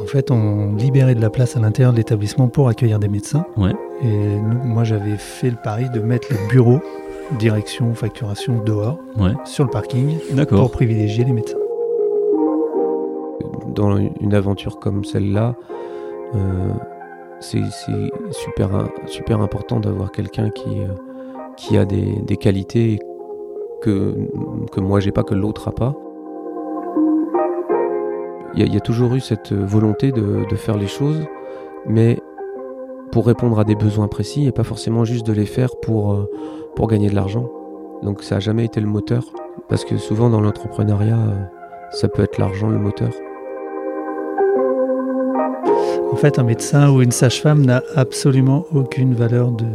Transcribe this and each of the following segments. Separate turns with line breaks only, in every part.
En fait, on libérait de la place à l'intérieur de l'établissement pour accueillir des médecins.
Ouais.
Et nous, moi, j'avais fait le pari de mettre les bureaux, direction, facturation, dehors,
Ouais.
sur le parking, pour
D'accord.
privilégier les médecins.
Dans une aventure comme celle-là, euh, c'est c'est super, im- super important d'avoir quelqu'un qui, euh, qui a des, des qualités que, que moi j'ai pas, que l'autre a pas. Il y, a- il y a toujours eu cette volonté de, de faire les choses, mais pour répondre à des besoins précis et pas forcément juste de les faire pour, euh, pour gagner de l'argent. Donc ça n'a jamais été le moteur, parce que souvent dans l'entrepreneuriat, euh, ça peut être l'argent le moteur.
En fait, un médecin ou une sage-femme n'a absolument aucune valeur de.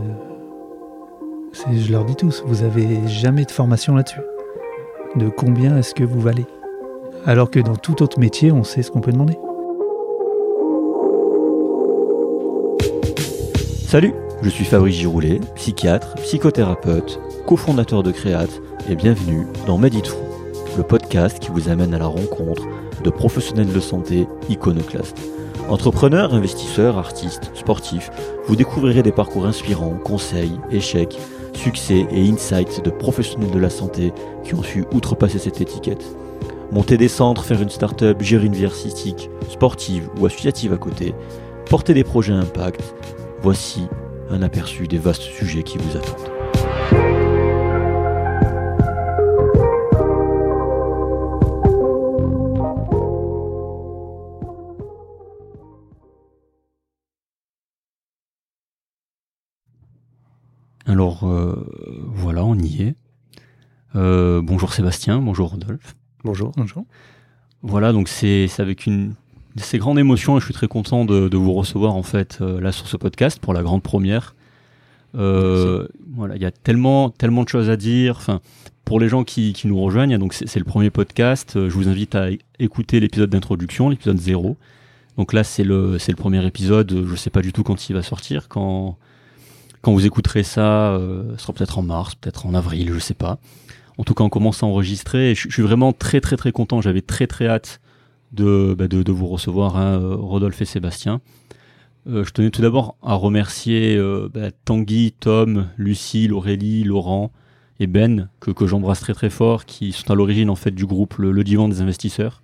C'est- Je leur dis tous, vous avez jamais de formation là-dessus. De combien est-ce que vous valez Alors que dans tout autre métier, on sait ce qu'on peut demander.
Salut, je suis Fabrice Giroulet, psychiatre, psychothérapeute, cofondateur de Créate et bienvenue dans Meditfou, le podcast qui vous amène à la rencontre de professionnels de santé iconoclastes. Entrepreneurs, investisseurs, artistes, sportifs, vous découvrirez des parcours inspirants, conseils, échecs, succès et insights de professionnels de la santé qui ont su outrepasser cette étiquette. Monter des centres, faire une start-up, gérer une vie artistique, sportive ou associative à côté, porter des projets à impact, Voici un aperçu des vastes sujets qui vous attendent. Alors euh, voilà, on y est. Euh, bonjour Sébastien, bonjour Rodolphe.
Bonjour.
Bonjour.
Voilà, donc c'est c'est avec une c'est grande émotion et je suis très content de, de vous recevoir en fait euh, là sur ce podcast pour la grande première. Euh, voilà, il y a tellement tellement de choses à dire. Enfin, pour les gens qui, qui nous rejoignent, donc c'est c'est le premier podcast. euh, Je vous invite à é- écouter l'épisode d'introduction, l'épisode 0. Donc là, c'est le c'est le premier épisode. euh, Je sais pas du tout quand il va sortir. Quand quand vous écouterez ça, euh, ce sera peut-être en mars, peut-être en avril, je sais pas. En tout cas, on commence à enregistrer. Et je, je suis vraiment très très très content. J'avais très très hâte de, bah, de, de vous recevoir, hein, euh, Rodolphe et Sébastien. Euh, je tenais tout d'abord à remercier euh, bah, Tanguy, Tom, Lucille, Aurélie, Laurent et Ben, que, que j'embrasse très très fort, qui sont à l'origine en fait du groupe Le, Le Divan des Investisseurs.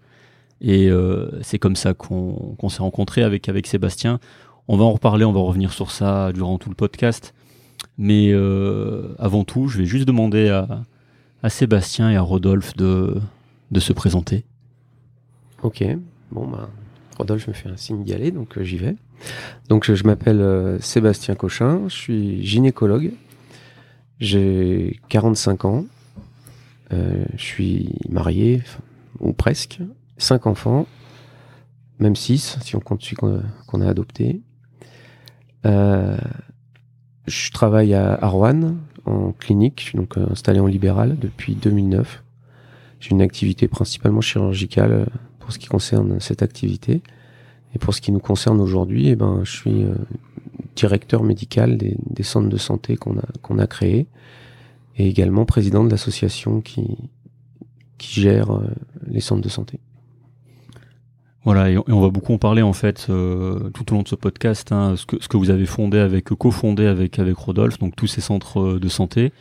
Et euh, c'est comme ça qu'on qu'on s'est rencontrés avec, avec Sébastien. On va en reparler, on va revenir sur ça durant tout le podcast. Mais euh, avant tout, je vais juste demander à, à Sébastien et à Rodolphe de, de se présenter.
Ok. Bon, bah, Rodolphe me fait un signe d'y aller, donc euh, j'y vais. Donc, euh, je m'appelle euh, Sébastien Cochin, je suis gynécologue, j'ai 45 ans, euh, je suis marié, enfin, ou presque, 5 enfants, même 6 si on compte celui qu'on a, qu'on a adopté. Euh, je travaille à, à Rouen en clinique, je suis donc euh, installé en libéral depuis 2009. J'ai une activité principalement chirurgicale euh, pour ce qui concerne cette activité. Et pour ce qui nous concerne aujourd'hui, eh ben, je suis euh, directeur médical des, des centres de santé qu'on a, qu'on a créés et également président de l'association qui, qui gère euh, les centres de santé.
Voilà, et on, et on va beaucoup en parler en fait euh, tout au long de ce podcast, hein, ce, que, ce que vous avez fondé avec, cofondé avec, avec Rodolphe, donc tous ces centres euh, de santé.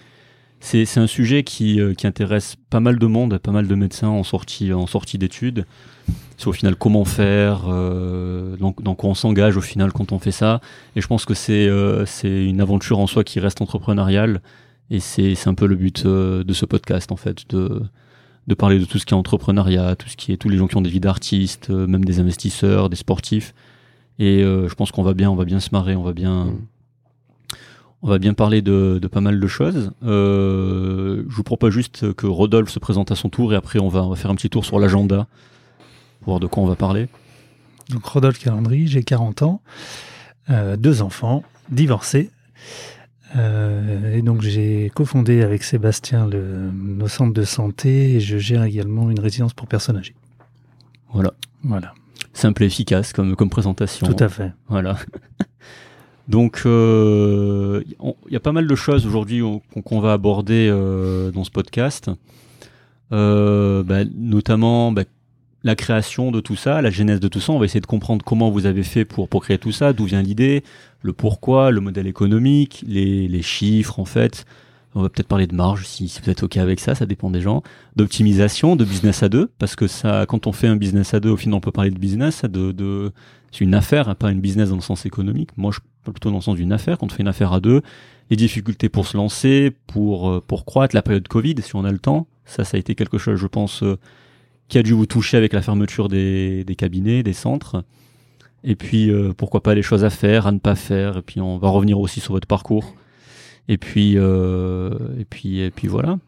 C'est c'est un sujet qui, euh, qui intéresse pas mal de monde, pas mal de médecins en sortie, en sortie d'études. C'est au final comment faire, euh, dans, dans quoi on s'engage au final quand on fait ça. Et je pense que c'est euh, c'est une aventure en soi qui reste entrepreneuriale. Et c'est c'est un peu le but euh, de ce podcast en fait, de, de parler de tout ce qui est entrepreneuriat, tout ce qui est tous les gens qui ont des vies d'artistes, euh, même des investisseurs, des sportifs. Et euh, je pense qu'on va bien, on va bien se marrer, on va bien,
Mm.
on va bien parler de, de pas mal de choses. Euh, je vous propose juste que Rodolphe se présente à son tour et après on va, on va faire un petit tour sur l'agenda, voir de quoi on va parler.
Donc Rodolphe Calendry, j'ai 40 ans, euh, deux enfants, divorcé. Euh, et donc j'ai cofondé avec Sébastien le- nos centres de santé et je gère également une résidence pour personnes âgées.
Voilà,
Voilà,
simple et efficace comme, comme présentation.
tout à fait.
Voilà. Donc, euh, on- il y a pas mal de choses aujourd'hui on- qu'on qu'on va aborder euh, dans ce podcast, Euh, bah, notamment bah, la création de tout ça, la genèse de tout ça. On va essayer de comprendre comment vous avez fait pour, pour créer tout ça, d'où vient l'idée, le pourquoi, le modèle économique, les, les chiffres en fait. On va peut-être parler de marge si, si vous êtes OK avec ça, ça dépend des gens. D'optimisation, de business à deux, parce que ça, quand on fait un business à deux, au final on peut parler de business, de, de, c'est une affaire, hein, pas une business dans le sens économique. Moi je parle plutôt dans le sens d'une affaire. Quand on fait une affaire à deux, les difficultés pour se lancer, pour, euh, pour croître, la période Covid, si on a le temps, ça, ça a été quelque chose, je pense, euh, qui a dû vous toucher avec la fermeture des, des cabinets, des centres. Et puis, euh, pourquoi pas les choses à faire, à ne pas faire. Et puis, on va revenir aussi sur votre parcours. Et puis, euh, et puis, et puis voilà.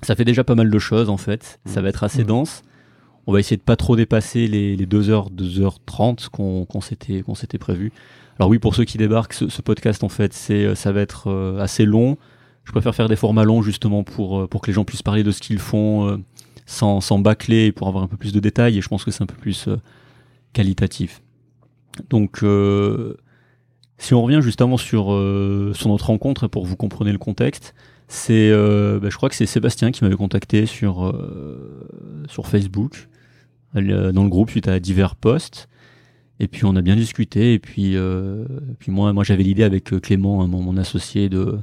Ça fait déjà pas mal de choses, en fait. Ça va être assez
Ouais.
dense. On va essayer de pas trop dépasser les, les 2h, 2h30 qu'on qu'on s'était qu'on s'était prévu. Alors oui, pour ceux qui débarquent, ce, ce podcast, en fait, c'est ça va être euh, assez long. Je préfère faire des formats longs, justement, pour, euh, pour que les gens puissent parler de ce qu'ils font. euh, sans, sans bâcler et pour avoir un peu plus de détails. Et je pense que c'est un peu plus euh, qualitatif. Donc, euh, si on revient juste avant sur, euh, sur notre rencontre pour que vous compreniez le contexte, c'est, euh, bah, je crois que c'est Sébastien qui m'avait contacté sur, euh, sur Facebook, euh, dans le groupe suite à divers posts. Et puis on a bien discuté. Et puis, euh, et puis moi, moi j'avais l'idée avec euh, Clément, hein, mon, mon associé, de,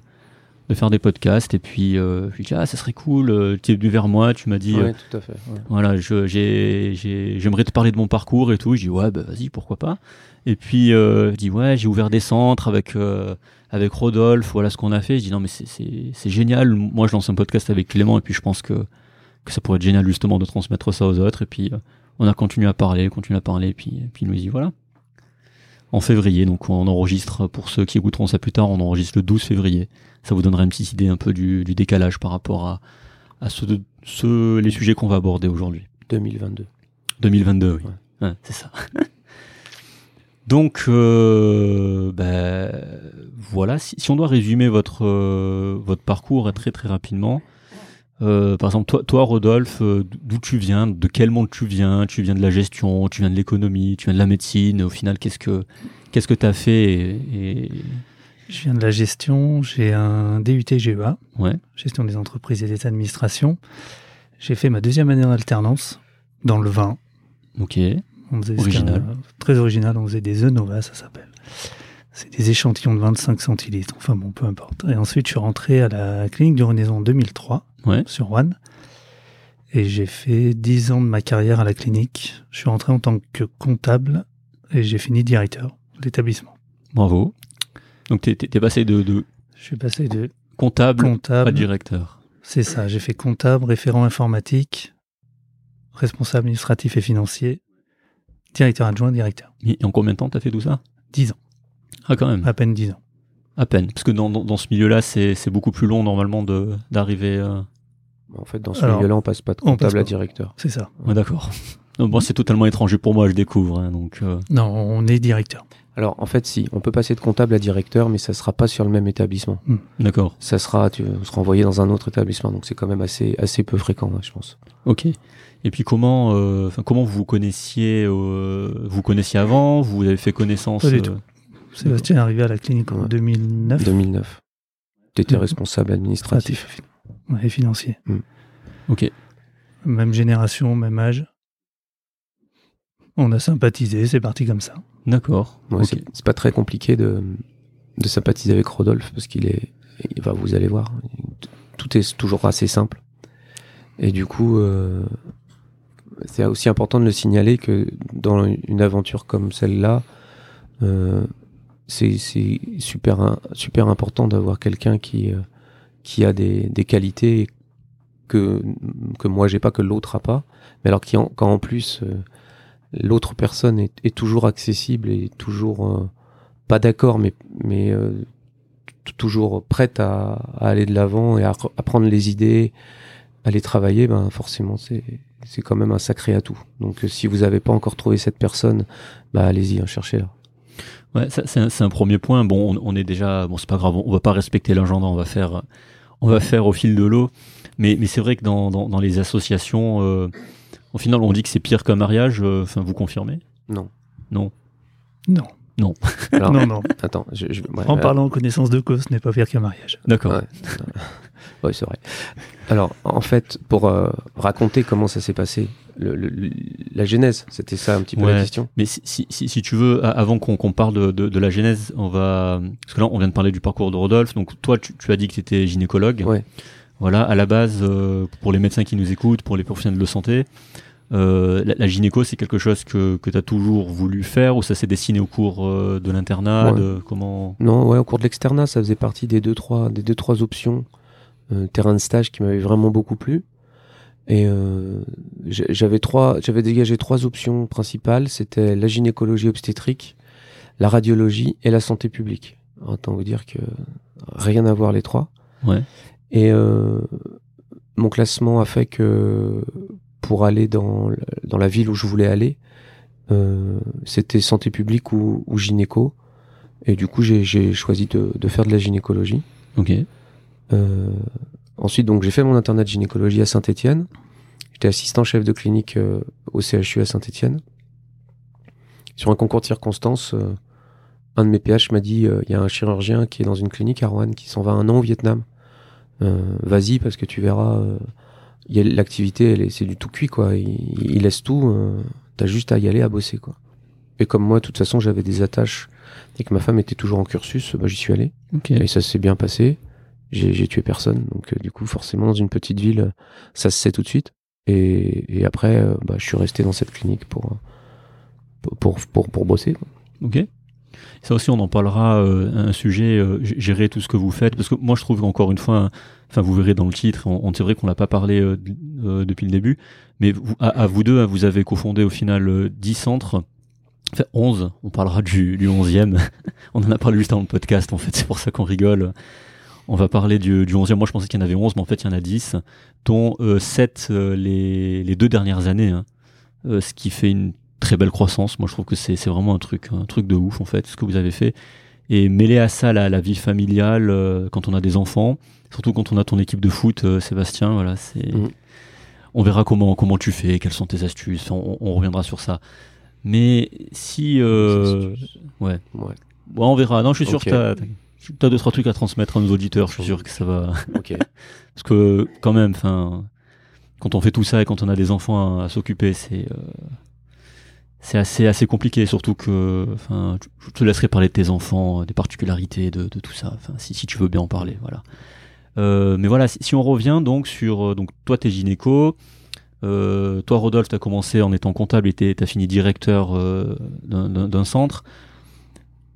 de faire des podcasts. Et puis euh, je lui ai dit, ah, ça serait cool. euh, Tu es venu vers moi, tu m'as dit, euh,
Ouais, tout à fait. ouais.
voilà, je- j'ai- j'ai- j'aimerais te parler de mon parcours et tout. Je dis, ouais, bah, vas-y, pourquoi pas. Et puis, euh, je dis, ouais, j'ai ouvert des centres avec, euh, avec Rodolphe, voilà ce qu'on a fait. Je dis, non, mais c'est- c'est c'est génial. Moi, je lance un podcast avec Clément et puis je pense que, que ça pourrait être génial justement de transmettre ça aux autres. Et puis, euh, on a continué à parler, continué à parler, et puis, et puis il nous dit, voilà. En février, donc on enregistre, pour ceux qui écouteront ça plus tard, on enregistre le 12 février. Ça vous donnera une petite idée un peu du, du décalage par rapport à, à ceux de- ceux- les sujets qu'on va aborder aujourd'hui.
2022.
2022, oui. Ouais, c'est ça. Donc, euh, ben, voilà, si, si on doit résumer votre, euh, votre parcours très très rapidement, euh, par exemple, toi, toi Rodolphe, euh, d'où tu viens, de quel monde tu viens, tu viens de la gestion, tu viens de l'économie, tu viens de la médecine, au final, qu'est-ce que qu'est-ce que tu as fait et, et-
Je viens de la gestion, j'ai un DUT GEA,
Ouais.
E gestion des entreprises et des administrations. J'ai fait ma deuxième année en alternance dans le vin.
Ok,
On faisait
Original.
c'était un- très original, on faisait des ENOVA, ça s'appelle. C'est des échantillons de 25 centilitres, enfin bon, peu importe. Et ensuite, je suis rentré à la clinique du Renaissance en 2003,
Ouais.
sur One. Et j'ai fait 10 ans de ma carrière à la clinique. Je suis rentré en tant que comptable et j'ai fini directeur de l'établissement.
bravo. Donc, tu es, passé de, de
Je suis passé de
comptable à
comptable
directeur.
C'est ça, j'ai fait comptable, référent informatique, responsable administratif et financier, directeur adjoint, directeur.
Et et en combien de temps tu as fait tout ça
10 ans,
Ah, quand même.
à peine 10 ans.
À peine, parce que dans, dans, dans ce milieu-là, c'est c'est beaucoup plus long normalement de- d'arriver. euh,
En fait, dans ce
Alors,
milieu-là, on passe pas de
on passe
comptable à
pas.
directeur.
C'est ça.
ouais, D'accord. Non, Moi, c'est totalement étranger pour moi, je découvre. hein, donc, euh,
Non, on est directeur.
Alors, en fait, si, on peut passer de comptable à directeur, mais ça sera pas sur le même établissement.
d'accord.
Ça sera, tu, on sera envoyé dans un autre établissement, donc c'est quand même assez, assez peu fréquent, hein, je pense.
Ok. Et puis comment, euh, enfin, comment vous vous connaissiez, euh, vous connaissiez avant, vous avez fait connaissance.
Pas du
euh,
tout. Sébastien est arrivé à la clinique en
Ouais.
2009,
2009. Tu étais
Mhm.
responsable administratif.
administratif ouais, et financier.
Mm.
Ok.
Même génération, même âge. On a sympathisé, c'est parti comme ça.
D'accord.
Ouais,
Ok.
c'est- C'est pas très compliqué de, de sympathiser avec Rodolphe parce qu'il est. il va- vous allez voir, tout est toujours assez simple. Et du coup, euh, c'est aussi important de le signaler que dans une aventure comme celle-là, euh, c'est c'est super, im- super important d'avoir quelqu'un qui, euh, qui a des, des qualités que, que moi j'ai pas, que l'autre a pas, mais alors qui en- quand en plus. euh, l'autre personne est, est toujours accessible et toujours euh, pas d'accord, mais, mais euh, t- toujours prête à, à aller de l'avant et à, re- à prendre les idées, à les travailler, ben forcément c'est c'est quand même un sacré atout. Donc euh, si vous n'avez pas encore trouvé cette personne, bah allez-y, hein, cherchez-la.
Ouais, ça, c'est un, c'est un premier point. Bon, on, on est déjà, bon, c'est pas grave. On va pas respecter l'agenda. On va faire, on va faire au fil de l'eau. Mais, mais c'est vrai que dans, dans, dans les associations, euh, au final, on dit que c'est pire qu'un mariage. euh, Enfin, vous confirmez
Non.
Non,
Alors,
non, non.
Attends, je, je- ouais,
En
euh,
parlant en connaissance de cause, ce n'est pas pire qu'un mariage.
D'accord.
Ouais. Ouais, c'est vrai. Alors, en fait, pour euh, raconter comment ça s'est passé, le- le- le- la genèse. C'était ça un petit peu
Ouais.
la question.
Mais si, si, si, si tu veux, a- avant qu'on qu'on parle de, de, de la genèse, on va. Parce que là, on vient de parler du parcours de Rodolphe. Donc, toi, tu, tu as dit que tu étais gynécologue.
Ouais.
Voilà, à la base, euh, pour les médecins qui nous écoutent, pour les professionnels de santé, euh, la, la gynéco, c'est quelque chose que, que tu as toujours voulu faire ou ça s'est dessiné au cours euh, de l'internat
Ouais.
de- Comment.
Non, ouais, au cours de l'externat, ça faisait partie des deux trois, des deux trois options euh, terrain de stage qui m'avait vraiment beaucoup plu. Et euh, j'a- j'avais trois, j'avais dégagé trois options principales. C'était la gynécologie obstétrique, la radiologie et la santé publique. Autant vous dire que rien à voir les trois.
Ouais.
Et euh, mon classement a fait que pour aller dans, l- dans la ville où je voulais aller, euh, c'était santé publique ou, ou gynéco. Et du coup, j'ai- j'ai choisi de, de faire de la gynécologie.
Ok.
Euh, ensuite, donc, j'ai fait mon internat de gynécologie à Saint-Étienne. J'étais assistant chef de clinique euh, au CHU à Saint-Étienne. Sur un concours de circonstances, euh, un de mes PH m'a dit euh, il y a un chirurgien qui est dans une clinique à Rouen qui s'en va un an au Vietnam. Euh, Vas-y parce que tu verras, euh, il y a- l'activité elle est- c'est du tout cuit quoi. Il, il laisse tout, euh, t'as juste à y aller à bosser quoi. Et comme moi, de toute façon, j'avais des attaches et que ma femme était toujours en cursus, bah, j'y suis allé.
Ok.
Et ça s'est bien passé. J'ai j'ai tué personne. Donc, euh, du coup, forcément, dans une petite ville, euh, ça se sait tout de suite. Et, et après, euh, bah, je suis resté dans cette clinique pour, euh, pour, pour, pour bosser. quoi.
Ok. Ça aussi, on en parlera, euh, un sujet, euh, g- gérer tout ce que vous faites, parce que moi je trouve qu'encore une fois, enfin vous verrez dans le titre, on, on c'est vrai qu'on l'a pas parlé euh, d- euh, depuis le début, mais vous- à, à vous deux, hein, vous avez cofondé au final euh, 10 centres, enfin 11, on parlera du, du 11e, on en a parlé juste avant le podcast en fait, c'est pour ça qu'on rigole. On va parler du, du 11e, moi je pensais qu'il y en avait 11, mais en fait il y en a 10, dont 7 les, les deux dernières années, hein. Euh, ce qui fait une très belle croissance. Moi, je trouve que c'est c'est vraiment un truc, un truc de ouf en fait, ce que vous avez fait. Et mêler à ça la, la vie familiale, euh, quand on a des enfants, surtout quand on a ton équipe de foot, euh, Sébastien, voilà, c'est.
Mhm.
On verra comment comment tu fais, quelles sont tes astuces. On, on reviendra sur ça. Mais si, euh, ouais,
Ouais.
Ouais, on verra. Non, je suis sûr
Ok.
que t'as- t'as- t'as deux trois trucs à transmettre à nos auditeurs. Je suis sûr que ça va.
Ok.
Parce que quand même, enfin, quand on fait tout ça et quand on a des enfants à, à s'occuper, c'est euh, c'est assez assez compliqué. Surtout que, enfin, tu- je te laisserai parler de tes enfants, euh, des particularités de, de tout ça. Enfin, si, si tu veux bien en parler, voilà. Euh, mais voilà, si, si on revient donc sur euh, donc toi t'es gynéco. Euh, toi, Rodolphe, tu as commencé en étant comptable et t'es- t'as fini directeur euh, d'un- d'un d'un centre.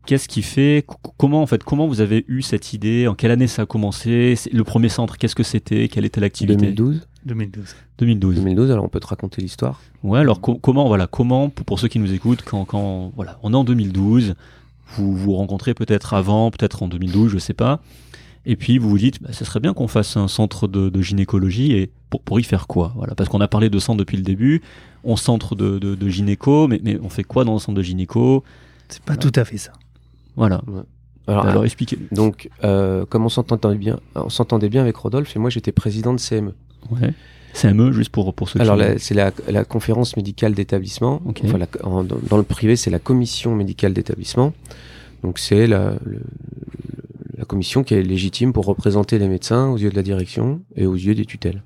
Qu'est-ce qui fait co- Comment en fait Comment vous avez eu cette idée En quelle année ça a commencé C'est- Le premier centre, qu'est-ce que c'était Quelle était l'activité
2012.
2012.
2012.
2012, alors on peut te raconter l'histoire.
Ouais. Alors co- comment voilà Comment pour, pour ceux qui nous écoutent quand, quand voilà on est en 2012, vous vous rencontrez peut-être avant, peut-être en 2012, je sais pas. Et puis vous vous dites, bah, ce serait bien qu'on fasse un centre de, de gynécologie et pour, pour y faire quoi Voilà, parce qu'on a parlé de centre depuis le début. On centre de, de, de gynéco, mais, mais on fait quoi dans le centre de gynéco
C'est pas tout à fait ça.
Voilà.
Alors,
Bah, Alors expliquez.
donc, euh, comme on s'entendait bien, on s'entendait bien avec Rodolphe, et moi j'étais président de E. CME.
Ouais. CME juste pour pour ceux
Alors,
qui.
la- c'est la, la conférence médicale d'établissement.
Ok.
Enfin, la- en- dans, dans le privé, c'est la commission médicale d'établissement. Donc, c'est la, le- le- la commission qui est légitime pour représenter les médecins aux yeux de la direction et aux yeux des tutelles.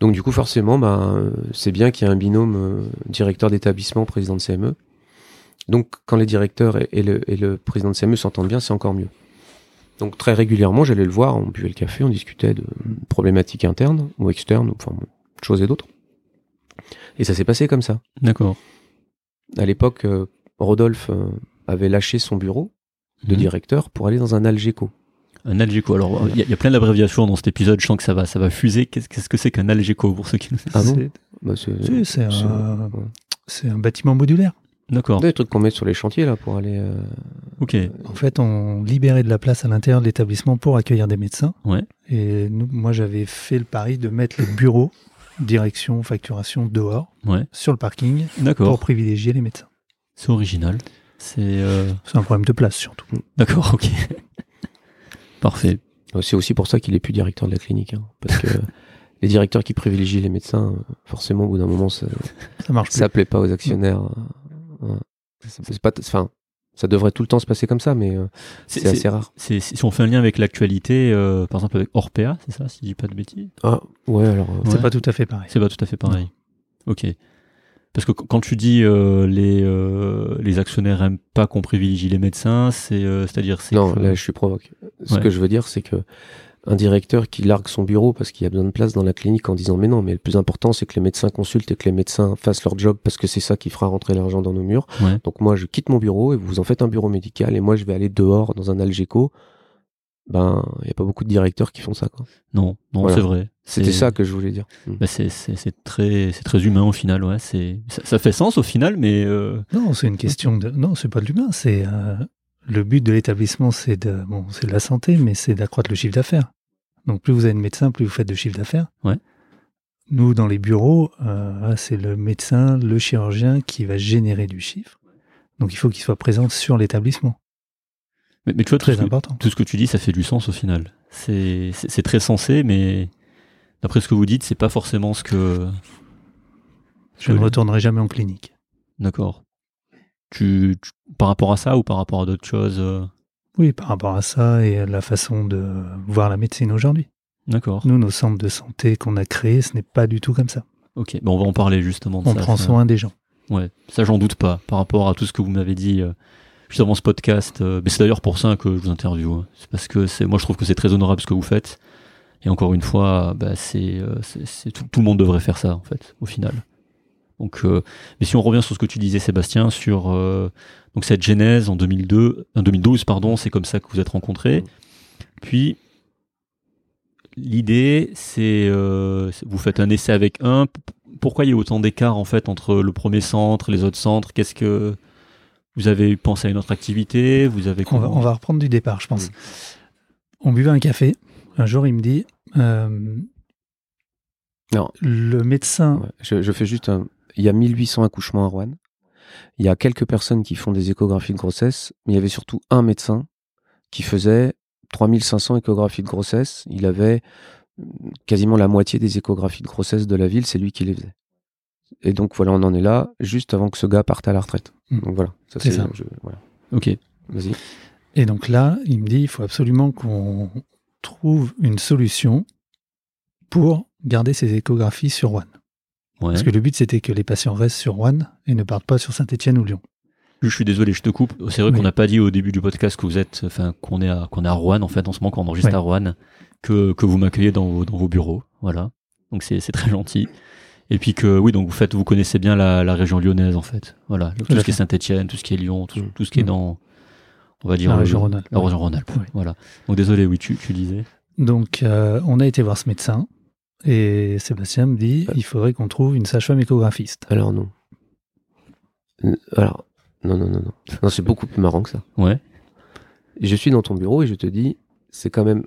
Donc, du coup, forcément, ben, euh, c'est bien qu'il y ait un binôme euh, directeur d'établissement, président de CME. Donc, quand les directeurs et, et le, et le président de CME s'entendent bien, c'est encore mieux. Donc, très régulièrement, j'allais le voir, on buvait le café, on discutait de problématiques internes ou externes, ou, enfin, de choses et d'autres. Et ça s'est passé comme ça.
D'accord.
À l'époque, euh, Rodolphe euh, avait lâché son bureau de
Mhm.
directeur pour aller dans un Algeco.
Un algéco. Alors, il y, a- il y a plein d'abréviations dans cet épisode. Je sens que ça va, ça va fuser. Qu'est-ce qu'est-ce que c'est qu'un algéco pour ceux qui nous.
Ah bon
C'est-
Bah, c'est
si, c'est
c'est-
un,
ouais.
c'est un bâtiment modulaire.
D'accord.
des trucs qu'on met sur les chantiers là pour aller. euh,
Ok.
En fait, on libérait de la place à l'intérieur de l'établissement pour accueillir des médecins.
Ouais.
Et nous, moi, j'avais fait le pari de mettre les bureaux, direction, facturation, dehors,
Ouais.
sur le parking, pour
D'accord.
privilégier les médecins.
C'est original. C'est. euh,
C'est un problème de place, surtout.
D'accord. Ok. Parfait.
euh, C'est aussi pour ça qu'il est plus directeur de la clinique, hein, parce que les directeurs qui privilégient les médecins, euh, forcément, au bout d'un moment, ça,
Ça marche plus.
ça plaît pas aux actionnaires. euh, ouais. C'est pas, enfin, ça devrait tout le temps se passer comme ça, mais euh,
C'est-
c'est
c'est-
assez rare.
c'est- si on fait un lien avec l'actualité, euh, par exemple avec Orpea, c'est ça, si je dis pas de bêtises.
Ah, ouais, alors. euh,
C'est
Ouais.
pas tout à fait pareil.
C'est pas tout à fait pareil. Ok. Parce que qu- quand tu dis euh, les, euh, les actionnaires n'aiment pas qu'on privilégie les médecins, c'est euh, c'est-à-dire c'est
Non,
que-
là, je suis provoque. Ce
Ouais.
que je veux dire, c'est que un directeur qui largue son bureau parce qu'il y a besoin de place dans la clinique en disant mais non, mais le plus important, c'est que les médecins consultent et que les médecins fassent leur job parce que c'est ça qui fera rentrer l'argent dans nos murs.
Ouais.
Donc moi, je quitte mon bureau et vous en faites un bureau médical et moi, je vais aller dehors dans un Algeco. Ben, il n'y a pas beaucoup de directeurs qui font ça. quoi.
non, non,
Voilà.
c'est vrai.
C'était
C'est-
ça que je voulais dire. Mm.
bah, c'est c'est- c'est très c'est très humain au final. Ouais, c'est ça, ça fait sens au final, mais euh,
Non, c'est une question de. Non, c'est pas de l'humain. C'est euh, le but de l'établissement, c'est de. Bon, c'est de la santé, mais c'est d'accroître le chiffre d'affaires. Donc, plus vous avez de médecins, plus vous faites de chiffre d'affaires.
Ouais.
Nous, dans les bureaux, euh, c'est le médecin, le chirurgien qui va générer du chiffre. Donc, il faut qu'il soit présent sur l'établissement.
mais, mais tu vois tout
Très
ce, que,
important.
tout ce que tu dis, ça fait du sens au final. C'est c'est- c'est très sensé, mais d'après ce que vous dites, c'est pas forcément ce que
Je ne
que-
retournerai jamais en clinique.
D'accord. Tu, tu- par rapport à ça ou par rapport à d'autres choses euh,
Oui, par rapport à ça et à la façon de voir la médecine aujourd'hui.
D'accord.
Nous, nos centres de santé qu'on a créés, ce n'est pas du tout comme ça.
Ok. Bon, on va en parler justement. De
On
ça,
prend
ça.
soin des gens.
Ouais. Ça, j'en doute pas. Par rapport à tout ce que vous m'avez dit euh, juste avant ce podcast. euh, mais c'est d'ailleurs pour ça que je vous interviewe. hein. C'est parce que c'est, moi, je trouve que c'est très honorable ce que vous faites. Et encore une fois, bah, c'est, euh, c'est, c'est tout, tout le monde devrait faire ça en fait, au final. Donc, euh, mais si on revient sur ce que tu disais, Sébastien, sur euh, donc cette genèse en 2002, en 2012, pardon, c'est comme ça que vous êtes rencontrés. Puis l'idée, c'est euh, c'est- vous faites un essai avec un. P- Pourquoi il y a autant d'écart en fait entre le premier centre, les autres centres Qu'est-ce que vous avez pensé à une autre activité Vous avez
On va, on va reprendre du départ, je
Mm.
pense. On buvait un café. Un jour, il me dit euh,
Non.
Le médecin.
Ouais, Je, je fais juste un. Il y a 1800 accouchements à Rouen. Il y a quelques personnes qui font des échographies de grossesse, mais il y avait surtout un médecin qui faisait 3500 échographies de grossesse. Il avait euh, quasiment la moitié des échographies de grossesse de la ville, c'est lui qui les faisait. Et donc voilà, on en est là, juste avant que ce gars parte à la retraite.
Mm.
Donc voilà, ça
C'est
c'est.
ça.
je- voilà.
Ok.
Vas-y.
Et donc là, il me dit il faut absolument qu'on trouve une solution pour garder ces échographies sur One.
Ouais.
Parce que le but, c'était que les patients restent sur One et ne partent pas sur Saint-Etienne ou Lyon.
Je suis désolé, je te coupe. C'est vrai
Oui.
qu'on n'a pas dit au début du podcast que vous êtes, enfin, qu'on est à, qu'on est à Rouen, en fait, en ce moment, qu'on enregistre
Oui.
à Rouen, que, que vous m'accueillez dans vos, dans vos bureaux. Voilà. Donc, c'est, c'est très gentil. Et puis que, oui, donc, vous faites, vous connaissez bien la, la région lyonnaise, en fait. Voilà. Tout,
à
ce
fait.
qui est Saint-Etienne, tout ce qui est Lyon, tout,
Mm.
tout ce qui est
Mm.
dans, on va dire,
La
euh,
région Rhône-Alpes.
La région Rhône-Alpes.
Oui.
Voilà. Donc, désolé, oui, tu, tu disais.
Donc, euh, on a été voir ce médecin. Et Sébastien me dit il faudrait qu'on trouve une sage-femme échographiste.
Alors non. Euh, Alors, non, non, non, non. Non, c'est beaucoup plus marrant que ça.
Ouais.
je suis dans ton bureau et je te dis, c'est quand même,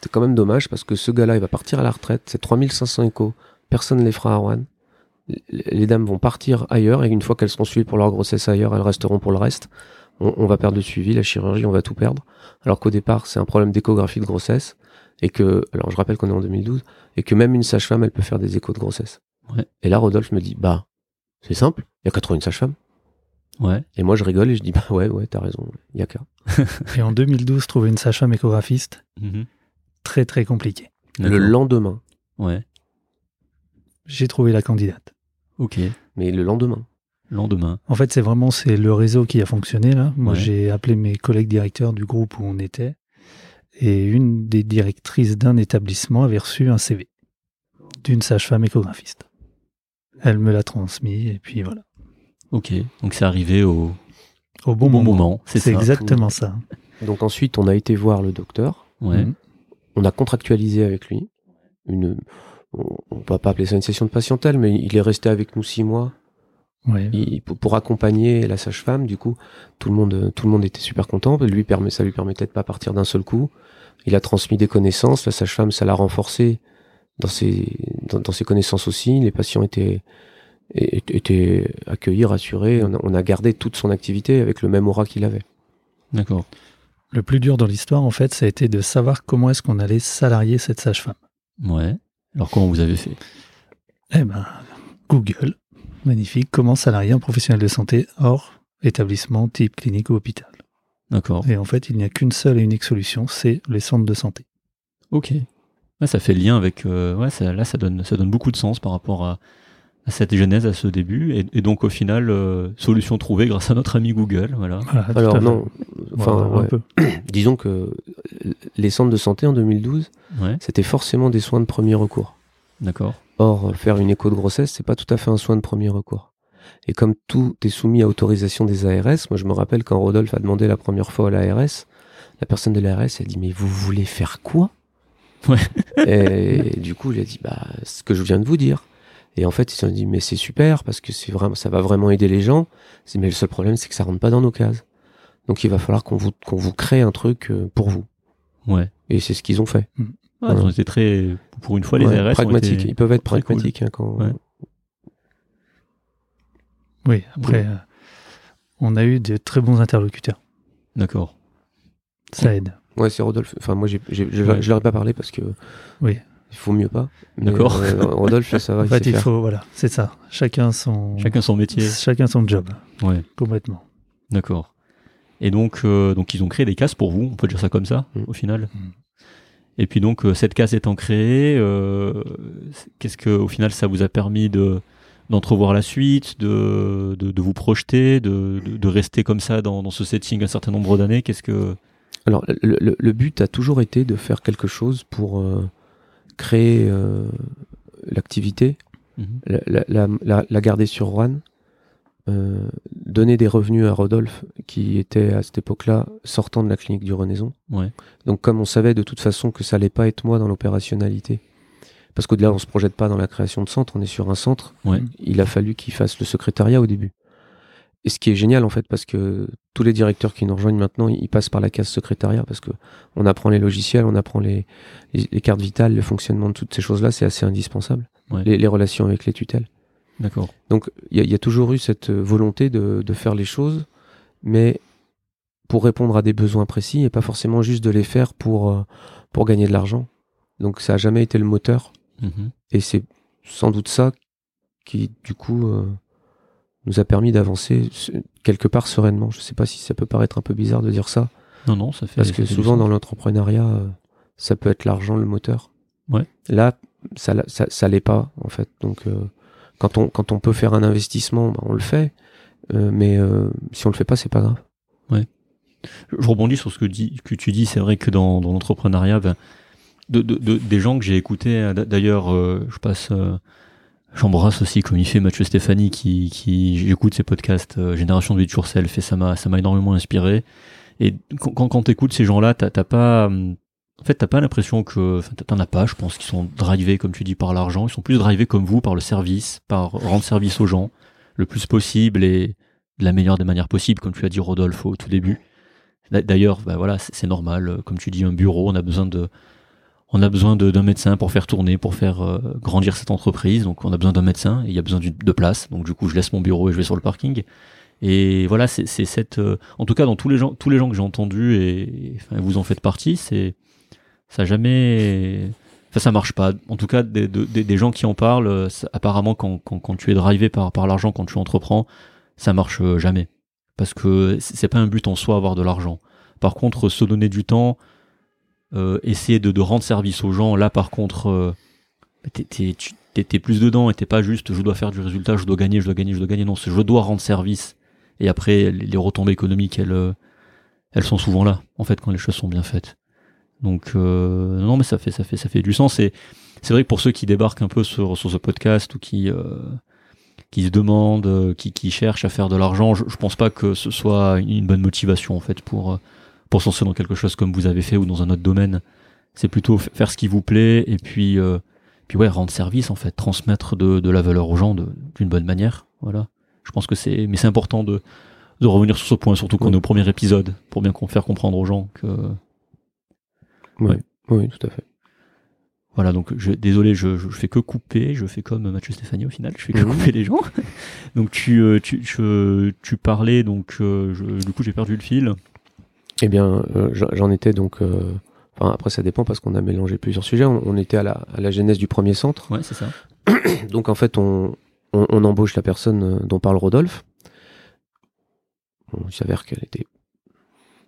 c'est quand même dommage parce que ce gars-là, il va partir à la retraite, c'est 3500 échos, personne ne les fera à Rouen. L- Les dames vont partir ailleurs et une fois qu'elles seront suivies pour leur grossesse ailleurs, elles resteront pour le reste. On, on va perdre le suivi, la chirurgie, on va tout perdre. Alors qu'au départ, c'est un problème d'échographie de grossesse et que, alors je rappelle qu'on est en 2012 et que même une sage-femme, elle peut faire des échos de grossesse.
Ouais.
Et là, Rodolphe me dit, bah, c'est simple, il y a 80 sages-femmes.
Ouais.
Et moi, je rigole et je dis, bah ouais, ouais, t'as raison, il y a qu'à.
Et en 2012, trouver une sage-femme échographiste,
Mhm.
très très compliqué.
Le
D'accord.
lendemain,
Ouais.
J'ai trouvé la candidate.
Ok.
mais le lendemain.
Lendemain.
En fait, c'est vraiment c'est le réseau qui a fonctionné là. Moi,
Ouais.
j'ai appelé mes collègues directeurs du groupe où on était, et une des directrices d'un établissement avait reçu un CV d'une sage-femme échographiste. Elle me l'a transmis, et puis voilà.
Ok. Donc, c'est arrivé au,
Au bon
au bon
moment.
moment. C'est,
C'est
ça.
exactement ça.
Donc ensuite, on a été voir le docteur,
Ouais.
Mhm.
on a contractualisé avec lui. Une, on on va pas appeler ça une session de patientèle, mais il est resté avec nous six mois
Ouais.
il- pour, pour accompagner la sage-femme. Du coup, tout le monde, tout le monde était super content. Lui permet, ça lui permettait de pas partir d'un seul coup. Il a transmis des connaissances. La sage-femme, ça l'a renforcé dans ses, dans, dans ses connaissances aussi. Les patients étaient é- étaient accueillis, rassurés. On a, on a gardé toute son activité avec le même aura qu'il avait.
D'accord.
Le plus dur dans l'histoire, en fait, ça a été de savoir comment est-ce qu'on allait salarier cette sage-femme.
Ouais. Alors, comment vous avez fait
Eh ben, Google, magnifique. Comment salarier un professionnel de santé hors établissement type clinique ou hôpital.
D'accord.
Et en fait, il n'y a qu'une seule et unique solution, c'est les centres de santé.
Ok. Ouais, ça fait lien avec. euh, ouais, ça- là, ça donne, ça donne beaucoup de sens par rapport à, à cette genèse, à ce début, et, et donc au final, euh, solution trouvée grâce à notre ami Google. Voilà.
Voilà, Ah, tout à
Alors
fait.
non, enfin,
Voilà, un
ouais.
peu.
disons que les centres de santé en 2012,
Ouais,
c'était forcément des soins de premier recours.
d'accord.
Or, faire une écho de grossesse, c'est pas tout à fait un soin de premier recours. Et comme tout est soumis à autorisation des ARS, moi je me rappelle quand Rodolphe a demandé la première fois à l'ARS, la personne de l'ARS a dit mais vous voulez faire quoi
Ouais.
Et du coup il a dit bah ce que je viens de vous dire. Et en fait ils se sont dit mais c'est super parce que c'est vraiment ça va vraiment aider les gens. C'est mais le seul problème c'est que ça rentre pas dans nos cases. Donc il va falloir qu'on vous qu'on vous crée un truc euh, pour vous.
Ouais.
Et c'est ce qu'ils ont fait.
Ouais,
Voilà.
Ils ont été très, pour une fois, les
Ouais,
ARS ont
pragmatiques.
été-
Ils peuvent être
très cool.
pragmatiques hein, quand.
Ouais.
Oui, après, euh, on a eu de très bons interlocuteurs.
D'accord.
Ça aide.
Ouais, c'est Rodolphe. Enfin, moi, j'ai- j'ai- je
Ouais.
je leur ai pas parlé parce que.
Oui.
Il faut mieux pas. Mais,
D'accord.
euh, Rodolphe, ça va.
En
il
fait,
sait
il
faire.
faut, voilà, c'est ça. Chacun son,
Chacun son métier.
chacun son job,
Ouais,
complètement.
d'accord. Et donc, euh, donc ils ont créé des cases pour vous, on peut dire ça comme ça,
Mm.
au final.
Mm.
Et puis donc, euh, cette case étant créée, euh, c'est- qu'est-ce que, au final, ça vous a permis de d'entrevoir la suite, de, de, de vous projeter, de, de, de rester comme ça dans, dans ce setting un certain nombre d'années. Qu'est-ce que
Alors, le, le- le but a toujours été de faire quelque chose pour euh, créer euh, l'activité,
Mhm.
la, la- la- la- la garder sur Rouen, euh, donner des revenus à Rodolphe qui était à cette époque-là sortant de la clinique du Renaison.
Ouais.
Donc, comme on savait de toute façon que ça allait pas être moi dans l'opérationnalité, parce qu'au-delà, on se projette pas dans la création de centre, on est sur un centre.
Ouais,
il a fallu qu'il fasse le secrétariat au début. Et ce qui est génial en fait, parce que tous les directeurs qui nous rejoignent maintenant, ils passent par la case secrétariat parce que on apprend les logiciels, on apprend les, les- les cartes vitales, le fonctionnement de toutes ces choses-là, c'est assez indispensable.
Ouais.
Les, les relations avec les tutelles.
d'accord.
Donc il y, a- il y a toujours eu cette euh, volonté de, de faire les choses, mais pour répondre à des besoins précis et pas forcément juste de les faire pour, euh, pour gagner de l'argent. Donc ça a jamais été le moteur.
Mhm.
Et c'est sans doute ça qui, du coup, euh, nous a permis d'avancer se- quelque part sereinement. Je sais pas si ça peut paraître un peu bizarre de dire ça,
Non, non, ça fait.
parce
ça
que
fait du
souvent
sens.
dans l'entrepreneuriat, euh, ça peut être l'argent le moteur.
Ouais.
Là, ça, l'a- ça, ça l'est pas, en fait. Donc, euh, quand, on, quand on peut faire un investissement, bah, on le fait. Euh, mais euh, si on le fait pas, c'est pas grave.
je rebondis sur ce que, dis- que tu dis. C'est vrai que dans, dans l'entrepreneuriat, ben, de, de- de- des gens que j'ai écoutés, euh, d'a- d'ailleurs, euh, je passe, euh, j'embrasse aussi, comme il fait Mathieu Stéphanie, qui, qui j'écoute ses podcasts euh, Génération de Vie de Yourself, et ça m'a, ça m'a énormément inspiré. Et quand, quand, quand t'écoutes ces gens-là, t'as, t'as pas, hum, en fait, t'as pas l'impression que, enfin, t'en as pas, je pense, qu'ils sont drivés, comme tu dis, par l'argent. Ils sont plus drivés comme vous, par le service, par rendre service aux gens, le plus possible et de la meilleure des manières possibles, comme tu as dit, Rodolphe, au tout début. D'a- D'ailleurs, bah voilà, c'est c'est normal. euh, Comme tu dis, un bureau, on a besoin de, on a besoin de- d'un médecin pour faire tourner, pour faire euh, grandir cette entreprise. Donc, on a besoin d'un médecin. et Il y a besoin d'une- de place. Donc, du coup, je laisse mon bureau et je vais sur le parking. Et voilà, c'est c'est cette, euh, en tout cas, dans tous les gens, tous les gens que j'ai entendus et, et, enfin, vous en faites partie, c'est, ça jamais, enfin, ça marche pas. En tout cas, des, de- des- des gens qui en parlent, euh, ça- apparemment, quand, quand, quand tu es drivé par, par l'argent, quand tu entreprends, ça marche euh, jamais. Parce que c'est c'est pas un but en soi avoir de l'argent. Par contre, se donner du temps, euh, essayer de, de rendre service aux gens, là par contre, euh, t'es- t'es- tu- t'es t'es plus dedans et t'es pas juste je dois faire du résultat, je dois gagner, je dois gagner, je dois gagner. Non, c'est je dois rendre service. Et après, les les retombées économiques, elles, euh, elles sont souvent là, en fait, quand les choses sont bien faites. Donc, euh, non, mais ça fait, ça fait, ça fait du sens. Et c'est vrai que pour ceux qui débarquent un peu sur, sur ce podcast ou qui, euh, qui se demandent, euh, qui, qui cherchent à faire de l'argent, je, je pense pas que ce soit une bonne motivation en fait pour euh, pour se lancer dans quelque chose comme vous avez fait ou dans un autre domaine. C'est plutôt f- faire ce qui vous plaît et puis euh, puis ouais rendre service en fait, transmettre de, de la valeur aux gens de- d'une bonne manière. Voilà. Je pense que c'est mais c'est important de de revenir sur ce point surtout qu'on
Oui.
est au premier épisode pour bien qu'on faire comprendre aux gens que
Oui, tout à fait.
Voilà, donc je, désolé, je, je, je fais que couper, je fais comme Mathieu Stéphanie au final, je fais que
Mhm.
couper les gens. donc tu, euh, tu, je- tu parlais, donc euh, je- du coup j'ai perdu le fil.
Eh bien, euh, j'en- j'en étais donc. euh, Enfin, après, ça dépend parce qu'on a mélangé plusieurs sujets. On, on était à la, à la genèse du premier centre.
Ouais, c'est ça.
Donc en fait, on, on- on embauche la personne euh, dont parle Rodolphe. Bon, il s'avère qu'elle était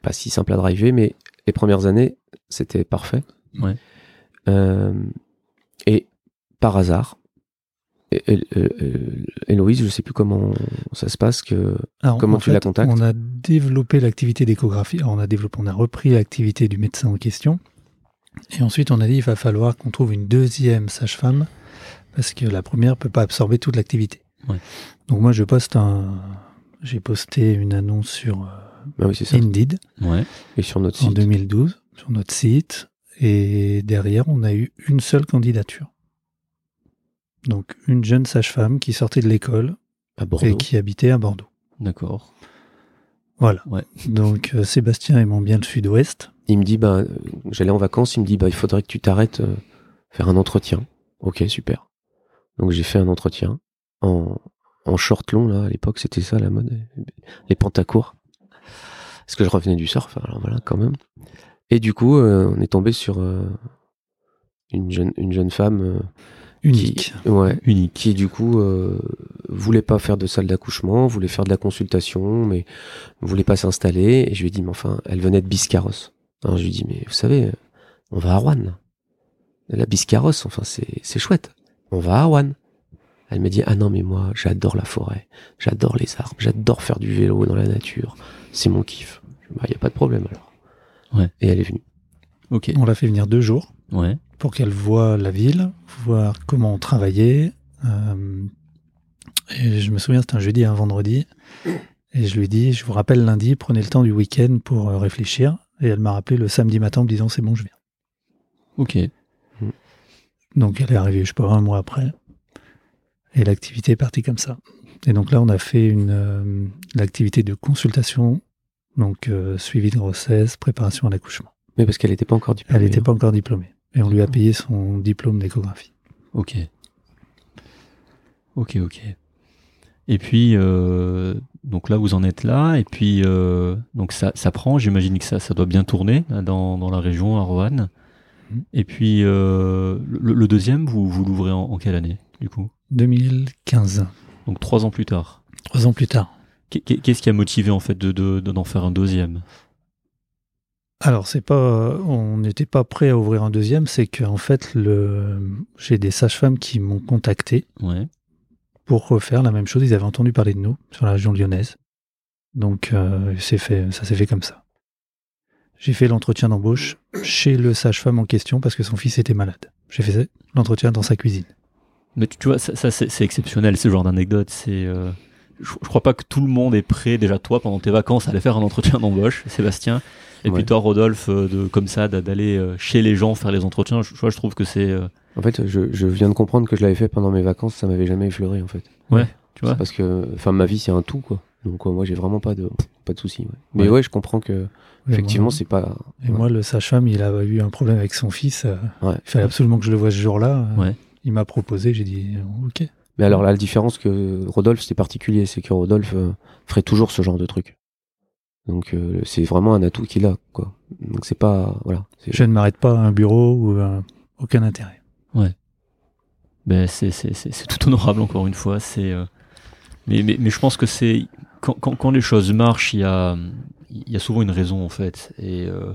pas si simple à driver, mais les premières années, c'était parfait.
Ouais.
Euh, et par hasard, Héloïse, je sais plus comment ça se passe, que,
Alors,
comment
en
tu
fait,
la contactes.
On a développé l'activité d'échographie, on a développé, on a repris l'activité du médecin en question. Et ensuite, on a dit il va falloir qu'on trouve une deuxième sage-femme parce que la première peut pas absorber toute l'activité.
Ouais.
Donc moi, je poste un, j'ai posté une annonce sur euh,
Ah oui, c'est ça.
Indeed
Ouais.
Et sur notre
en
site.
2012 sur notre site et derrière, on a eu une seule candidature. Donc une jeune sage-femme qui sortait de l'école
À
et
Bordeaux.
qui habitait à Bordeaux.
D'accord.
Voilà.
Ouais.
Donc euh, Sébastien aimant bien le sud-ouest.
Il me dit, bah, euh, j'allais en vacances, il me dit, bah, il faudrait que tu t'arrêtes, euh, faire un entretien. Ok, super. Donc j'ai fait un entretien en, en short long, là, à l'époque, c'était ça la mode, les pantacours. Parce que je revenais du surf, alors voilà, quand même. Et du coup, euh, on est tombé sur euh, une, jeune, une jeune femme. euh, qui-
Unique.
ouais,
Unique.
qui du coup euh, voulait pas faire de salle d'accouchement, voulait faire de la consultation, mais voulait pas s'installer. Et je lui ai dit, mais enfin, elle venait de Biscarrosse. Alors je lui ai dit, mais vous savez, on va à Rouen. La Biscarrosse, enfin, c'est c'est chouette. On va à Rouen. Elle m'a dit, ah non, mais moi, j'adore la forêt, j'adore les arbres, j'adore faire du vélo dans la nature. C'est mon kiff. Il n'y bah, a pas de problème alors.
Ouais.
Et elle est venue.
Ok.
On l'a fait venir deux jours
Ouais.
pour qu'elle voie la ville, voir comment on travaillait. Euh, et je me souviens, c'était un jeudi et un vendredi. Et je lui ai dit, je vous rappelle lundi, prenez le temps du week-end pour euh, réfléchir. Et elle m'a rappelé le samedi matin en me disant, c'est bon, je viens.
Ok.
Donc elle est arrivée, je sais pas, un mois après. Et l'activité est partie comme ça. Et donc là, on a fait une euh, l'activité de consultation, donc euh, suivi de grossesse, préparation à l'accouchement.
Mais parce qu'elle n'était pas encore diplômée.
Elle n'était pas encore diplômée. Et on lui a payé son diplôme d'échographie.
Ok. Ok, ok. Et puis, euh, donc là, vous en êtes là, et puis, euh, donc ça, ça prend, j'imagine que ça, ça doit bien tourner là, dans, dans la région, à Roanne.
Mhm.
Et puis, euh, le, le deuxième, vous, vous l'ouvrez en, en quelle année, du coup
2015,
Donc trois ans plus tard.
trois ans plus tard.
Qu'est- qu'est- Qu'est-ce qui a motivé, en fait, de- de- de- d'en faire un deuxième
Alors, c'est pas, on n'était pas prêt à ouvrir un deuxième, c'est qu'en fait, le, j'ai des sages-femmes qui m'ont contacté
Ouais,
pour refaire la même chose. Ils avaient entendu parler de nous sur la région lyonnaise. Donc, euh, c'est fait, ça s'est fait comme ça. J'ai fait l'entretien d'embauche chez le sage-femme en question parce que son fils était malade. J'ai fait l'entretien dans sa cuisine.
Mais tu, tu vois, ça, ça, c'est c'est exceptionnel, ce genre d'anecdote. C'est, euh, je, je crois pas que tout le monde est prêt, déjà toi, pendant tes vacances, à aller faire un entretien d'embauche, Sébastien. Et
Ouais.
puis toi, Rodolphe, euh, de, comme ça, d'a- d'aller euh, chez les gens faire les entretiens. Je, je vois, je trouve que c'est. euh,
En fait, je, je viens de comprendre que je l'avais fait pendant mes vacances, ça m'avait jamais effleuré en fait.
tu vois
C'est parce que, enfin, ma vie c'est un tout quoi. Donc euh, moi j'ai vraiment pas de pas de soucis. ouais. Mais
Ouais.
ouais. je comprends que
Et
effectivement
moi-
c'est pas.
Et moi, le sage-femme, il a eu un problème avec son fils. euh,
Ouais.
Il fallait absolument que je le voie ce jour-là. euh,
Ouais.
Il m'a proposé, j'ai dit OK.
Mais alors là, la différence que Rodolphe c'est particulier, c'est que Rodolphe euh, ferait toujours ce genre de truc. Donc euh, c'est vraiment un atout qu'il a quoi. Donc c'est pas voilà. c'est-
Je ne m'arrête pas à un bureau ou à aucun intérêt.
Ben, c'est, c'est, c'est, c'est tout honorable, encore une fois. C'est, euh, mais, mais, mais je pense que c'est. Quand, quand, quand les choses marchent, il y a, il y a souvent une raison, en fait. Et euh,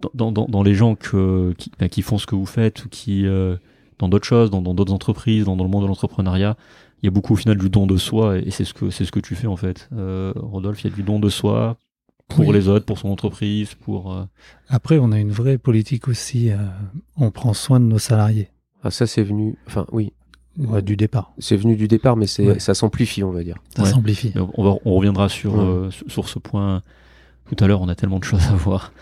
dans- dans, dans, dans les gens que, qui, ben, qui font ce que vous faites, ou qui. euh, dans d'autres choses, dans, dans d'autres entreprises, dans, dans le monde de l'entrepreneuriat, il y a beaucoup, au final, du don de soi. Et, et c'est, ce que, c'est ce que tu fais, en fait. Euh, Rodolphe, il y a du don de soi pour
Oui.
les autres, pour son entreprise, pour. euh,
Après, on a une vraie politique aussi. euh, on prend soin de nos salariés
Ah, ça c'est venu. Enfin oui,
ouais, du départ.
c'est venu du départ, mais c'est
Ouais.
ça s'amplifie on va dire.
Ça
Ouais.
s'amplifie.
Mais On, va- on reviendra sur,
Ouais.
euh, sur sur ce point tout à l'heure. On a tellement de choses à voir.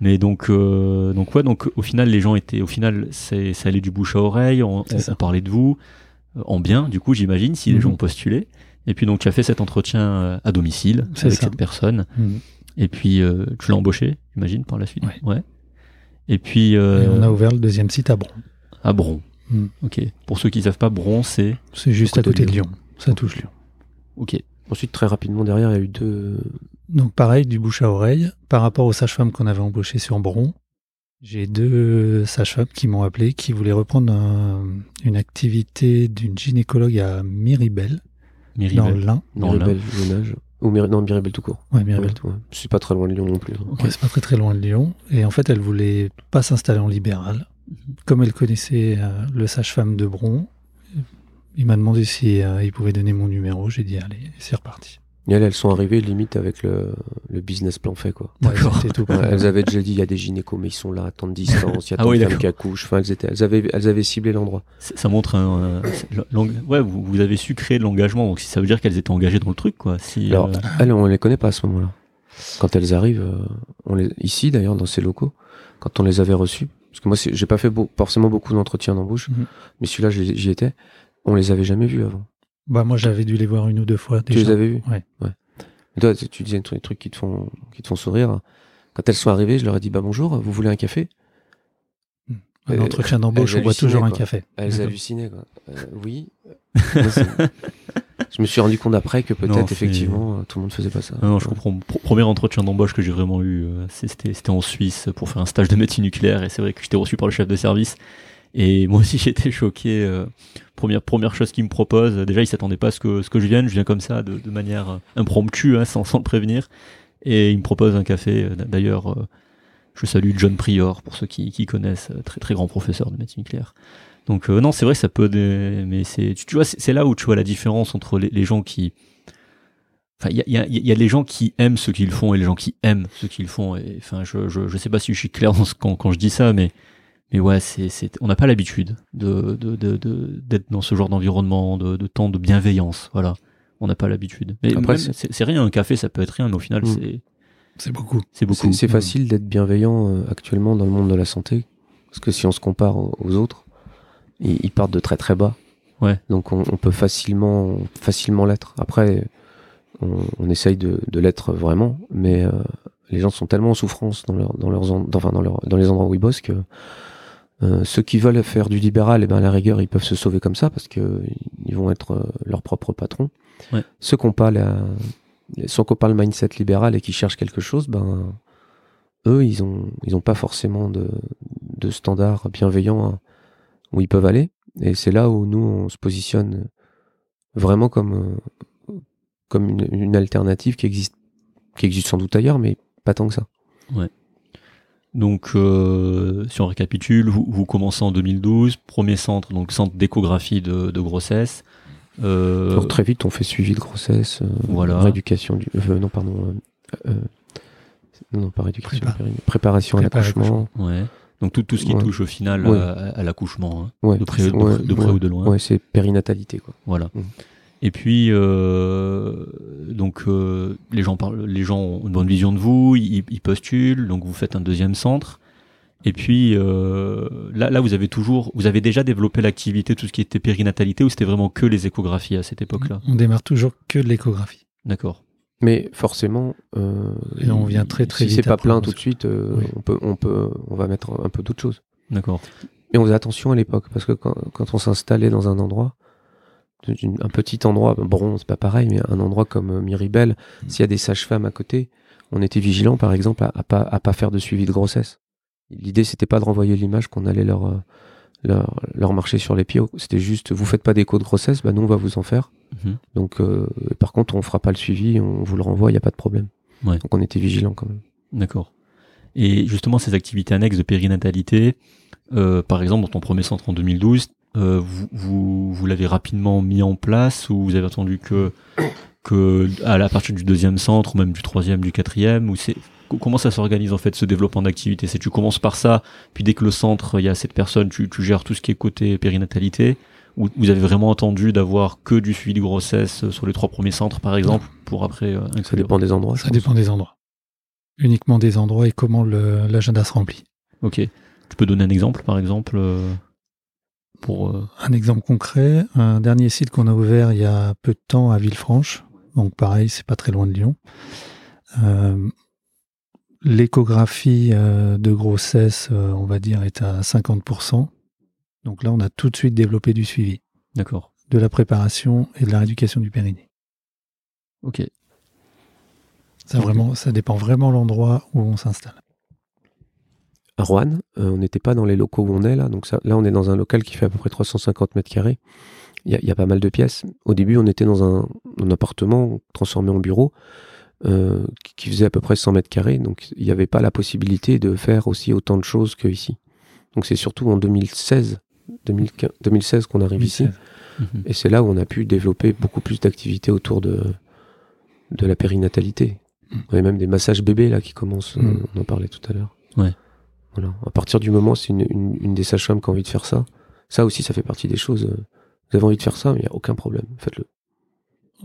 Mais donc, euh, donc ouais, donc au final, les gens étaient, au final, c'est, ça allait du bouche à oreille. On,
C'est
on-
ça.
on parlait de vous euh, en bien, du coup, j'imagine, si les
Mhm.
gens ont postulé. Et puis donc, tu as fait cet entretien euh, à domicile
C'est
avec
ça.
cette personne.
Mhm.
Et puis, euh, tu l'as embauché, j'imagine, par la suite.
Ouais.
Et puis euh,
Et on a ouvert le deuxième site à Bron.
à Bron.
Mhm.
Ok. Pour ceux qui savent pas, Bron, c'est
C'est juste à côté de Lyon. Ça touche Lyon.
ok.
Ensuite très rapidement derrière il y a eu deux. euh,
Donc pareil, du bouche à oreille. Par rapport aux sages-femmes qu'on avait embauchées sur Bron, j'ai deux sages-femmes qui m'ont appelé, qui voulaient reprendre un- une activité d'une gynécologue à Miribel, dans
Miribel.
l'Ain.
Dans l'un.
Mirabel Jonage ou Mir- non Mirabel tout court.
Ouais, Miribel.
Mirabel, ouais. C'est pas très loin de Lyon non plus. hein.
Ok.
Ouais, c'est pas très très loin de Lyon. Et en fait, elle voulait pas
Mhm.
s'installer en libéral. Comme elle connaissait euh, le sage-femme de Bron, il m'a demandé si euh, il pouvait donner mon numéro. J'ai dit allez, c'est reparti.
Et elles, elles sont arrivées limite avec le, le business plan fait, quoi.
Ouais,
D'accord.
c'était tout.
Ouais, elles avaient déjà dit, il y a des gynécos, mais ils sont là à tant de distance, il y a
Ah
tant
oui,
de femmes
d'accord.
qui accouchent. Enfin, elles, étaient, elles, avaient, elles avaient ciblé l'endroit.
C'est- Ça montre un. euh, c'est- l'eng- ouais, vous, vous avez su créer de l'engagement, donc si ça veut dire qu'elles étaient engagées dans le truc, quoi. Si,
Alors,
euh,
elles, on les connaît pas à ce moment-là. Quand elles arrivent, euh, on les, ici d'ailleurs, dans ces locaux, quand on les avait reçues, parce que moi, c'est- j'ai pas fait beau- forcément beaucoup d'entretiens d'embauche,
Mhm.
mais celui-là, je les- j'y étais, on les avait jamais vus avant.
Bah moi j'avais dû les voir une ou deux fois déjà.
Tu les avais vus
Ouais.
Et toi, tu tu disais des trucs qui te font, qui te font sourire. Quand elles sont arrivées, je leur ai dit, bah bonjour, vous voulez un café
Un
Hmm.
Euh,
entretien d'embauche,
elles
on boit
hallucinaient,
toujours un
quoi.
café.
Elles
D'accord.
hallucinaient, quoi. Euh, oui. Moi, c'est- je me suis rendu compte après que
Non,
peut-être,
c'est-
effectivement, euh, tout le monde faisait pas ça.
non, non, je comprends. Pro- premier entretien d'embauche que j'ai vraiment eu, euh, c'est- c'était c'était en Suisse pour faire un stage de médecine nucléaire, et c'est vrai que j'étais reçu par le chef de service. Et moi aussi, j'étais choqué. euh, première, première chose qu'il me propose, euh, déjà, il s'attendait pas à ce que, ce que je vienne, je viens comme ça, de, de manière euh, impromptue, hein, sans, sans le prévenir. Et il me propose un café. D'ailleurs, euh, je salue John Prior, pour ceux qui, qui connaissent, euh, très très grand professeur de médecine nucléaire. Donc euh, non, c'est vrai, ça peut, des- mais c'est, tu, tu vois, c'est c'est là où tu vois la différence entre les, les gens qui, enfin, il y a, il y, a, il y a les gens qui aiment ce qu'ils font et les gens qui aiment ce qu'ils font. Et enfin, je, je, je sais pas si je suis clair dans ce- quand, quand je dis ça, mais mais ouais, c'est, c'est, on n'a pas l'habitude de, de, de, de- d'être dans ce genre d'environnement, de, de temps de bienveillance, voilà. On n'a pas l'habitude. Mais
Après,
même,
c'est-
c'est... c'est rien, un café, ça peut être rien, mais au final,
Mm.
c'est,
C'est beaucoup.
c'est beaucoup. Mm.
C'est- C'est facile d'être bienveillant euh, actuellement dans le monde de la santé, parce que si on se compare aux, aux autres, ils, ils partent de très très bas.
Ouais.
Donc on, on peut facilement facilement l'être. Après, on, on essaye de, de l'être vraiment, mais euh, les gens sont tellement en souffrance dans leur- dans leurs en- dans- enfin, dans leur- dans les endroits où ils bossent que euh, ceux qui veulent faire du libéral, et ben à la rigueur, ils peuvent se sauver comme ça parce que ils vont être euh, leur propre patron.
Ouais.
Ceux qui n'ont pas la, ceux qui ont pas le mindset libéral et qui cherchent quelque chose, ben eux, ils ont, ils ont pas forcément de, de standards bienveillants à- où ils peuvent aller. Et c'est là où nous, on se positionne vraiment comme, euh, comme une, une alternative qui existe, qui existe sans doute ailleurs, mais pas tant que ça.
Donc, euh, si on récapitule, vous, vous commencez en 2012, premier centre, donc centre d'échographie de, de grossesse. Euh,
Alors, très vite, on fait suivi de grossesse, euh,
Voilà.
rééducation du, euh, non, pardon, euh, euh, non, non, pas rééducation,
Prépa-
périni- préparation à
Prépa-
l'accouchement.
ouais. Donc tout, tout ce qui
Ouais.
touche au final
Ouais.
à, à l'accouchement, hein,
Ouais,
de près, de,
ouais,
de près
ouais.
ou de loin.
Ouais, c'est périnatalité, quoi.
Voilà.
Mm.
Et puis, euh, donc euh, les gens parlent, les gens ont une bonne vision de vous, ils, ils postulent, donc vous faites un deuxième centre. Et puis euh, là, là, vous avez toujours, vous avez déjà développé l'activité, tout ce qui était périnatalité, ou c'était vraiment que les échographies à cette époque-là
On démarre toujours que de l'échographie.
Mmh.
D'accord.
Mais forcément, euh,
Et on vient très, très
si
vite
c'est pas
après,
plein
parce
tout de
que-
suite, euh,
Oui.
on peut, on peut, on va mettre un peu d'autres choses.
D'accord.
Mais on faisait attention à l'époque parce que quand, quand on s'installait dans un endroit, d'une- un petit endroit, bon, c'est pas pareil, mais un endroit comme euh, Miribel,
Mm.
s'il y a des sages-femmes à côté, on était vigilant, par exemple, à, à pas à pas faire de suivi de grossesse. L'idée, c'était pas de renvoyer l'image qu'on allait leur, euh, leur leur marcher sur les pieds. C'était juste, vous faites pas d'écho de grossesse, bah nous on va vous en faire.
Mhm.
Donc, euh, par contre, on fera pas le suivi, on vous le renvoie, il n'y a pas de problème.
Ouais.
Donc, on était vigilant quand même.
D'accord. Et justement, ces activités annexes de périnatalité, euh, par exemple, dans ton premier centre en 2012, euh, vous, vous, vous l'avez rapidement mis en place ou vous avez attendu que, que à la partir du deuxième centre ou même du troisième, du quatrième ou c'est co- Comment ça s'organise en fait ce développement d'activité C'est tu commences par ça, puis dès que le centre, il y a cette personne, tu, tu gères tout ce qui est côté périnatalité Ou vous avez vraiment attendu d'avoir que du suivi de grossesse euh, sur les trois premiers centres par exemple pour après euh,
Ça
inclure
dépend des endroits. je
Ça
pense.
dépend des endroits. Uniquement des endroits et comment le- l'agenda se remplit.
Ok. Tu peux donner un exemple, par exemple, euh, pour. euh,
Un exemple concret, un dernier site qu'on a ouvert il y a peu de temps à Villefranche, donc pareil, c'est pas très loin de Lyon. Euh, L'échographie euh, de grossesse, euh, on va dire, est à 50%. Donc là, on a tout de suite développé du suivi,
D'accord.
de la préparation et de la rééducation du périnée.
Ok.
Ça, vraiment, ça dépend vraiment l'endroit où on s'installe.
à Roanne. Euh, on n'était pas dans les locaux où on est là. Donc ça, là, on est dans un local qui fait à peu près 350 mètres carrés. Il y a, il y a pas mal de pièces. Au début, on était dans un, un appartement transformé en bureau euh, qui- qui faisait à peu près 100 mètres carrés. Donc il n'y avait pas la possibilité de faire aussi autant de choses qu'ici. Donc c'est surtout en 2016, 2015 2016 qu'on arrive ici
Mmh.
Et c'est là où on a pu développer beaucoup plus d'activités autour de, de la périnatalité. On a même des massages bébés là qui commencent, euh,
Mm.
on en parlait tout à l'heure.
Ouais.
Voilà. À partir du moment, c'est une, une, une des sages-femmes qui a envie de faire ça. Ça aussi, ça fait partie des choses. euh, Vous avez envie de faire ça, mais il n'y a aucun problème. Faites-le.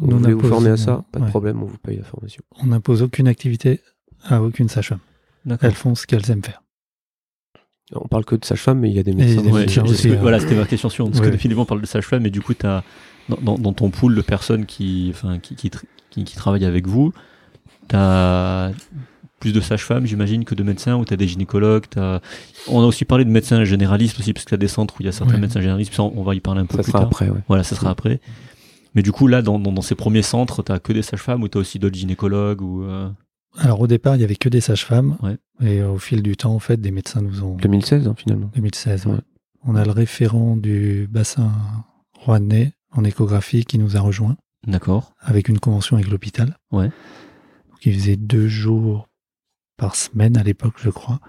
On
Vous voulez vous
impose-
former à ça Pas de
ouais.
problème, on vous paye la formation.
On n'impose aucune activité à aucune sage-femme.
D'accord.
Elles font ce qu'elles aiment faire.
On parle que de sages-femmes, mais il y a des
Et
médecins.
des
Ouais,
médecins.
parce
aussi,
que-
hein.
voilà, c'était ma question. Parce que
Ouais.
définitivement, on parle de sage-femme, mais du coup, t'as, dans, dans, dans ton pool de personnes qui, enfin, qui, qui, tr- qui, qui travaillent avec vous, tu as plus de sages-femmes, j'imagine, que de médecins, ou tu as des gynécologues. t'as- On a aussi parlé de médecins généralistes aussi, parce qu'il y a des centres où il y a certains
Ouais.
médecins généralistes, ça, on on va y parler un peu
Ça
plus
sera
tard.
après, ouais.
Voilà, ça sera après. Mais du coup, là, dans, dans, dans ces premiers centres, t'as que des sages-femmes ou t'as aussi d'autres gynécologues ou euh,
Alors au départ, il n'y avait que des sages-femmes.
Ouais.
Et au fil du temps, en fait, des médecins nous ont...
2016, hein, finalement.
2016.
Ouais.
ouais. On a le référent du bassin rouennais en échographie qui nous a rejoint
D'accord.
avec une convention avec l'hôpital.
Ouais.
Donc il faisait deux jours par semaine à l'époque, je crois,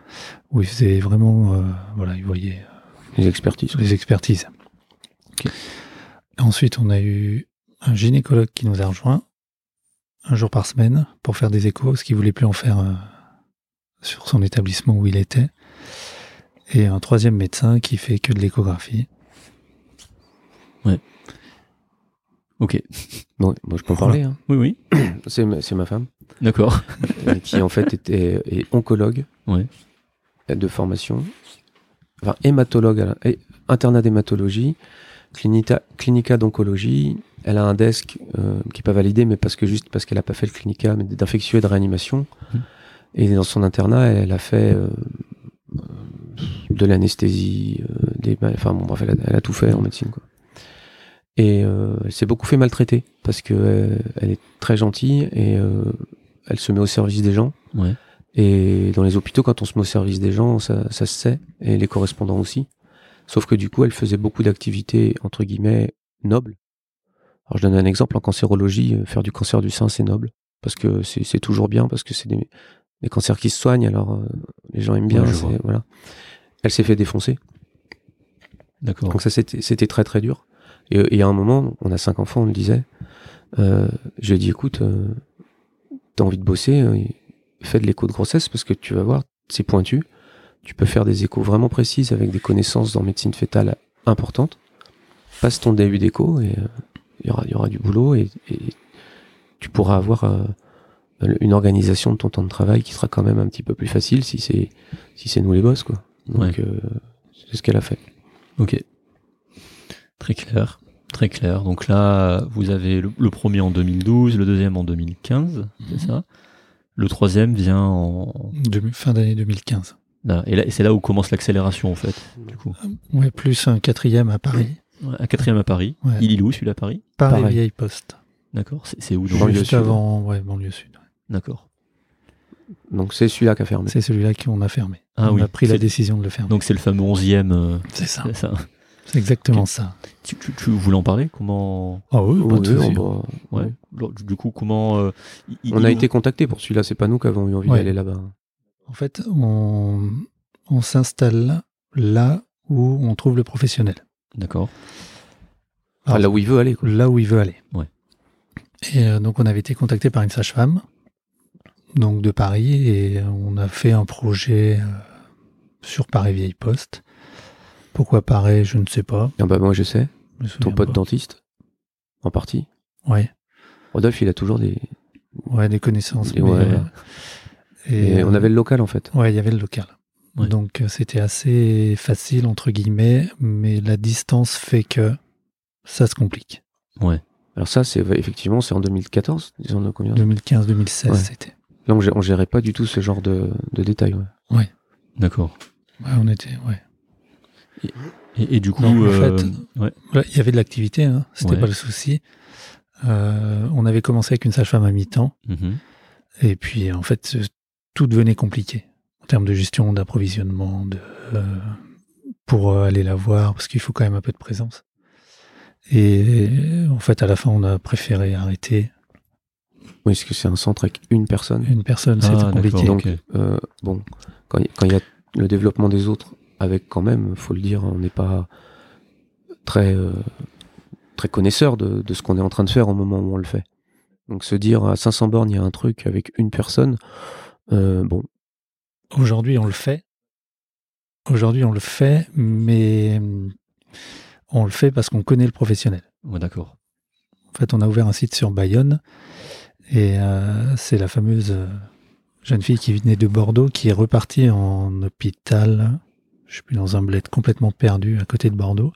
où il faisait vraiment, euh, voilà, il voyait
Les expertises.
sur les expertises. Ensuite, on a eu un gynécologue qui nous a rejoint un jour par semaine pour faire des échos, ce qu'il voulait plus en faire euh, sur son établissement où il était. Et un troisième médecin qui fait que de l'échographie.
Ok.
Bon, moi, je peux en parler. hein.
Oui, oui.
C'est ma, c'est ma femme,
D'accord.
euh, qui en fait était est oncologue
Ouais.
de formation, enfin hématologue, à la- hé- internat d'hématologie, clinica, clinica d'oncologie. Elle a un desk euh, qui n'est pas validé, mais parce que juste parce qu'elle n'a pas fait le clinica, mais d'infectieux et de réanimation.
Mhm.
Et dans son internat, elle, a fait euh, euh, de l'anesthésie, euh, des, mal- enfin bon, bref, elle a, elle a tout fait en médecine. Quoi. Et euh, elle s'est beaucoup fait maltraiter parce que euh, elle est très gentille et euh, elle se met au service des gens.
Ouais.
Et dans les hôpitaux, quand on se met au service des gens, ça, ça se sait, et les correspondants aussi. Sauf que du coup, elle faisait beaucoup d'activités, entre guillemets, nobles. Alors je donne un exemple, en cancérologie, euh, faire du cancer du sein, c'est noble. Parce que c'est c'est toujours bien, parce que c'est des, des cancers qui se soignent, alors euh, les gens aiment bien.
Ouais, je
c'est-
vois.
voilà. Elle s'est fait défoncer.
D'accord.
Donc ça, c'était c'était très très dur. Et, et à un moment, on a cinq enfants, on le disait. Euh, je lui ai dit, écoute, euh, t'as envie de bosser, euh, fais de l'écho de grossesse parce que tu vas voir, c'est pointu. Tu peux faire des échos vraiment précises avec des connaissances en médecine fétale importantes. Passe ton début d'écho et euh, il y, aura, il y aura du boulot et, et tu pourras avoir euh, une organisation de ton temps de travail qui sera quand même un petit peu plus facile si c'est si c'est nous les boss quoi. Donc euh, c'est ce qu'elle a fait.
Ok. Très clair. Très clair. Donc là, vous avez le, le premier en 2012, le deuxième en 2015, c'est ça Le troisième vient en.
de- fin d'année 2015.
là. Et, là- et c'est là où commence l'accélération, en fait. Du coup.
Ouais, plus un quatrième à Paris,
Ouais, Un quatrième à Paris.
Ouais.
Il est où, celui-là, à Paris
par les
Pareil.
vieilles postes.
D'accord. C'est c'est où dans
Banlieue
Juste
sud.
avant, ouais, banlieue sud.
D'accord.
Donc c'est celui-là qui a fermé.
C'est celui-là qu'on a fermé.
Ah
on
oui.
a pris la
C'est-
décision de le fermer.
Donc c'est le fameux onzième. euh,
C'est ça.
c'est ça.
C'est exactement ça.
Tu, tu- tu voulais en parler Comment
Ah oui, pas de
Oui,
souci.
on, va-
Ouais.
Oui.
Alors, Du coup, comment euh, il- il-
on a
il-
été contacté pour celui-là, c'est pas nous qui avons eu envie
Ouais.
d'aller là-bas.
En fait, on, on s'installe là- là où on trouve le professionnel,
D'accord.
Enfin,
Ah.
là où il veut aller. quoi.
là où il veut aller.
Ouais.
Et euh, donc, on avait été contacté par une sage-femme, donc de Paris, et on a fait un projet euh, sur Paris Vieille Poste. Pourquoi Paris Je ne sais pas.
Ah bah moi je sais,
je me souviens
ton pote
pas.
dentiste, en partie.
Ouais,
Rodolphe, il a toujours des.
ouais, des connaissances.
Et
mais,
ouais.
euh, et,
Et on
euh,
avait le local en fait.
Ouais, il y avait le local.
Ouais.
Donc euh, c'était assez facile, entre guillemets, mais la distance fait que ça se complique.
Alors ça, c'est effectivement, c'est en 2014, disons le combien.
2015-2016,
Ouais.
c'était.
Là, on gé- on gérait pas du tout ce genre de, de détails. ouais.
D'accord.
Ouais, on était, ouais.
Et, et du coup,
Donc, en
euh,
fait-
ouais.
Voilà, Il y avait de l'activité, hein, c'était
Ouais.
pas le souci. Euh, on avait commencé avec une sage-femme à mi-temps,
Mhm.
et puis en fait, euh, tout devenait compliqué en termes de gestion, d'approvisionnement, de euh, pour euh, aller la voir, parce qu'il faut quand même un peu de présence. Et euh, en fait, à la fin, on a préféré arrêter.
Oui, parce que c'est un centre avec une personne.
Une personne,
Ah,
c'était
d'accord,
compliqué.
ok.
Euh, bon, quand il quand il y a le développement des autres, avec quand même, faut le dire, on n'est pas très euh, très connaisseur de, de ce qu'on est en train de faire au moment où on le fait. Donc se dire à 500 bornes, il y a un truc avec une personne, euh, bon.
Aujourd'hui, on le fait. Aujourd'hui, on le fait, mais on le fait parce qu'on connaît le professionnel.
Ouais, D'accord.
En fait, on a ouvert un site sur Bayonne et euh, c'est la fameuse jeune fille qui venait de Bordeaux qui est repartie en hôpital. Je suis dans un bled complètement perdu à côté de Bordeaux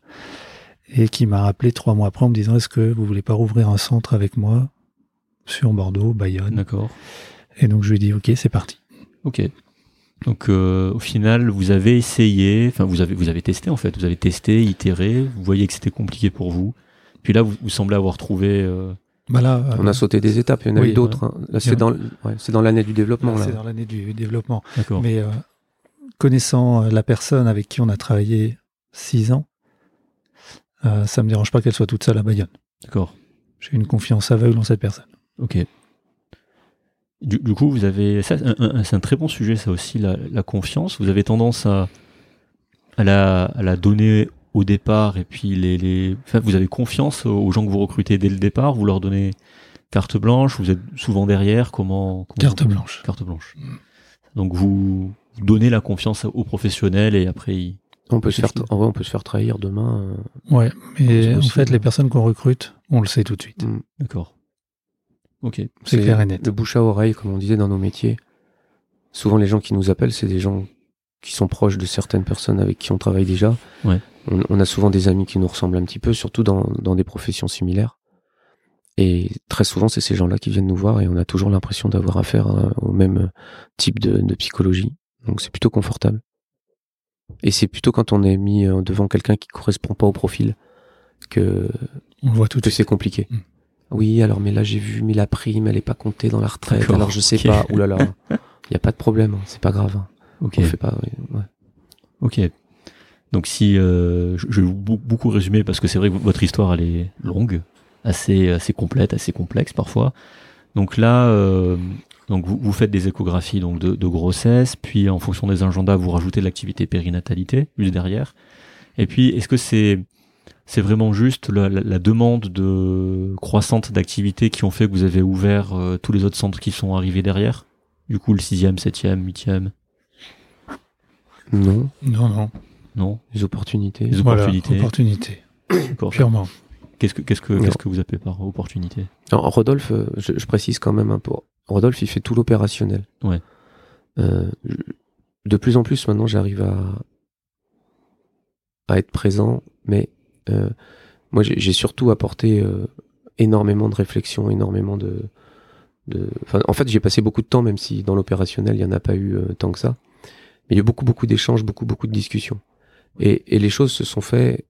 et qui m'a rappelé trois mois après en me disant Est-ce que vous voulez pas rouvrir un centre avec moi sur Bordeaux, Bayonne
D'accord.
Et donc je lui ai dit Ok, c'est parti.
Ok. Donc euh, au final, vous avez essayé, enfin vous avez, vous avez testé en fait, vous avez testé, itéré, vous voyez que c'était compliqué pour vous. Puis là, vous, vous semblez avoir trouvé. euh,
Bah là, euh,
On a sauté des étapes, il y en a
oui,
eu d'autres. hein. Là,
Il y
c'est
en
dans, ouais, c'est dans l'année du développement.
là,
Là,
c'est dans l'année du développement.
D'accord.
Mais euh, connaissant euh, la personne avec qui on a travaillé six ans, euh, ça me dérange pas qu'elle soit toute seule à Bayonne.
D'accord.
J'ai une confiance aveugle en cette personne.
Ok. Du, du coup, vous avez. ça, un- un- un- C'est un très bon sujet, ça aussi, la, la confiance. Vous avez tendance à, à, la, à la donner au départ, et puis les, les- enfin, vous avez confiance aux- aux gens que vous recrutez dès le départ, vous leur donnez carte blanche, vous êtes souvent derrière. Comment, comment-
Carte blanche.
Carte blanche. Donc vous, vous donnez la confiance aux professionnels, et après, ils-
On, peut se faire,
Effectivement.
en vrai, on peut se faire trahir demain. euh,
Ouais,
C'est
mais en
possible.
fait, les personnes qu'on recrute, on le sait tout de suite.
mm.
D'accord. Ok.
C'est clair et net.
Le bouche à oreille, comme on disait dans nos métiers. Souvent, les gens qui nous appellent, c'est des gens qui sont proches de certaines personnes avec qui on travaille déjà.
Ouais.
On, on a souvent des amis qui nous ressemblent un petit peu, surtout dans, dans des professions similaires. Et très souvent, c'est ces gens-là qui viennent nous voir et on a toujours l'impression d'avoir affaire hein, au même type de, de psychologie. Donc, c'est plutôt confortable. Et c'est plutôt quand on est mis euh, devant quelqu'un qui correspond pas au profil que
On le voit tout de
que
suite.
c'est compliqué.
Hmm.
Mm.
Oui, alors mais là j'ai vu, mais la prime elle est pas comptée dans la retraite.
D'accord,
Alors je sais
ok.
pas. Ouh là là, il y a pas de problème, hein, c'est pas grave. hein.
Ok.
On fait pas. ouais.
Ok. Donc si euh, je je vais bou- beaucoup résumer parce que c'est vrai que votre histoire elle est longue, assez assez complète, assez complexe parfois. Donc là, euh, donc vous, vous faites des échographies donc de, de grossesse, puis en fonction des agendas vous rajoutez de l'activité périnatalité juste derrière. Et puis est-ce que c'est c'est vraiment juste la, la- la demande de croissante d'activité qui ont fait que vous avez ouvert euh, tous les autres centres qui sont arrivés derrière Du coup le sixième, septième, huitième,
Non,
Non, non.
non
les opportunités.
Les
Voilà,
opportunités.
opportunité,
D'accord.
purement.
Qu'est-ce que qu'est-ce que
Non.
qu'est-ce que vous appelez par opportunité
Alors, Rodolphe, euh, je, je précise quand même un peu. Rodolphe, il fait tout l'opérationnel.
Ouais.
Euh, je- de plus en plus maintenant, j'arrive à à être présent, mais euh, moi, j'ai j'ai surtout apporté euh, énormément de réflexion, énormément de, de. Enfin, en fait, j'ai passé beaucoup de temps, même si dans l'opérationnel, il n'y en a pas eu euh, tant que ça. Mais il y a eu beaucoup, beaucoup d'échanges, beaucoup, beaucoup de discussions. Et, et les choses se sont faites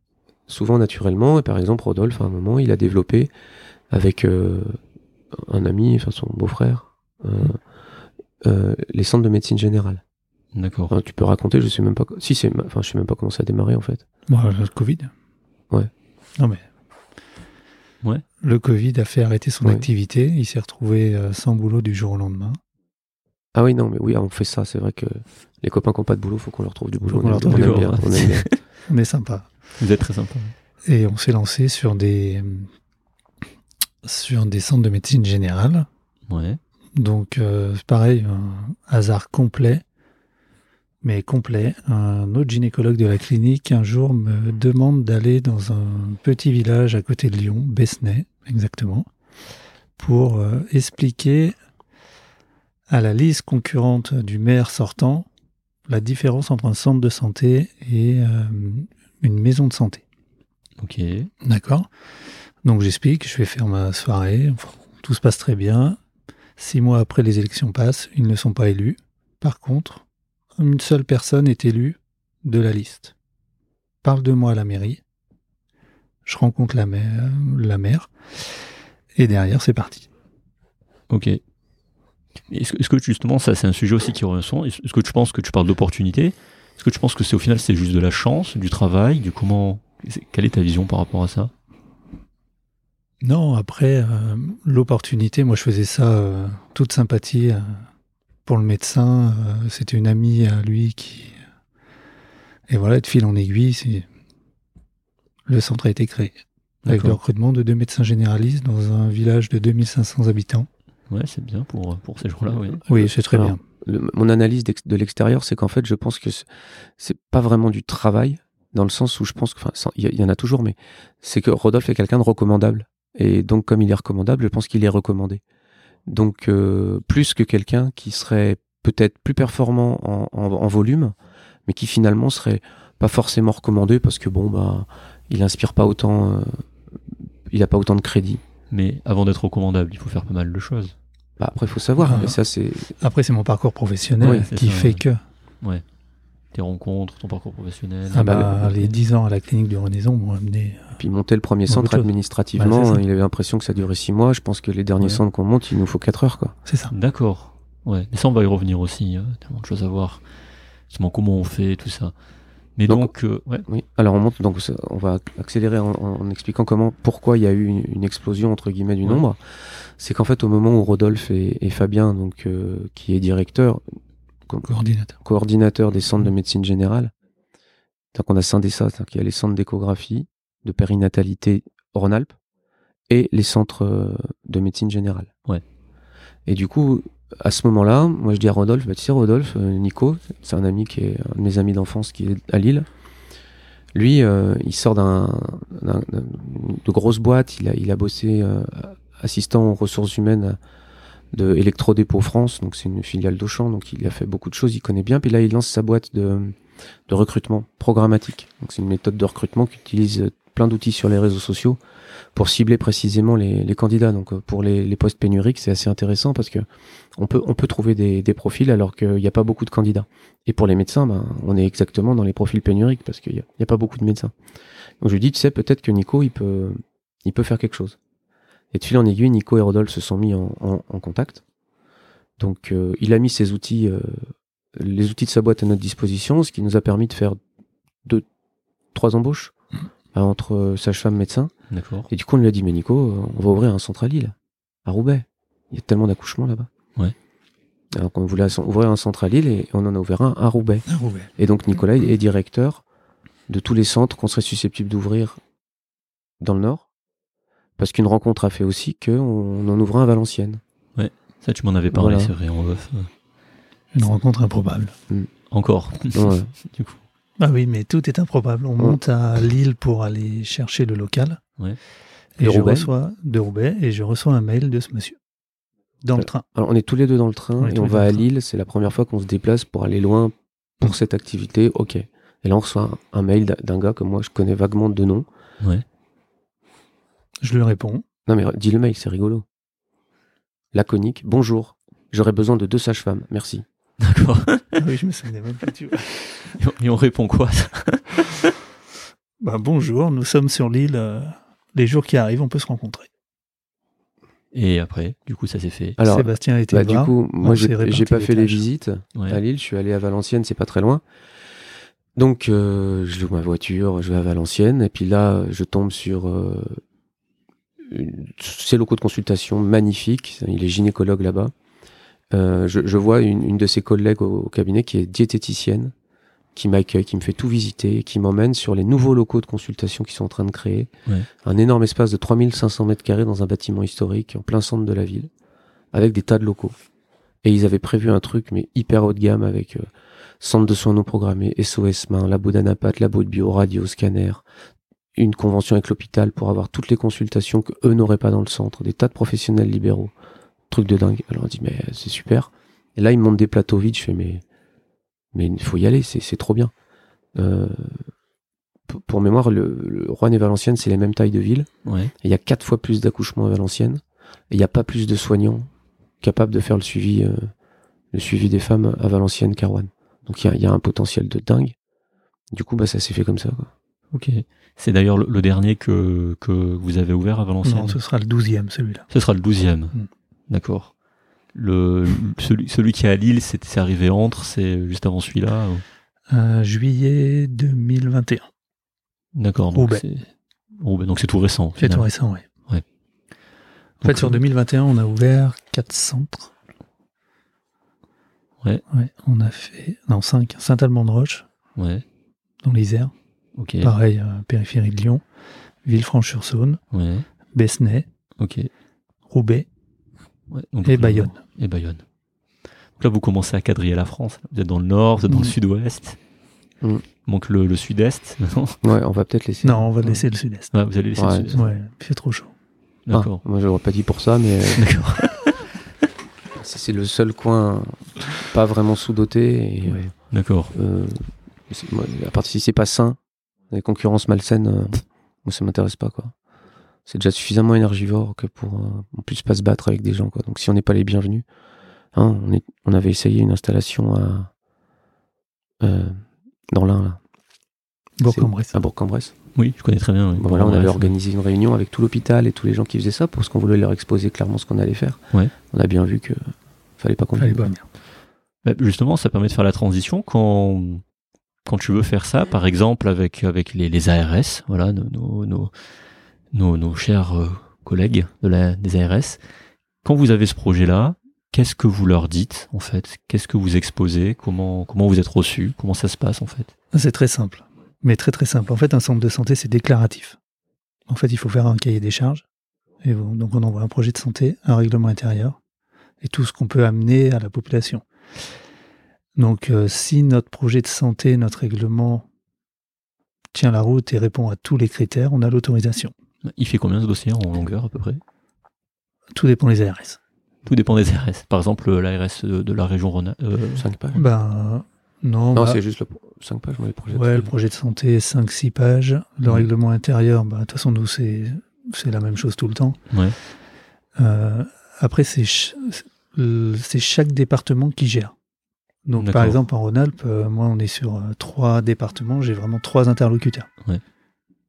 souvent naturellement. Et par exemple, Rodolphe, à un moment, il a développé avec euh, un ami, enfin son beau-frère, euh, euh, les centres de médecine générale.
D'accord.
Enfin, tu peux raconter, je sais même pas. co- Si c'est, ma- enfin, je sais même pas comment ça a démarré en fait.
Bon, le Covid.
Ouais.
Non, mais.
Ouais.
Le Covid a fait arrêter son
Ouais.
activité. Il s'est retrouvé euh, sans boulot du jour au lendemain.
Ah oui, non, mais oui, on fait ça. C'est vrai que les copains qui n'ont pas de boulot, faut qu'on leur trouve du boulot.
qu'on
on
leur
aime-
trouve
on
du
aime bien,
boulot.
on aime bien.
On est sympa.
Vous êtes très sympa.
Et on s'est lancé sur des, sur des centres de médecine générale.
Ouais.
Donc, euh, c'est pareil, un hasard complet, mais complet. Un autre gynécologue de la clinique, un jour, me demande d'aller dans un petit village à côté de Lyon, Besnay, exactement, pour euh, expliquer à la liste concurrente du maire sortant la différence entre un centre de santé et euh, une maison de santé.
Ok.
D'accord. Donc j'explique, je vais faire ma soirée, enfin, tout se passe très bien. Six mois après les élections passent, ils ne sont pas élus. Par contre, une seule personne est élue de la liste. Parle de moi à la mairie. Je rencontre la maire, la maire. Et derrière, c'est parti.
Ok. Est-ce que, est-ce que justement ça c'est un sujet aussi qui revient souvent Est-ce que tu penses que tu parles d'opportunité Est-ce que tu penses que c'est au final c'est juste de la chance, du travail, du comment c'est- Quelle est ta vision par rapport à ça
Non, après, euh, l'opportunité, moi je faisais ça euh, toute sympathie euh, pour le médecin. euh, C'était une amie à lui qui. Et voilà, de fil en aiguille, c'est- le centre a été créé. avec le recrutement de deux médecins généralistes dans un village de 2500 habitants.
Ouais, c'est bien pour, pour ces gens-là. Oui,
Oui, c'est très
Alors,
bien.
le- mon analyse d'ex- de l'extérieur, c'est qu'en fait, je pense que c'est- c'est pas vraiment du travail, dans le sens où je pense que, enfin, sans- il y, a- il y en a toujours, mais c'est que Rodolphe est quelqu'un de recommandable. Et donc, comme il est recommandable, je pense qu'il est recommandé. Donc, euh, plus que quelqu'un qui serait peut-être plus performant en, en- en volume, mais qui finalement serait pas forcément recommandé parce que bon, bah, il inspire pas autant, euh, il a pas autant de crédit.
Mais avant d'être recommandable, il faut faire pas mal de choses.
Bah, après, il faut savoir,
Ah.
mais ça, c'est,
Après, c'est mon parcours professionnel
Oui, c'est
qui
ça,
fait
ouais.
que
Tes rencontres, ton parcours professionnel.
ah
bah,
bah,
oui.
les 10 ans à la clinique de Renaison m'ont amené. euh,
Puis monter le premier
Beaucoup de
centre
choses.
administrativement,
Ouais, c'est ça.
il avait l'impression que ça durait six mois. Je pense que les derniers
Ouais.
centres qu'on monte, il nous faut quatre heures. Quoi.
C'est ça.
D'accord. Ouais. Mais ça, on va y revenir aussi. hein. Tellement de choses à voir. Justement, comment on fait, tout ça. Mais
Donc-
donc, euh, ouais.
Oui. Alors on monte, donc ça- on va accélérer en, en expliquant comment, pourquoi il y a eu une, une explosion entre guillemets du
Ouais.
nombre. C'est qu'en fait, au moment où Rodolphe et, et Fabien, donc euh, qui est directeur, com-
Coordinateur.
coordinateur des centres de médecine générale, donc on a scindé ça, c'est-à-dire qu'il y a les centres d'échographie, de périnatalité Rhône-Alpes et les centres euh, de médecine générale.
Ouais.
Et du coup, à ce moment-là, moi je dis à Rodolphe, bah, tu sais Rodolphe, euh, Nico, c'est un ami qui est un de mes amis d'enfance qui est à Lille. Lui, euh, il sort d'un, d'un- d'un- de grosses boîtes. Il a, il a bossé euh, assistant aux ressources humaines de Electrodépôt France, donc c'est une filiale d'Auchan, donc il a fait beaucoup de choses, il connaît bien. Puis là, il lance sa boîte de, de recrutement programmatique. Donc c'est une méthode de recrutement qui utilise plein d'outils sur les réseaux sociaux pour cibler précisément les, les candidats. Donc euh, pour les, les postes pénuriques, c'est assez intéressant parce que on peut, on peut trouver des, des profils alors qu'il n'y a pas beaucoup de candidats. Et pour les médecins, ben, on est exactement dans les profils pénuriques parce qu'il n'y a, il y a pas beaucoup de médecins. Donc je lui dis, tu sais, peut-être que Nico, il peut, il peut faire quelque chose. Et de fil en aiguille, Nico et Rodolphe se sont mis en, en- en contact. Donc euh, il a mis ses outils, euh, les outils de sa boîte à notre disposition, ce qui nous a permis de faire deux, trois embauches euh, entre euh, sage-femme médecin.
D'accord.
Et du coup, on lui a dit, mais Nico, euh, on va ouvrir un centre à Lille, à Roubaix. Il y a tellement d'accouchements là-bas.
Ouais.
Alors qu'on voulait son- ouvrir un centre à Lille et on en a ouvert un à Roubaix.
Ah, ouais.
Et donc Nicolas est directeur de tous les centres qu'on serait susceptible d'ouvrir dans le Nord. Parce qu'une rencontre a fait aussi qu'on en ouvre un à Valenciennes.
Ça, tu m'en avais parlé,
Voilà.
c'est vrai, en off. Euh,
Une rencontre improbable.
Encore.
Ouais.
du coup.
Ah oui, mais tout est improbable. On
Ouais.
monte à Lille pour aller chercher le local.
Ouais.
Et
De
je
Roubaix.
reçois de Roubaix et je reçois un mail de ce monsieur dans le train.
Alors, on est tous les deux dans le train
On est
et
tous
on
les
va
deux
à
dans le
Lille. C'est la première fois qu'on se déplace pour aller loin pour cette activité. Ok. Et là, on reçoit un, un mail d'un- d'un gars que moi, je connais vaguement de nom.
Ouais.
Je lui réponds.
Non, mais dis le mail, c'est rigolo. Laconique. Bonjour. J'aurais besoin de deux sages-femmes. Merci.
D'accord.
Ah oui, je me souvenais même plus. tu vois.
Et on- Et on répond quoi ça
Bah, bonjour, nous sommes sur l'île. euh, Les jours qui arrivent, on peut se rencontrer.
Et après, du coup, ça s'est fait.
Alors,
Sébastien a été
bah,
me
du
voir.
coup, moi,
on
j'ai
s'est réparti
j'ai pas
les
fait les
tâches.
visites.
Ouais.
à Lille. Je suis allé à Valenciennes, c'est pas très loin. Donc, euh, je loue ma voiture, je vais à Valenciennes, et puis là, je tombe sur euh, une- ces locaux de consultation magnifiques. Il est gynécologue là-bas. Euh, je, je vois une, une de ses collègues au, au cabinet qui est diététicienne, qui m'accueille, qui me fait tout visiter, qui m'emmène sur les nouveaux locaux de consultation qui sont en train de créer.
Ouais.
Un énorme espace de 3500 mètres carrés dans un bâtiment historique en plein centre de la ville, avec des tas de locaux. Et ils avaient prévu un truc, mais hyper haut de gamme, avec euh, centre de soins non programmés, SOS main, labo d'anapath, labo de bio, radio, scanner, une convention avec l'hôpital pour avoir toutes les consultations que eux n'auraient pas dans le centre, des tas de professionnels libéraux. Truc de dingue. Alors on dit, mais euh, c'est super. Et là, ils me montent des plateaux vides. Je fais, mais mais il faut y aller, c'est c'est trop bien. Euh, pour- pour mémoire, le, le Rouen et Valenciennes, c'est les mêmes tailles de ville.
Ouais.
Il y a quatre fois plus d'accouchements à Valenciennes. Et Il n'y a pas plus de soignants capables de faire le suivi, euh, le suivi des femmes à Valenciennes qu'à Rouen. Donc il y a, il y a un potentiel de dingue. Du coup, bah, ça s'est fait comme ça. quoi.
Ok. C'est d'ailleurs le, le dernier que, que vous avez ouvert à Valenciennes.
Non, ce sera le 12e, celui-là.
Ce sera le 12e.
Mm.
D'accord. Le, le- celui, celui qui est à Lille, c'est c'est arrivé entre, c'est juste avant celui-là. ou-
Euh, juillet 2021.
D'accord. Donc
Roubaix.
c'est Roubaix, donc c'est tout récent.
C'est tout
finalement.
récent, oui.
Ouais.
En fait,
Donc, euh,
sur 2021, on a ouvert 4 centres.
Ouais.
on a fait. Non, 5. Saint-Alban-de-Roche,
Ouais.
dans l'Isère.
Ok.
Pareil, euh, périphérie de Lyon. Villefranche-sur-Saône,
Ouais.
Besnay,
Ok.
Roubaix
Ouais, donc
et
là,
Bayonne.
Et Bayonne. Donc là, vous commencez à quadriller la France. Vous êtes dans le nord, vous êtes dans
Mm.
le
Mhm.
sud-ouest.
Mhm.
Manque le, le sud-est. maintenant.
Ouais, on va peut-être laisser.
Non, on va laisser le sud-est.
Ouais, vous allez laisser
Ouais.
le sud-est.
Ouais, c'est trop chaud.
Ah,
D'accord.
moi, je l'aurais pas dit pour ça, mais euh,
D'accord.
c'est c'est le seul coin pas vraiment sous-doté. Et,
Ouais.
D'accord.
euh, c'est- moi, à part si c'est pas sain, les concurrences malsaines, euh, moi, ça m'intéresse pas, quoi. C'est déjà suffisamment énergivore que pour euh, on puisse pas se battre avec des gens, quoi. Donc si on n'est pas les bienvenus, hein, on, est- on avait essayé une installation à euh, dans l'Ain, là,
Bourg-en-Bresse.
à Bourg-en-Bresse.
Oui, je connais très bien. oui.
Bon, Bah voilà, on
Ouais,
avait
ouais.
organisé une réunion avec tout l'hôpital et tous les gens qui faisaient ça parce qu'on voulait leur exposer clairement ce qu'on allait faire.
Ouais.
On a bien vu que fallait pas qu'on
Allez, bonne.
Bah, Justement, ça permet de faire la transition quand, quand tu veux faire ça, par exemple avec, avec les, les ARS, voilà, nos, nos, nos, nos- nos chers euh, collègues de la, des ARS. Quand vous avez ce projet-là, qu'est-ce que vous leur dites en fait Qu'est-ce que vous exposez comment, comment vous êtes reçu Comment ça se passe en fait
C'est très simple, mais très très simple. En fait, un centre de santé, c'est déclaratif. En fait, il faut faire un cahier des charges. Et vous- donc, on envoie un projet de santé, un règlement intérieur et tout ce qu'on peut amener à la population. Donc, euh, si notre projet de santé, notre règlement tient la route et répond à tous les critères, on a l'autorisation.
Il fait combien ce dossier en longueur à peu près
Tout dépend des ARS.
Tout dépend des ARS. Par exemple, l'ARS de, de la région Rhône. euh,
5 pages.
Ben, euh, non,
non,
bah,
c'est juste le 5 pages, moi, les projets.
ouais, le projet de santé, 5-6 pages. Le
Mhm.
règlement intérieur, bah, de toute façon, nous, c'est c'est la même chose tout le temps.
ouais.
Euh, après, c'est ch- euh, c'est chaque département qui gère. Donc,
D'accord.
par exemple, en Rhône-Alpes, euh, moi, on est sur euh, trois départements, j'ai vraiment trois interlocuteurs
Ouais.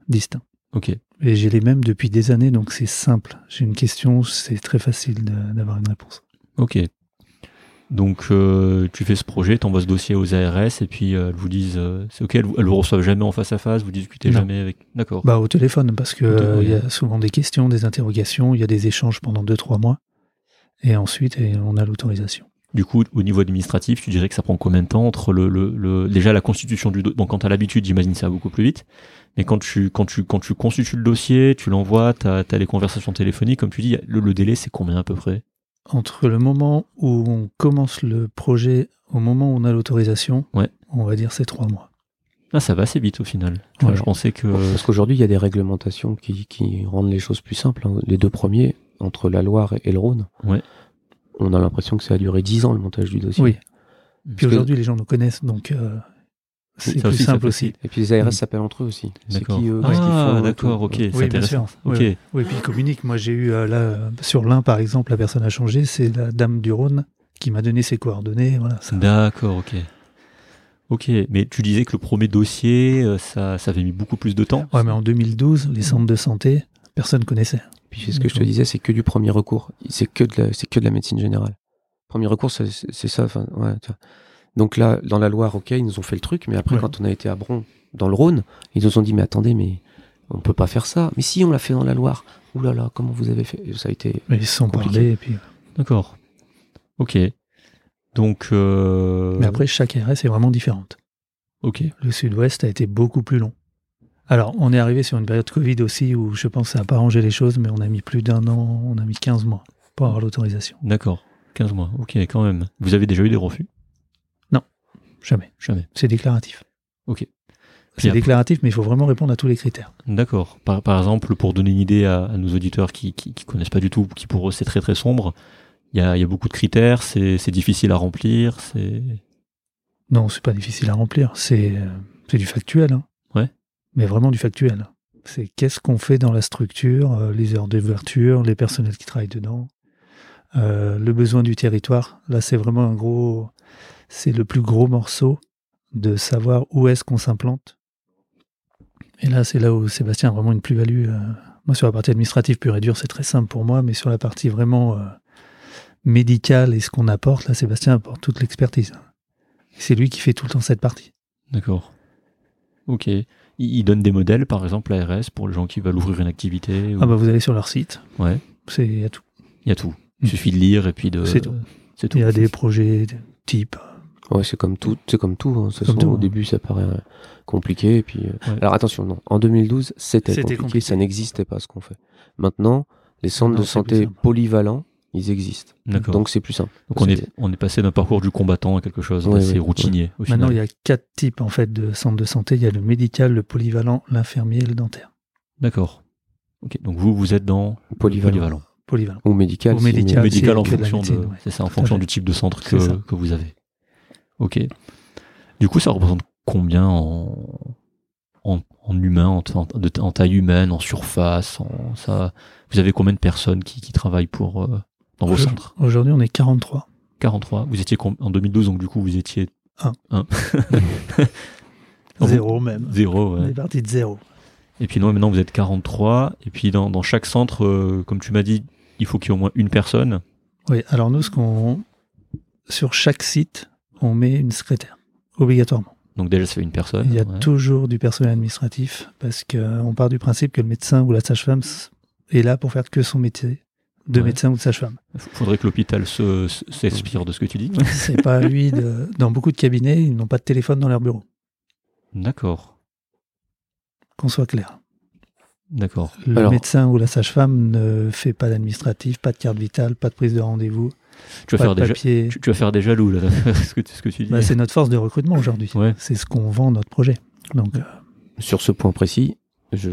distincts.
Ok.
Et j'ai les mêmes depuis des années, donc c'est simple. J'ai une question, c'est très facile de- d'avoir une réponse.
Ok. Donc euh, tu fais ce projet, t'envoies ce dossier aux ARS et puis euh, elles vous disent euh, c'est ok, elles, vous- elles vous reçoivent jamais en face à face, vous discutez
Non.
jamais avec. D'accord.
Bah, au téléphone, parce que
Au
euh,
téléphone,
il y a souvent des questions, des interrogations, il y a des échanges pendant deux, trois mois. Et ensuite, et on a l'autorisation.
Du coup, au niveau administratif, tu dirais que ça prend combien de temps entre le, le- le- déjà la constitution du dossier. Bon, quand t'as l'habitude, j'imagine que ça va beaucoup plus vite. Mais quand tu quand tu quand tu constitues le dossier, tu l'envoies, t'as as les conversations téléphoniques, comme tu dis, le, le délai c'est combien à peu près
entre le moment où on commence le projet au moment où on a l'autorisation,
Ouais.
on va dire c'est trois mois.
Ah, ça va assez vite au final. Tu vois,
Ouais.
je pensais que
Euh, Parce qu'aujourd'hui, il y a des réglementations qui, qui rendent les choses plus simples. hein. Les deux premiers, entre la Loire et le Rhône,
Ouais.
on a l'impression que ça a duré 10 ans le montage du dossier.
Oui. Puis
que-
aujourd'hui, les gens nous connaissent, donc euh, c'est
Ça
plus
aussi, ça
simple
facilite.
aussi. euh,
Et puis les ARS
Mm.
s'appellent entre eux aussi. C'est
D'accord.
qui, eux, qu'est-ce qu'ils font,
ah,
et
d'accord,
tout.
ok,
Ouais.
c'est
bien
intéressant.
sûr. Ouais,
Ok.
ouais. Oui, puis ils communiquent. Moi, j'ai eu euh, là, euh, sur l'un, par exemple, la personne a changé, c'est la dame du Rhône qui m'a donné ses coordonnées. Voilà, ça-
D'accord, ok. Ok, mais tu disais que le premier dossier, euh, ça, ça avait mis beaucoup plus de temps.
Ouais, mais en 2012, les centres de santé, personne connaissait.
Puis c'est ce que je te
D'accord.
disais, c'est que du premier recours. C'est que de la, c'est que de la médecine générale. Premier recours, c'est, c'est- c'est ça. enfin, ouais, tu vois. Donc là, dans la Loire, ok, ils nous ont fait le truc, mais après,
Ouais.
quand on a été à Bron, dans le Rhône, ils nous ont dit, mais attendez, mais on peut pas faire ça. Mais si, on l'a fait dans la Loire. Ouh là là, comment vous avez fait Et Ça a été.
Mais ils se sont
Compliqué.
parlé. Et puis,
D'accord. Ok. Donc. euh,
Mais après, chaque RS est vraiment différente.
Ok.
Le sud-ouest a été beaucoup plus long. Alors, on est arrivé sur une période Covid aussi où je pense que ça n'a pas rangé les choses, mais on a mis plus d'un an, on a mis 15 mois pour avoir l'autorisation.
D'accord. 15 mois. Ok, quand même. Vous avez déjà eu des refus
Jamais.
Jamais.
C'est déclaratif.
Ok.
C'est
après-
déclaratif, mais il faut vraiment répondre à tous les critères.
D'accord. Par, par exemple, pour donner une idée à, à nos auditeurs qui, qui, qui connaissent pas du tout, qui pour eux c'est très très sombre, il y a, il y a beaucoup de critères, c'est c'est difficile à remplir, c'est.
Non, c'est pas difficile à remplir. C'est euh, c'est du factuel. hein.
Ouais.
Mais vraiment du factuel. C'est qu'est-ce qu'on fait dans la structure, euh, les heures d'ouverture, les personnels qui travaillent dedans, euh, le besoin du territoire. Là, c'est vraiment un gros. C'est le plus gros morceau de savoir où est-ce qu'on s'implante. Et là, c'est là où Sébastien a vraiment une plus-value. euh. Moi, sur la partie administrative pure et dure, c'est très simple pour moi, mais sur la partie vraiment euh, médicale et ce qu'on apporte, là, Sébastien apporte toute l'expertise. C'est lui qui fait tout le temps cette partie.
D'accord. Ok. Il, il donne des modèles, par exemple, ARS, pour les gens qui veulent ouvrir une activité. ou-
Ah bah vous allez sur leur site.
Ouais.
C'est il y a tout.
Il y a tout. Il
Mm.
suffit de lire et puis de.
C'est tout.
C'est tout.
Il y a des projets de type euh,
Ouais, c'est comme tout, c'est comme tout. hein. De toute
Comme
façon,
tout,
au
hein.
début, ça paraît euh, compliqué. Et puis, euh,
Ouais.
alors attention, non. En 2012, c'était
C'était
compliqué,
compliqué.
ça n'existait pas ce qu'on fait. Maintenant, les centres
Maintenant,
de
c'est
santé
plus simple.
polyvalents, ils existent.
D'accord. Donc,
Donc c'est plus simple.
on, est,
c'est-
on est passé d'un parcours du combattant à quelque chose
Ouais,
d'assez
ouais,
routinier. Au
Maintenant,
final.
il y a quatre types en fait de centres de santé. Il y a le médical, le polyvalent, l'infirmier et le dentaire.
D'accord. Ok. Donc vous, vous êtes dans
Polyvalent.
polyvalent.
Polyvalent.
Ou médical.
Ou
si-
médical. Ah,
médical
c'est
en
que de la
fonction
médecine,
de,
ouais.
c'est ça, en
Tout à
fonction
fait.
du type de centre
C'est ça.
que, que vous avez. Ok. Du coup, ça représente combien en, en, en humain, en, ta- en- de ta- en taille humaine, en surface, en ça. Vous avez combien de personnes qui, qui travaillent pour euh, dans vos
Je-
centres
Aujourd'hui, on est 43.
43. Vous étiez com- en 2012, donc du coup, vous étiez
Un.
Ah bon
Zéro même.
Zéro. ouais.
On est parti de zéro.
Et puis non, maintenant vous êtes 43. Et puis dans, dans chaque centre, euh, comme tu m'as dit, il faut qu'il y ait au moins une personne.
Oui, alors nous, ce qu'on. Sur chaque site, on met une secrétaire, obligatoirement.
Donc déjà, ça fait une personne.
Il y a
ouais.
toujours du personnel administratif parce qu'on part du principe que le médecin ou la sage-femme s- est là pour faire que son métier de
Ouais.
médecin ou de sage-femme.
F- Faudrait que l'hôpital se- se- s'inspire de ce que tu dis.
C'est pas à lui. de- Dans beaucoup de cabinets, ils n'ont pas de téléphone dans leur bureau,
D'accord.
qu'on soit clair.
D'accord.
Le
Alors-
médecin ou la sage-femme ne fait pas d'administratif, pas de carte vitale, pas de prise de rendez-vous,
Tu vas
pas
faire
de
des ja-
papier.
tu, tu vas faire des jaloux là. ce, que, tu- ce que tu dis.
Bah, c'est notre force de recrutement aujourd'hui.
Ouais.
C'est ce qu'on vend notre projet. Donc, euh,
Sur ce point précis, je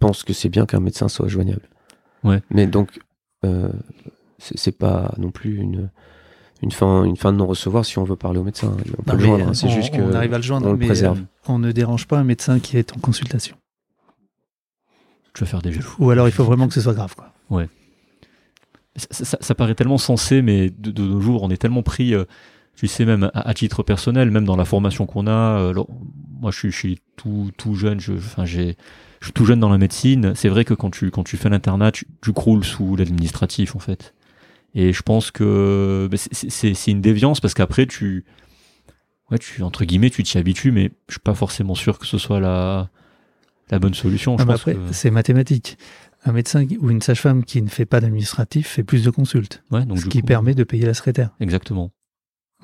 pense que c'est bien qu'un médecin soit joignable.
Ouais.
Mais donc, euh, c'est c'est pas non plus une, une, fin, une fin de non-recevoir si on veut parler au médecin. hein. On
non,
peut le
mais,
joindre, hein.
euh,
C'est
on-
juste que.
on arrive à le joindre,
on le
mais,
préserve.
euh, on ne dérange pas un médecin qui est en consultation.
Tu vas faire des jaloux.
Ou alors, il faut vraiment que ce soit grave. Quoi. Ah,
Ça, ça- ça- ça paraît tellement sensé, mais de, de nos jours, on est tellement pris, euh, tu sais, même à, à titre personnel, même dans la formation qu'on a. euh, alors, moi, je suis, je suis tout, tout jeune, je, je- enfin, j'ai, je suis tout jeune dans la médecine. C'est vrai que quand tu, quand tu fais l'internat, tu, tu croules sous l'administratif, en fait. Et je pense que ben, c'est- c'est c'est- c'est une déviance parce qu'après, tu, ouais, tu, entre guillemets, tu t'y habitues, mais je suis pas forcément sûr que ce soit la, la bonne solution. Je
Ah, mais
pense
après,
que-
c'est mathématique. Un médecin qui- ou une sage-femme qui ne fait pas d'administratif fait plus de consultes,
ouais, donc,
ce
du
qui
coup-
permet de payer la secrétaire.
Exactement.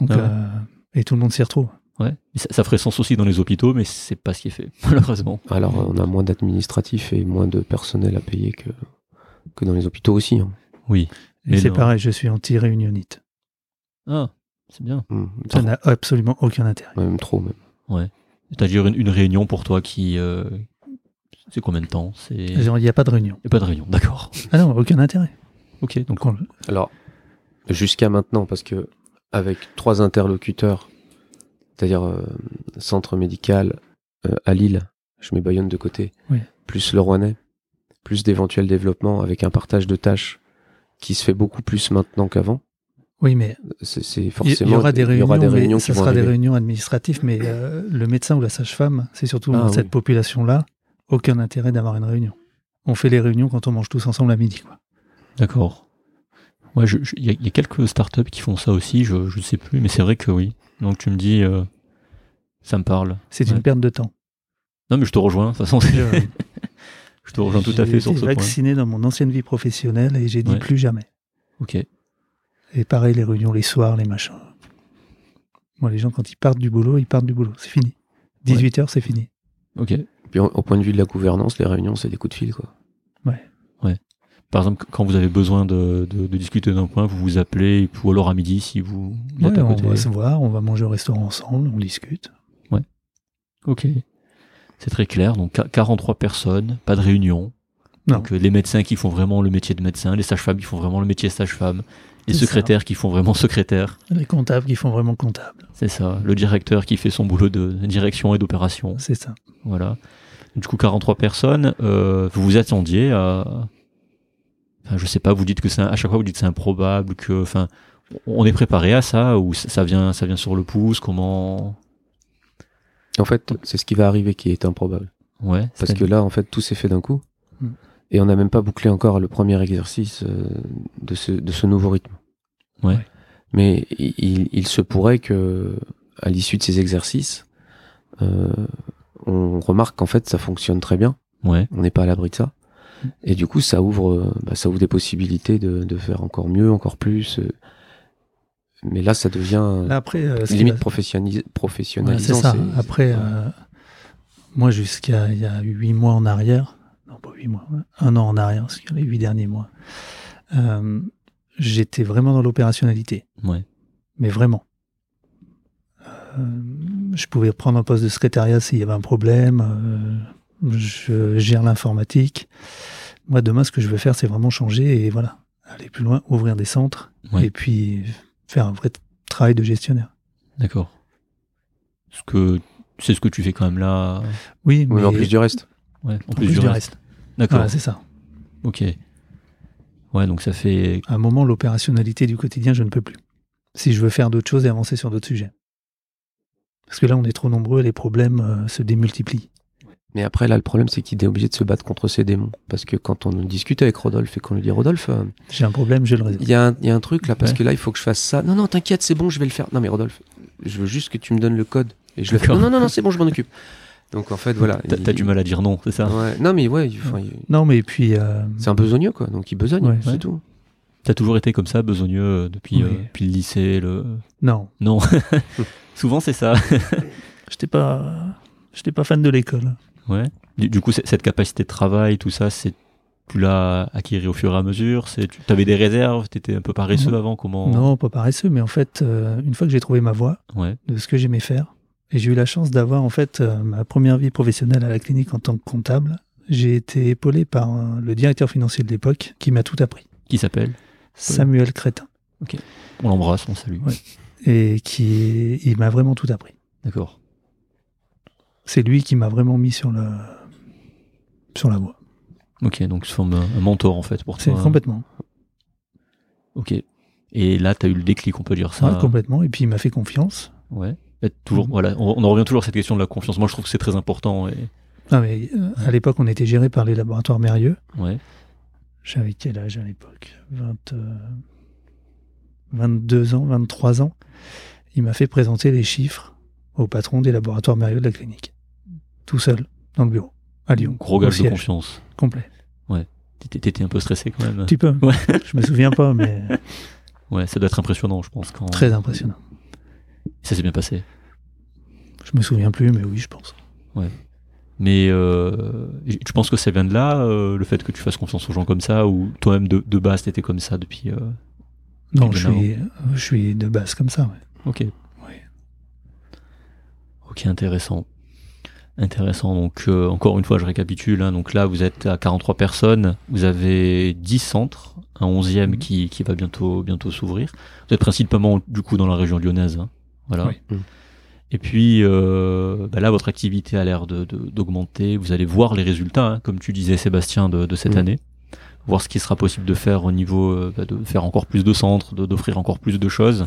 Donc,
Ah ouais.
euh, et tout le monde s'y retrouve.
Ouais, mais ça, ça ferait sens aussi dans les hôpitaux, mais c'est pas ce qui est fait, malheureusement.
Alors, on a moins d'administratifs et moins de personnel à payer que, que dans les hôpitaux aussi. hein.
Oui.
Et
Mais
c'est
non.
pareil, je suis anti-réunionnite.
Ah, c'est bien.
Mm.
Ça n'a absolument aucun intérêt.
Même trop, même.
C'est-à-dire une, une réunion pour toi qui. euh, c'est combien de temps C'est. Il
Genre, Il n'y a pas de réunion.
n'y a pas de réunion, d'accord.
Ah non, aucun intérêt.
Ok, donc.
Donc on-
Alors, jusqu'à maintenant, parce que avec trois interlocuteurs, c'est-à-dire euh, centre médical euh, à Lille, je mets Bayonne de côté,
Oui.
plus le Rouennais, plus d'éventuels développements avec un partage de tâches qui se fait beaucoup plus maintenant qu'avant.
oui, mais
C'est- C'est
il
forcément.
il y aura des réunions,
des réunions
mais
qui
ça
vont
sera des
arriver.
réunions administratives, mais euh, le médecin ou la sage-femme, c'est surtout
Ah,
dans
oui.
cette population-là, aucun intérêt d'avoir une réunion. On fait les réunions quand on mange tous ensemble à midi. quoi.
D'accord. Ouais, je- je- il y, a- il y a quelques startups qui font ça aussi, je ne sais plus, mais c'est vrai que oui. Donc tu me dis. euh, ça me parle.
C'est
Ouais.
une perte de temps.
Non, mais je te rejoins, de toute façon,
Je,
je te rejoins tout à
j'ai
fait sur
été
ce point.
vacciné dans mon ancienne vie professionnelle et j'ai dit
Ouais.
plus jamais.
Ok.
Et pareil, les réunions les soirs, les machins. Moi, les gens, quand ils partent du boulot, ils partent du boulot. C'est fini. 18h, c'est fini.
Ok.
Puis, au- au point de vue de la gouvernance, les réunions, c'est des coups de fil, quoi.
Par exemple, quand vous avez besoin de, de- de discuter d'un point, vous vous appelez, ou alors à midi si vous, vous êtes
Ouais,
à
on
côté.
va se voir, on va manger au restaurant ensemble, on discute.
Ok. C'est très clair. Donc qua- 43 personnes, pas de réunion.
Non.
Donc euh, les médecins qui font vraiment le métier de médecin, les sages-femmes qui font vraiment le métier de sage-femme, les
C'est ça.
secrétaires qui font vraiment secrétaire.
Les comptables qui font vraiment comptable,
C'est ça. Le directeur qui fait son boulot de direction et d'opération.
c'est ça.
Voilà. Du coup, 43 personnes, euh, vous vous attendiez à. Enfin, je sais pas, vous dites que c'est un- à chaque fois vous dites que c'est improbable, que. Enfin, on est préparé à ça ou ça ça vient, ça vient sur le pouce Comment
En fait, c'est ce qui va arriver qui est improbable.
Ouais.
Parce que là, en fait, tout s'est fait d'un coup.
Mm.
Et on n'a même pas bouclé encore le premier exercice euh, de ce, de ce nouveau rythme.
Ouais.
Mais i- il, il se pourrait que, à l'issue de ces exercices, euh, on remarque qu'en fait, ça fonctionne très bien.
Ouais.
On n'est pas à l'abri de ça.
Hmm.
Et du coup, ça ouvre, euh, bah, ça ouvre des possibilités de, de faire encore mieux, encore plus. euh. Mais là, ça devient
Là, après, euh, ce qui
limite
va-
professionnalisé.
Voilà, c'est
professionnalisant.
ça.
c'est-
Après,
ouais.
euh, moi, jusqu'à il y a huit mois en arrière, non pas huit mois, un an en arrière, parce qu'il y a les huit derniers mois, euh, j'étais vraiment dans l'opérationnalité,
Ouais.
mais vraiment. Euh, je pouvais prendre un poste de secrétariat s'il y avait un problème. euh, je gère l'informatique. Moi, demain, ce que je veux faire, c'est vraiment changer et voilà, aller plus loin, ouvrir des centres
Ouais.
et puis faire un vrai travail de gestionnaire.
D'accord. Ce que c'est ce que tu fais quand même là.
Oui, mais,
Oui, mais en plus du reste.
Ouais, en,
en plus du reste.
D'accord.
Voilà, c'est ça.
ok. Ouais, donc ça fait.
À un moment, l'opérationnalité du quotidien, je ne peux plus. Si je veux faire d'autres choses et avancer sur d'autres sujets. Parce que là, on est trop nombreux et les problèmes euh, se démultiplient.
Mais après, là, le problème, c'est qu'il est obligé de se battre contre ses démons. Parce que quand on discute avec Rodolphe et qu'on lui dit Rodolphe, euh,
J'ai un problème, je le résous.
il y, a un- il y a un truc là, parce
Ouais.
que là, il faut que je fasse ça. Non, non, t'inquiète, c'est bon, je vais le faire. Non, mais Rodolphe, je veux juste que tu me donnes le code. Et je le fais.
D'accord.
Non, non, non, non, c'est bon, je m'en occupe. Donc en fait, voilà.
T'as
il-
t'as du mal à dire non, c'est ça
Ouais. Non, mais ouais, il- enfin, il-
Non, mais puis, euh,
c'est un besogneux, quoi. Donc il besogne,
Ouais,
c'est
ouais.
tout.
T'as toujours été comme ça, besogneux euh, depuis,
Oui.
euh, depuis le lycée. Le...
non,
Non. Souvent c'est ça.
j'étais pas, j'étais pas fan de l'école.
Ouais. Du, du coup, c'est- cette capacité de travail, tout ça, c'est tu l'as acquéri au fur et à mesure. C'est tu avais des réserves, t'étais un peu paresseux
Non.
avant. Comment
Non, pas paresseux, mais en fait, euh, une fois que j'ai trouvé ma voie,
Ouais.
de ce que j'aimais faire. Et j'ai eu la chance d'avoir en fait euh, ma première vie professionnelle à la clinique en tant que comptable. J'ai été épaulé par euh, le directeur financier de l'époque qui m'a tout appris,
Qui s'appelle
Samuel Crétin.
On l'embrasse, on le salue.
Ouais. et qui il m'a vraiment tout appris.
D'accord.
C'est lui qui m'a vraiment mis sur le sur la voie.
Ok, donc tu formes un un mentor en fait pour
C'est
toi.
complètement,
Ok. Et là, t'as eu le déclic, on peut dire ça.
Ouais, complètement. Et puis il m'a fait confiance.
Ouais. Et toujours,
Mhm.
voilà, on, on en revient toujours à cette question de la confiance. Moi, je trouve que c'est très important. Et...
Non, mais euh, à l'époque, on était géré par les laboratoires Mérieux.
Ouais.
J'avais quel âge à l'époque 20, euh, 22 ans, 23 ans. Il m'a fait présenter les chiffres au patron des laboratoires Mérieux de la clinique, tout seul dans le bureau à Lyon.
Gros
au
gage de
siège,
confiance.
complet.
T'étais- T'étais un peu stressé quand même.
Un petit peu.
Ouais.
Je me souviens pas, mais
Ouais, ça doit être impressionnant, je pense. Quand...
très impressionnant.
Ça s'est bien passé.
Je me souviens plus, mais oui, je pense.
Mais euh, tu penses que ça vient de là, euh, le fait que tu fasses confiance aux gens comme ça, ou toi-même de, de base, t'étais comme ça depuis. euh,
Non,
Puis
je
maintenant-
suis, euh, je suis de base comme ça. ouais.
Ok. Ok, intéressant. Intéressant. Donc, euh, encore une fois, je récapitule. hein. Donc là, vous êtes à 43 personnes. Vous avez 10 centres. Un 11e
Mhm.
qui, qui va bientôt, bientôt s'ouvrir. Vous êtes principalement, du coup, dans la région lyonnaise. hein. Voilà.
Oui.
Mhm.
Et puis, euh, bah là, votre activité a l'air de- de- d'augmenter. vous allez voir les résultats, hein, comme tu disais, Sébastien, de, de cette
Mhm.
année. Voir ce qui sera possible de faire au niveau euh, bah, de faire encore plus de centres, de- d'offrir encore plus de choses.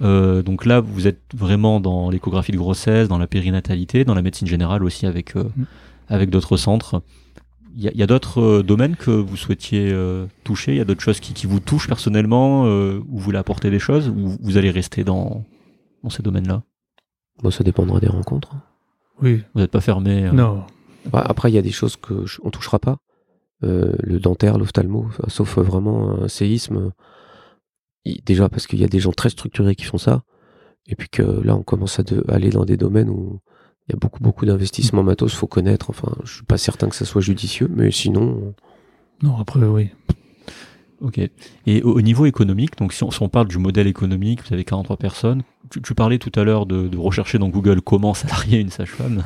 Euh, donc là, vous êtes vraiment dans l'échographie de grossesse, dans la périnatalité, dans la médecine générale aussi avec, euh,
Mm.
avec d'autres centres. Il y a, il y a d'autres euh, domaines que vous souhaitiez euh, toucher Il y a d'autres choses qui, qui vous touchent personnellement euh, Où vous voulez apporter des choses Ou vous allez rester dans, dans ces domaines-là
Bon, ça dépendra des rencontres.
Oui.
Vous n'êtes pas fermé euh,
Non.
Ouais, Bah, après, il y a des choses que je- on touchera pas. Euh, le dentaire, l'ophtalmo, enfin, sauf euh, vraiment un séisme. euh, il- Déjà parce qu'il y a des gens très structurés qui font ça. Et puis que là, on commence à, de- à aller dans des domaines où il y a beaucoup, beaucoup d'investissements matos, faut connaître. Enfin, je suis pas certain que ça soit judicieux, mais sinon,
Non, après, oui.
Ok. Et au, au niveau économique, donc si on, si on parle du modèle économique, vous avez 43 personnes. Tu, tu parlais tout à l'heure de, de rechercher dans Google comment salarier une sage-femme.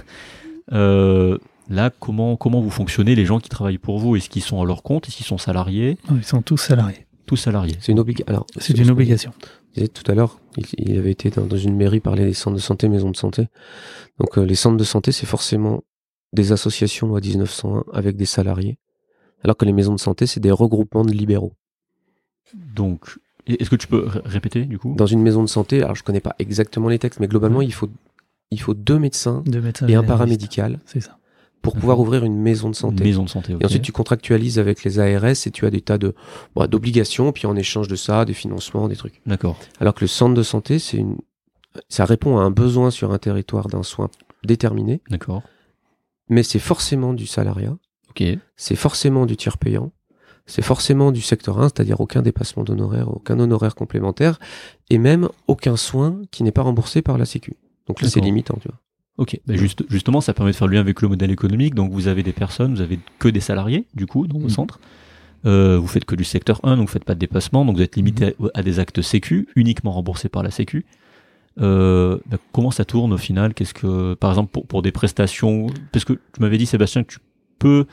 Euh, là, comment, comment vous fonctionnez les gens qui travaillent pour vous Est-ce qu'ils sont à leur compte Est-ce qu'ils sont salariés
Non, ils sont tous salariés.
Tous salariés.
c'est une obligation.
C'est une obligation.
disais tout à l'heure, il, il avait été dans, dans une mairie parler des centres de santé, maisons de santé. Donc euh, les centres de santé, c'est forcément des associations loi 1901 avec des salariés, alors que les maisons de santé, c'est des regroupements de libéraux.
Donc, et- est-ce que tu peux r- répéter du coup
Dans une maison de santé, alors je connais pas exactement les textes, mais globalement, il faut il faut deux médecins
De médecins
et un
généralistes.
paramédical
C'est ça.
pour pouvoir ouvrir une maison de
Une
santé.
maison de santé. ok.
Et ensuite, tu contractualises avec les ARS et tu as des tas de bah, d'obligations, puis en échange de ça, des financements, des trucs.
D'accord.
Alors que le centre de santé, c'est une... ça répond à un besoin sur un territoire d'un soin déterminé,
D'accord.
mais c'est forcément du salariat,
Ok.
c'est forcément du tiers payant, c'est forcément du secteur 1, c'est-à-dire aucun dépassement d'honoraires, aucun honoraire complémentaire, et même aucun soin qui n'est pas remboursé par la Sécu. Donc là, c'est
D'accord.
limitant, tu vois.
Ok, bah juste, justement, ça permet de faire le lien avec le modèle économique. Donc, vous avez des personnes, vous avez que des salariés, du coup, dans vos
Mm.
Mhm.
centres. Euh, vous faites que du secteur 1, donc vous faites pas de dépassement, donc vous êtes limité à, à des actes sécu, uniquement remboursés par la sécu. Euh, bah, comment ça tourne au final Qu'est-ce que, par exemple, pour, pour des prestations, parce que tu m'avais dit Sébastien que tu peux,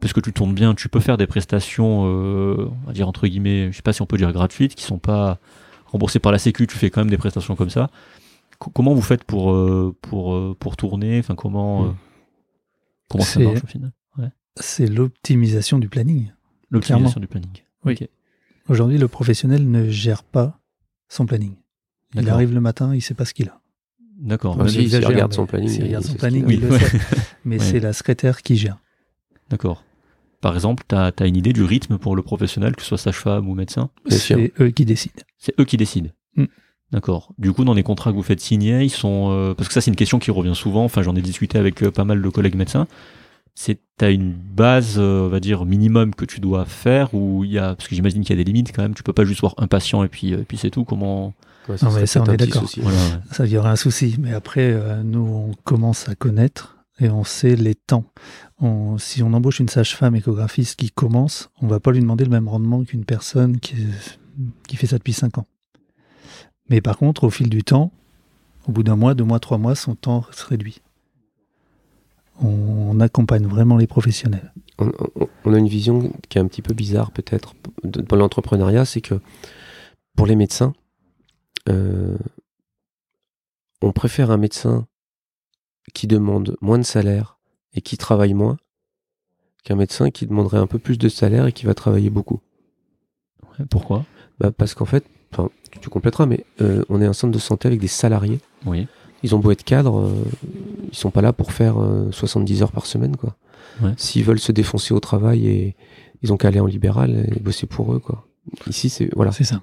parce que tu tournes bien, tu peux faire des prestations, euh, on va dire entre guillemets, je sais pas si on peut dire gratuites, qui sont pas remboursées par la sécu. Tu fais quand même des prestations comme ça. Co- comment vous faites pour euh, pour euh, pour tourner Enfin, comment euh, comment ça
C'est-
marche au final
C'est l'optimisation du planning.
L'optimisation du planning.
Oui.
Ok.
Aujourd'hui, le professionnel ne gère pas son planning. Il
D'accord.
arrive le matin, il sait pas ce qu'il a.
D'accord.
Bah,
On
si, s'il
exagère,
regarde
mais
son planning, euh,
s'il
il
regarde
sait
son
ce
planning,
qu'il a.
il le
Oui.
sait. Mais
Ouais.
c'est la secrétaire qui gère.
D'accord. Par exemple, tu as, une idée du rythme pour le professionnel, que ce soit sage-femme ou médecin
Bien sûr.
C'est eux qui décident.
C'est eux qui décident.
Mm.
D'accord. Du coup, dans les contrats que vous faites signer, ils sont. euh, parce que ça, c'est une question qui revient souvent. Enfin, j'en ai discuté avec euh, pas mal de collègues médecins. C'est t'as une base, euh, on va dire minimum que tu dois faire ou il y a parce que j'imagine qu'il y a des limites quand même. Tu peux pas juste voir un patient et puis euh, et puis c'est tout. Comment
Ouais, ce
Non, mais
serait
ça, on
peut-être
est
un petit
d'accord.
souci.
voilà. ouais.
Ça, il y aura un souci. Mais après, euh, nous, on commence à connaître et on sait les temps. On- si on embauche une sage-femme échographiste qui commence, on va pas lui demander le même rendement qu'une personne qui, qui fait ça depuis 5 ans. Mais par contre, au fil du temps, au bout d'un mois, deux mois, trois mois, son temps se réduit. On, on accompagne vraiment les professionnels.
on, on- on a une vision qui est un petit peu bizarre peut-être de- dans l'entrepreneuriat, c'est que pour les médecins, euh, on préfère un médecin qui demande moins de salaire et qui travaille moins qu'un médecin qui demanderait un peu plus de salaire et qui va travailler beaucoup.
Ouais, Pourquoi
Bah, parce qu'en fait, enfin, tu- tu compléteras, mais euh, on est un centre de santé avec des salariés.
Oui.
Ils ont beau être cadres, euh, ils sont pas là pour faire euh, 70 heures par semaine, quoi.
Ouais.
S'ils veulent se défoncer au travail et ils ont qu'à aller en libéral et bosser pour eux, quoi. Ici, c'est voilà.
C'est ça.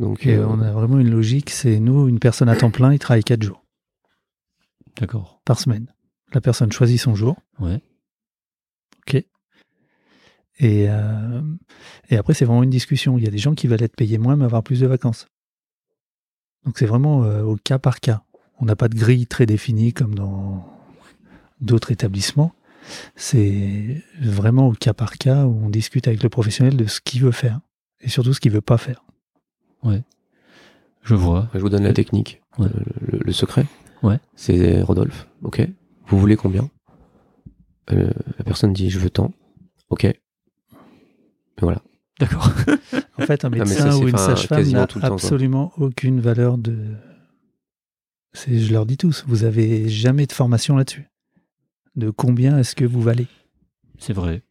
Donc,
Et
euh,
on a vraiment une logique, c'est nous, une personne à temps plein, il travaille 4 jours
D'accord.
par semaine. La personne choisit son jour.
Ouais.
Et, euh, et après, c'est vraiment une discussion. Il y a des gens qui veulent être payés moins, mais avoir plus de vacances. Donc c'est vraiment euh, au cas par cas. On n'a pas de grille très définie comme dans d'autres établissements. C'est vraiment au cas par cas où on discute avec le professionnel de ce qu'il veut faire et surtout ce qu'il veut pas faire.
Je vois.
je vous donne la technique,
Ouais.
euh, le, le secret.
Ouais.
C'est Rodolphe. Ok. Vous voulez combien Euh, La personne dit, je veux tant. Ok. Et voilà.
D'accord.
En fait, un
mais
médecin
ça, c'est-
ou une
enfin,
sage-femme
quasiment
n'a
tout le temps, quoi.
absolument aucune valeur de. C'est, je leur dis tous, vous avez jamais de formation là-dessus. De combien est-ce que vous valez
C'est vrai.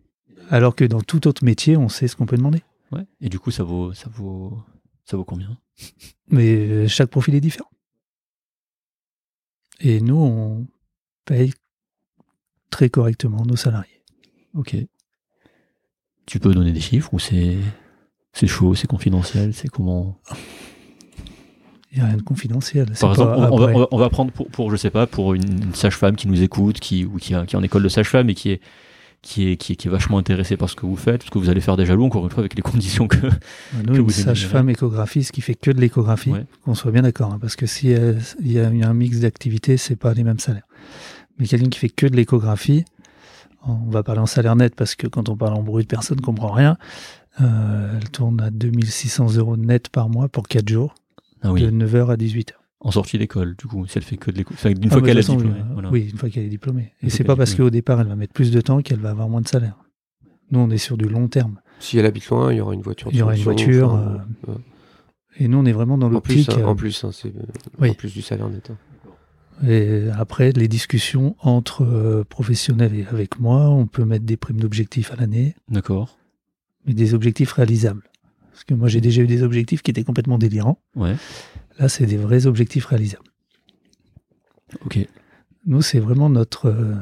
Alors que dans tout autre métier, on sait ce qu'on peut demander.
Ouais. Et du coup, ça vaut ça vaut ça vaut combien
Mais euh, chaque profil est différent. Et nous, on paye très correctement nos salariés.
Ok. Tu peux donner des chiffres ou c'est c'est chaud, c'est confidentiel, c'est comment
Il n'y a rien de confidentiel. C'est
Par exemple,
pas
on, on va,
après.
on va- on va prendre pour, pour, je sais pas, pour une, une sage-femme qui nous écoute, qui, ou qui, a- qui est en école de sage-femme et qui est, qui, est, qui, est, qui est vachement intéressée par ce que vous faites, parce que vous allez faire des jaloux, encore une fois, avec les conditions que.
Nous,
que
une
vous aimez
sage-femme échographiste qui fait que de l'échographie,
Ouais.
qu'on soit bien d'accord, hein, parce que si elle- il y a un mix d'activités, c'est pas les mêmes salaires. Mais quelqu'un qui fait que de l'échographie, on va parler en salaire net parce que quand on parle en brut, personne ne comprend rien. Euh, elle tourne à 2600 euros net par mois pour 4 jours,
Ah oui,
de 9h à Ah, 18h.
en sortie d'école, du coup, si elle fait que Ah, de l'école. Enfin, une fois qu'elle a diplômé. voilà.
Oui, une fois qu'elle est diplômée.
Une
Et
fois
c'est
qu'elle
pas
est
parce
diplômée.
qu'au départ, elle va mettre plus de temps qu'elle va avoir moins de salaire. Nous, on est sur du long terme.
Si elle habite loin, il y aura une voiture. de
Il y aura une
fonction,
voiture,
enfin, euh,
Et nous, on est vraiment dans
en plus,
l'optique.
hein,
euh,
en plus, hein, c'est euh,
oui.
en plus du salaire net. hein.
Et après, les discussions entre euh, professionnels et avec moi, on peut mettre des primes d'objectifs à l'année,
D'accord.
mais des objectifs réalisables. Parce que moi, j'ai déjà eu des objectifs qui étaient complètement délirants.
Ouais.
Là, c'est des vrais objectifs réalisables.
Ok.
Nous, c'est vraiment notre. euh,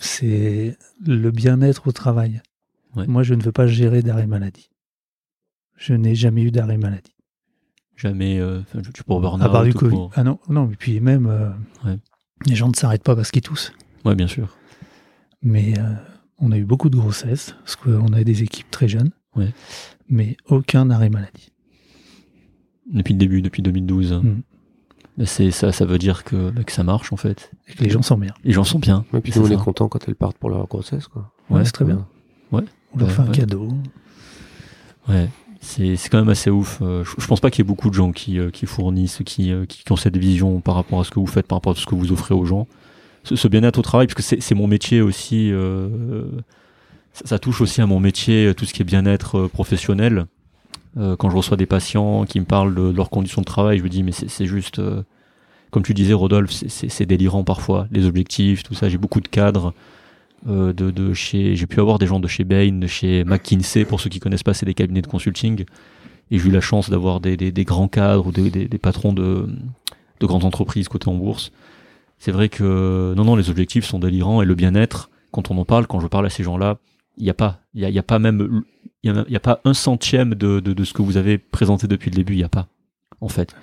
c'est le bien-être au travail.
Ouais.
Moi, je ne veux pas gérer d'arrêt maladie. Je n'ai jamais eu d'arrêt maladie.
Jamais. euh, enfin, tu pour burn
à part du Covid. Ah non, non, et puis même, euh,
Ouais.
les gens ne s'arrêtent pas parce qu'ils toussent.
Ouais, bien sûr.
Mais euh, On a eu beaucoup de grossesses, parce qu'on a des équipes très jeunes,
Ouais.
mais aucun arrêt maladie.
Depuis le début, depuis 2012.
Mm.
Mais C'est ça, ça veut dire que, bah, que ça marche en fait.
Et que les gens s'emmerdent.
Les gens sont bien.
Et puis
C'est
nous, on est
ça.
content quand elles partent pour leur grossesse, quoi.
Ouais, c'est très bien. On leur
Ouais,
fait un
ouais.
cadeau.
Ouais, c'est c'est quand même assez ouf. Euh, je, je pense pas qu'il y ait beaucoup de gens qui, euh, qui fournissent, qui, euh, qui, qui ont cette vision par rapport à ce que vous faites, par rapport à ce que vous offrez aux gens. Ce, ce bien-être au travail, parce que c'est c'est mon métier aussi. euh, euh, ça, ça touche aussi à mon métier, euh, tout ce qui est bien-être euh, professionnel. Euh, quand je reçois des patients qui me parlent de, de leurs conditions de travail, je me dis, mais c'est c'est juste, euh, comme tu disais, Rodolphe, c'est- c'est c'est délirant parfois, les objectifs, tout ça. J'ai beaucoup de cadres. euh, de, de chez, j'ai pu avoir des gens de chez Bain, de chez McKinsey, pour ceux qui connaissent pas, c'est des cabinets de consulting. Et j'ai eu la chance d'avoir des, des- des grands cadres ou des, des- des patrons de, de grandes entreprises cotées en bourse. C'est vrai que non, non, les objectifs sont délirants et le bien-être, quand on en parle, quand je parle à ces gens-là, il n'y a pas, il y a, il y a pas même, l- il y a, il y a pas un centième de, de- de ce que vous avez présenté depuis le début, il n'y a pas, en fait.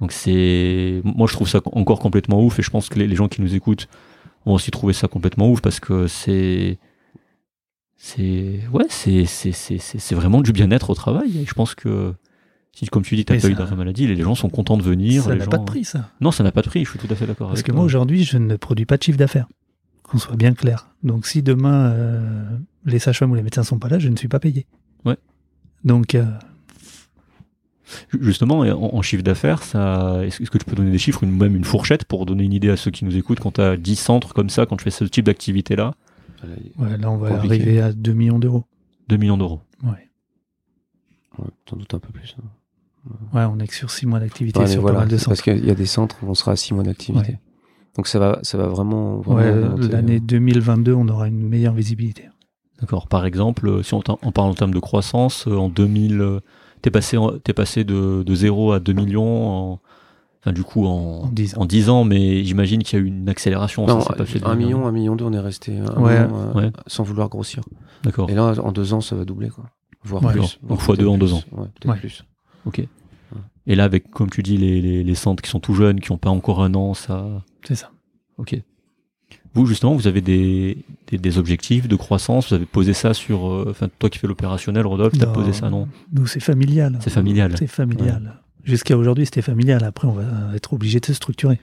Donc c'est, moi je trouve ça encore complètement ouf et je pense que les, les gens qui nous écoutent vont aussi trouver ça complètement ouf parce que c'est, c'est, ouais, c'est, c'est, c'est, c'est c'est vraiment du bien-être au travail. Et je pense que si, comme tu dis, t'as
Mais
pas eu
ça-
d'arrêt maladie, les les gens sont contents de venir.
Ça
les
n'a
gens-
pas de prix, ça.
non, ça n'a pas de prix, je suis tout à fait d'accord.
Parce
avec
que
toi.
moi, aujourd'hui, je ne produis pas de chiffre d'affaires. Qu'on soit bien clair. Donc, si demain, euh, les sages-femmes ou les médecins sont pas là, je ne suis pas payé.
Ouais.
Donc, euh,
Ju- Justement, et en, en chiffre d'affaires, ça, est-ce est-ce que tu peux donner des chiffres, une, même une fourchette pour donner une idée à ceux qui nous écoutent quand tu as 10 centres comme ça, quand tu fais ce type d'activité-là
Voilà, et-
ouais, là, on va
Compliqué.
arriver à 2 millions d'euros.
2 millions d'euros.
Ouais.
ouais, sans doute un peu plus. hein.
ouais, on est que sur 6 mois d'activité,
Ouais, mais
sur
voilà,
pas mal de
c'est
centres.
Parce qu'il y a des centres où on sera à 6 mois d'activité.
Ouais.
Donc ça va, ça va vraiment. vraiment
Ouais,
augmenter. hein.
L'année 2022, on aura une meilleure visibilité.
D'accord. Par exemple, euh, si on, t'en- on parle en termes de croissance, euh, en 2000, euh, t'es passé, en- t'es passé de, de 0 à 2 millions en, enfin, du coup, en,
En 10 ans.
ans, mais j'imagine qu'il y a eu une accélération.
Non,
ça s'est pas fait de
un
manière-
million, un million deux, on est resté un
Ouais.
million, euh,
Ouais.
sans vouloir grossir.
D'accord.
Et là, en deux ans, ça va doubler, quoi. Voire
Ouais.
D'accord.
plus.
Donc, fois deux en deux ans.
Ouais, peut-être
Ouais.
plus.
Et là, avec, comme tu dis, les, les- les centres qui sont tout jeunes, qui n'ont pas encore un an, ça,
C'est ça.
Ok. Vous, justement, vous avez des, des, des objectifs de croissance, vous avez posé ça sur... euh, Enfin, toi qui fais l'opérationnel, Rodolphe, t'as
Non.
posé ça, non
Nous, c'est familial.
C'est familial.
C'est familial. Jusqu'à aujourd'hui, c'était familial. Après, on va être obligé de se structurer.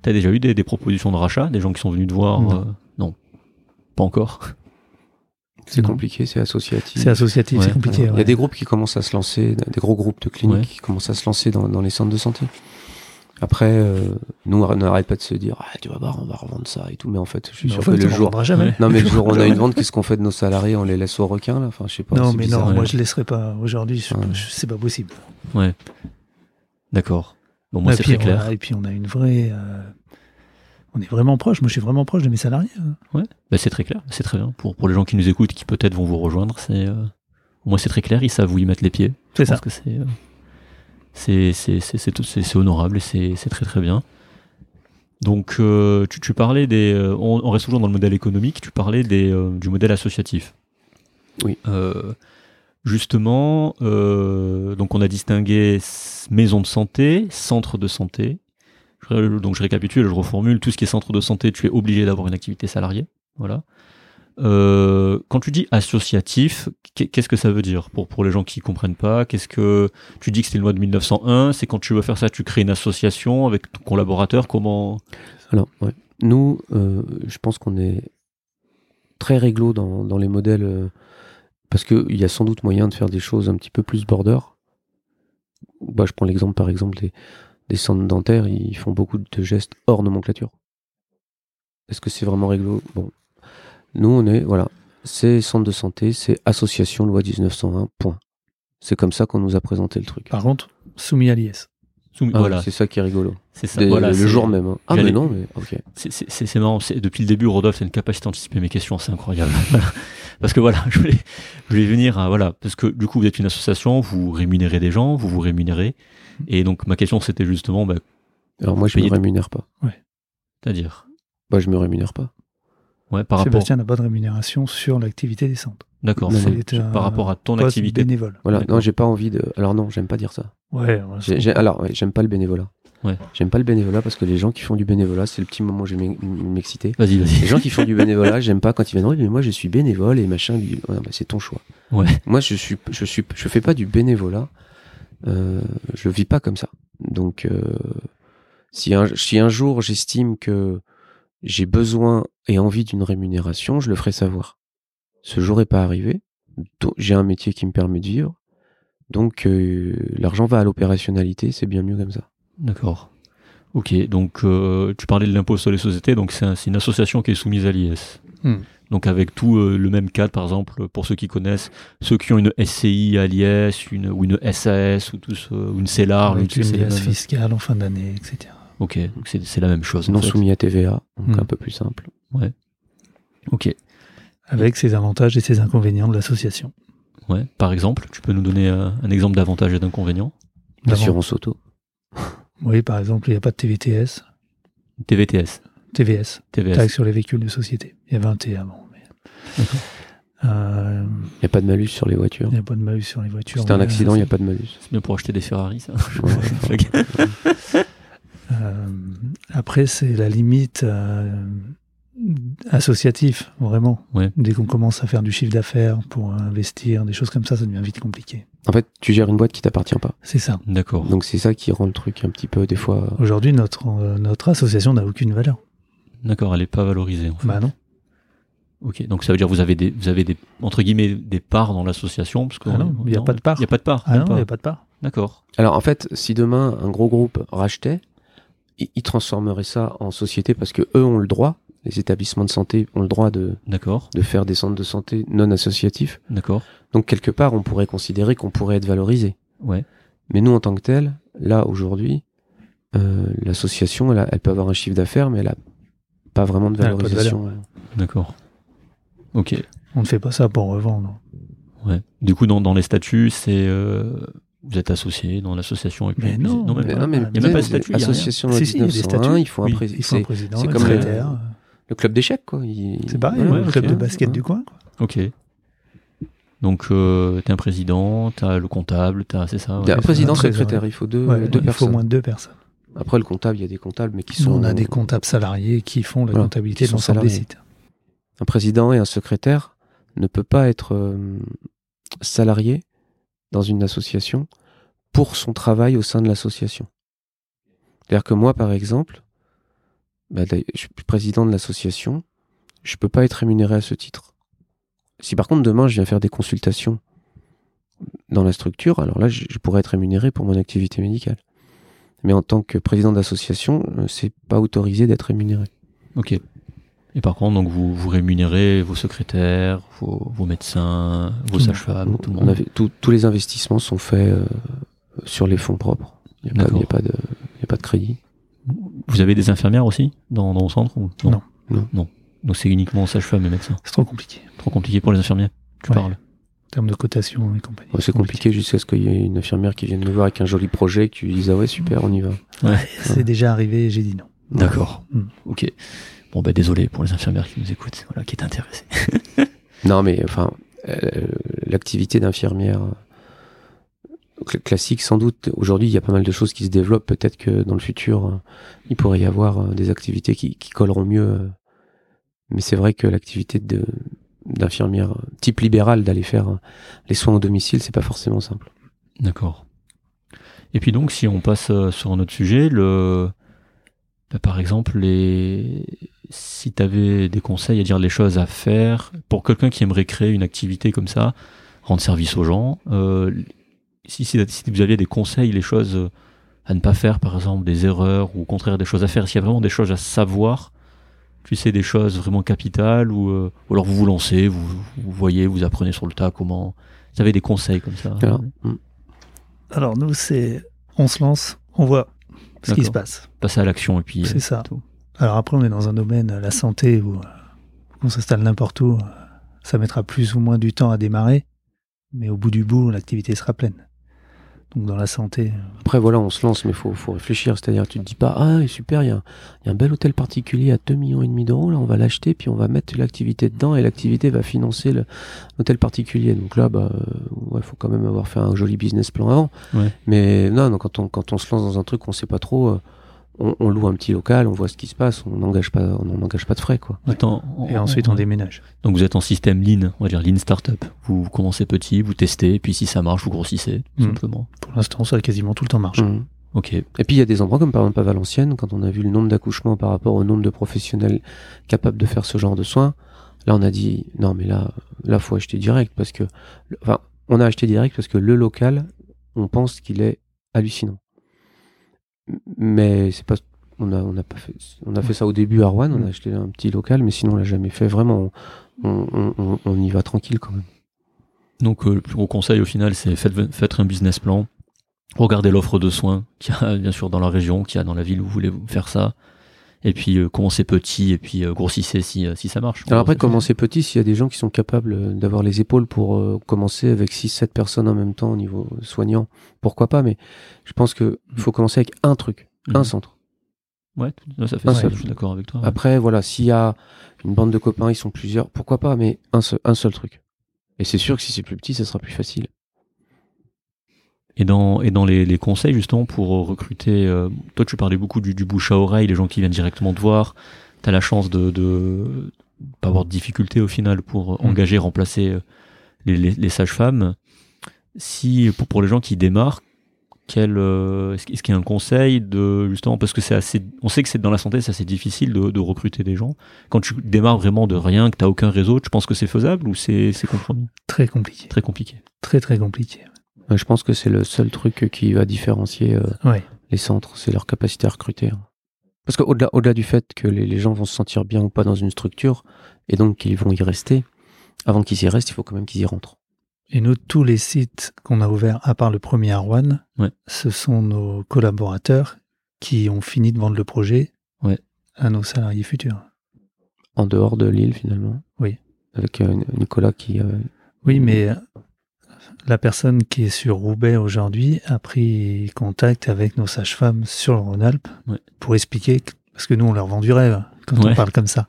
T'as déjà eu des, des propositions de rachat, des gens qui sont venus te voir
Non.
euh, non. Pas encore.
C'est
Non.
compliqué, c'est associatif.
C'est associatif,
Ouais.
c'est compliqué.
Il y
ouais.
a des groupes qui commencent à se lancer, des gros groupes de cliniques
Ouais.
qui commencent à se lancer dans, dans les centres de santé. Après, euh, nous, on n'arrête pas de se dire, ah, tu vas voir, on va revendre ça et tout, mais en fait, je suis
Mais
sûr
enfin,
que
tu
le
le
jour.
vendras jamais.
Ouais.
Non, mais le jour où on a une vente, qu'est-ce qu'on fait de nos salariés On les laisse aux requins, là Enfin, je sais pas.
non,
c'est
mais
bizarre.
non,
ouais.
moi, je ne laisserai pas. Aujourd'hui, je-
Ouais.
je- c'est pas possible.
D'accord. Bon, moi,
et,
c'est
puis,
très clair.
On a- et puis, on a une vraie. euh, on est vraiment proche. Moi, je suis vraiment proche de mes salariés. hein.
Bah, c'est très clair, c'est très bien. Pour, pour les gens qui nous écoutent, qui peut-être vont vous rejoindre, c'est... euh, au moins, c'est très clair, ils savent où y mettre les pieds.
C'est
Je pense
ça.
que c'est euh, c'est- c'est- c'est- c'est tout- c'est- c'est honorable et c'est c'est très très bien. Donc euh, tu, tu parlais des, euh, on, on reste toujours dans le modèle économique. Tu parlais des, euh, du modèle associatif.
Oui.
Euh, justement, euh, donc on a distingué s- maison de santé, centre de santé. Je ré- Donc je récapitule, je reformule. Tout ce qui est centre de santé, tu es obligé d'avoir une activité salariée. Voilà. Euh, quand tu dis associatif, qu'est- qu'est-ce que ça veut dire pour, pour les gens qui comprennent pas Qu'est-ce que tu dis que c'était une loi de 1901 C'est quand tu veux faire ça, tu crées une association avec ton collaborateur. Comment
Alors, ouais. nous, euh, je pense qu'on est très réglo dans, dans les modèles, euh, parce qu'il y a sans doute moyen de faire des choses un petit peu plus border. Bah, je prends l'exemple, par exemple, des, des centres dentaires, ils font beaucoup de gestes hors nomenclature. Est-ce que c'est vraiment réglo Bon, nous, on est, voilà, c'est centre de santé, c'est association loi 1901, point. C'est comme ça qu'on nous a présenté le truc.
Par contre, soumis à l'IS.
Soumis-
Ah,
Voilà,
C'est ça qui est rigolo.
c'est ça.
Des-
voilà,
le
c'est-
jour même. hein. Ah,
J'allais-
mais non, mais ok.
C'est- C'est c'est- c'est marrant. c'est- Depuis le début, Rodolphe, c'est une capacité d'anticiper mes questions, c'est incroyable. Voilà. parce que voilà, je voulais, je voulais venir à voilà, parce que du coup, vous êtes une association, vous rémunérez des gens, vous vous rémunérez,
Mm-hmm.
et donc ma question c'était justement, bah,
Alors, moi, je ne
Payer-
me rémunère pas.
c'est-à-dire,
Bah, je me rémunère pas.
ouais, par rapport,
Sébastien n'a pas de rémunération sur l'activité des centres.
d'accord,
Non,
c'est-
non.
c'est par rapport à ton
Poste
activité.
bénévole.
Voilà,
D'accord.
non, j'ai pas envie de. Alors non, j'aime pas dire ça.
Ouais, on va se
J'ai- j'ai- Alors, ouais, j'aime pas le bénévolat.
Ouais.
J'aime pas le bénévolat parce que les gens qui font du bénévolat, c'est le petit moment où je vais m'ex- m'exciter.
Vas-y,
Les
vas-y.
gens qui font du bénévolat, j'aime pas quand ils viennent, Oui, mais moi je suis bénévole et machin, Oui, ouais, bah, c'est ton choix.
Ouais.
Moi je suis, je suis, je fais pas du bénévolat, euh, je vis pas comme ça. Donc euh, si, un, si un jour j'estime que j'ai besoin et envie d'une rémunération, je le ferai savoir. Ce jour est pas arrivé, Donc, j'ai un métier qui me permet de vivre, donc euh, l'argent va à l'opérationnalité, c'est bien mieux comme ça.
D'accord. Ok, donc euh, tu parlais de l'impôt sur les sociétés, donc c'est un- c'est une association qui est soumise à l'IS.
Hmm.
Donc avec tout euh, le même cadre, par exemple, pour ceux qui connaissent, ceux qui ont une SCI à l'IS, une, ou une SAS, ou, tous, euh, ou une CELAR,
Avec
ou tous
une
ces-
liasse fiscale en fin d'année, etc.
E. Ok, donc c'est c'est la même chose. en
Non
fait. Hmm.
soumis à TVA, donc
Mm.
un peu plus simple.
Ok,
Avec ses avantages et ses inconvénients de l'association.
ouais. Par exemple, tu peux nous donner euh, un exemple d'avantages et d'inconvénients
L'assurance auto.
Oui, par exemple, il n'y a pas de TVTS,
TVTS,
TVS,
TVS.
taxe sur les véhicules de société. Il y avait un T avant. mais-
D'accord.
Euh,
Il n'y a pas de malus sur les voitures.
il n'y a pas de malus sur les voitures.
C'était un
mais,
accident, il n'y a pas de malus.
C'est bien pour acheter des Ferrari, ça.
Ouais.
Euh, après, c'est la limite euh, associatif, vraiment.
Ouais.
Dès qu'on commence à faire du chiffre d'affaires pour investir, des choses comme ça, ça devient vite compliqué.
en fait, tu gères une boîte qui t'appartient pas.
C'est ça.
D'accord.
Donc c'est ça qui rend le truc un petit peu des fois. euh,
Aujourd'hui, notre, euh, notre association n'a aucune valeur.
D'accord, elle n'est pas valorisée. En fait.
Bah non.
Ok, donc ça veut dire que vous avez des, vous avez des entre guillemets des parts dans l'association parce que
Ah non, il y a pas de part.
Il y a pas de part.
Ah
même
non, il
pas.
n'y a pas de part.
D'accord.
Alors en fait, si demain un gros groupe rachetait, i- ils transformeraient ça en société parce que eux ont le droit, les établissements de santé ont le droit de,
D'accord.
de faire des centres de santé non associatifs.
D'accord.
Donc quelque part, on pourrait considérer qu'on pourrait être valorisé.
Ouais.
Mais nous, en tant que tel, là aujourd'hui, euh, l'association, elle, a- elle peut avoir un chiffre d'affaires, mais elle a pas vraiment de
Elle a pas de
valorisation. ouais.
D'accord. Ok.
On ne fait pas ça pour revendre.
Ouais. Du coup, dans, dans les statuts, c'est euh, vous êtes associé dans l'association. Et puis,
Mais non,
non, mais,
mais
voilà.
non,
mais
Il y a
même pas de statut, il y a rien.
Association
Si, si, il y a des
1901,
statuts.
il faut un
Oui,
pré-
Il faut un
c'est
président,
c'est
un
comme le-
secrétaire. euh,
le club d'échecs, quoi. Il-
C'est pareil,
voilà,
ouais,
ouais,
le club
ok.
de basket
Ouais.
du coin. quoi.
Ok. Donc, euh, t'es un président, t'as le comptable, t'as, c'est ça.
Il y a un
c'est
président
un trésor,
secrétaire, il faut deux,
Ouais, il
deux
faut
personnes.
au moins deux personnes.
Après, le comptable, il y a des comptables, mais qui
Nous,
sont.
on a des comptables salariés qui font la
Voilà,
comptabilité
qui
de
sont
l'ensemble des
salariés.
sites.
Un président et un secrétaire ne peut pas être euh, salarié dans une association pour son travail au sein de l'association. C'est-à-dire que moi, par exemple, bah, d'ailleurs, je suis président de l'association, je peux pas être rémunéré à ce titre. Si par contre demain je viens faire des consultations dans la structure, alors là je je pourrais être rémunéré pour mon activité médicale. Mais en tant que président d'association, euh, c'est pas autorisé d'être rémunéré.
Ok. Et par contre, donc vous, vous rémunérez vos secrétaires, vos, vos médecins, vos
Tout le monde.
sages-femmes, tout le
On
monde.
avait- tout- tous les investissements sont faits euh, sur les fonds propres. Il n'y a, pas-
D'accord.
il y a pas de- il y a pas de crédit.
Vous avez des infirmières aussi dans, dans vos centres ou
Non.
Non.
Donc c'est uniquement sage-femme et médecin.
C'est trop compliqué.
Trop compliqué pour les infirmières. Tu
Ouais.
parles.
En termes de cotation et compagnie.
Ouais, c'est compliqué jusqu'à ce qu'il y ait une infirmière qui vienne nous voir avec un joli projet et que tu dises Ah ouais, super, on y va.
C'est déjà arrivé et j'ai dit non.
D'accord.
Mm.
Hmm. Ok. Bon ben désolé pour les infirmières qui nous écoutent, voilà, qui est intéressée.
Non, mais enfin, euh, l'activité d'infirmière euh, cl- classique, sans doute, aujourd'hui, il y a pas mal de choses qui se développent. Peut-être que dans le futur, euh, il pourrait y avoir euh, des activités qui, qui colleront mieux. euh. Mais c'est vrai que l'activité de- d'infirmière euh, type libérale d'aller faire euh, les soins au domicile, c'est pas forcément simple.
D'accord. Et puis donc si on passe euh, sur un autre sujet, le ben, par exemple les si tu avais des conseils à dire les choses à faire pour quelqu'un qui aimerait créer une activité comme ça, rendre service aux gens, euh, si, si- si vous aviez des conseils, les choses à ne pas faire, par exemple, des erreurs ou au contraire des choses à faire, s'il y a vraiment des choses à savoir, tu sais, des choses vraiment capitales ou, euh, ou alors vous vous lancez, vous, vous voyez, vous apprenez sur le tas comment. Vous avez des conseils comme ça
Voilà. Mm.
Alors nous, c'est on se lance, on voit ce qui
D'accord.
se passe.
Passer à l'action et puis. euh,
C'est ça.
tout.
Alors après, on est dans un domaine, euh, la santé, où euh, on s'installe n'importe où. euh, Ça mettra plus ou moins du temps à démarrer, mais au bout du bout, l'activité sera pleine. donc dans la santé.
Après, voilà, on se lance, mais il faut, faut réfléchir. C'est-à-dire, tu te dis pas, ah, super, il y, a un- il y a un bel hôtel particulier à 2,5 millions et demi d'euros, là, on va l'acheter, puis on va mettre l'activité dedans, et l'activité va financer le- l'hôtel particulier. Donc là, bah, il faut quand même avoir fait un joli business plan avant.
Ouais.
Mais non, non, quand on, quand on se lance dans un truc qu'on sait pas trop, euh, on, on loue un petit local, on voit ce qui se passe, on n'engage pas, on n'engage pas de frais, quoi.
Attends,
Et ensuite, on déménage.
Donc vous êtes en système lean, on va dire lean startup. Vous commencez petit, vous testez, et puis si ça marche, vous grossissez, tout
Mm.
simplement.
Pour l'instant, ça a quasiment tout le temps marché.
Mhm.
Ok.
Et puis il y a des endroits comme par exemple à Valenciennes, quand on a vu le nombre d'accouchements par rapport au nombre de professionnels capables de faire ce genre de soins, là on a dit non mais là là faut acheter direct parce que le- enfin on a acheté direct parce que le local on pense qu'il est hallucinant. M- Mais c'est pas on a on a pas fait on a fait ça au début à Rouen, on a acheté un petit local mais sinon on l'a jamais fait vraiment on, on, on- on y va tranquille quand même.
Donc euh, le plus gros conseil au final, c'est faites, faites un business plan, regardez l'offre de soins qu'il y a bien sûr dans la région, qu'il y a dans la ville où vous voulez faire ça, et puis euh, commencez petit, et puis euh, grossissez si, euh, si ça marche.
Alors après, commencer petit, s'il y a des gens qui sont capables euh, d'avoir les épaules pour euh, commencer avec 6-7 personnes en même temps au niveau soignant, pourquoi pas, mais je pense que faut commencer avec un truc,
Mhm.
un centre.
Ouais, tout- non, ça fait
Un
ça,
seul.
je suis d'accord avec toi. ouais.
Après, voilà, s'il y a une bande de copains, ils sont plusieurs, pourquoi pas, mais un seul, un seul truc. Et c'est sûr que si c'est plus petit, ça sera plus facile.
Et dans, et dans les, les conseils justement pour euh, recruter, euh, toi tu parlais beaucoup du, du bouche à oreille, les gens qui viennent directement te voir, tu as la chance de, de pas avoir de difficultés au final pour euh,
Mm.
engager, remplacer euh, les, les, les sages-femmes. Si pour, pour les gens qui démarrent, quel, euh, est-ce, qu'il- est-ce qu'il y a un conseil de justement parce que c'est assez, on sait que c'est dans la santé c'est assez difficile de, de recruter des gens. Quand tu démarres vraiment de rien, que t'as aucun réseau, tu penses que c'est faisable ou c'est, c'est compromis,
Très compliqué.
très compliqué.
Très, très compliqué.
Euh, Je pense que c'est le seul truc qui va différencier euh,
Ouais.
les centres, c'est leur capacité à recruter. hein. Parce qu'au-delà au-delà du fait que les, les gens vont se sentir bien ou pas dans une structure, et donc qu'ils vont y rester, avant qu'ils y restent, il faut quand même qu'ils y rentrent.
Et nous, tous les sites qu'on a ouverts, à part le premier à Rouen,
Ouais.
ce sont nos collaborateurs qui ont fini de vendre le projet
Ouais.
à nos salariés futurs.
En dehors de l'île, finalement.
Oui.
Avec euh, Nicolas qui... euh,
Oui, mais la personne qui est sur Roubaix aujourd'hui a pris contact avec nos sages-femmes sur le Rhône-Alpes
Ouais.
pour expliquer, que- parce que nous, on leur vend du rêve quand
Ouais.
on parle comme ça.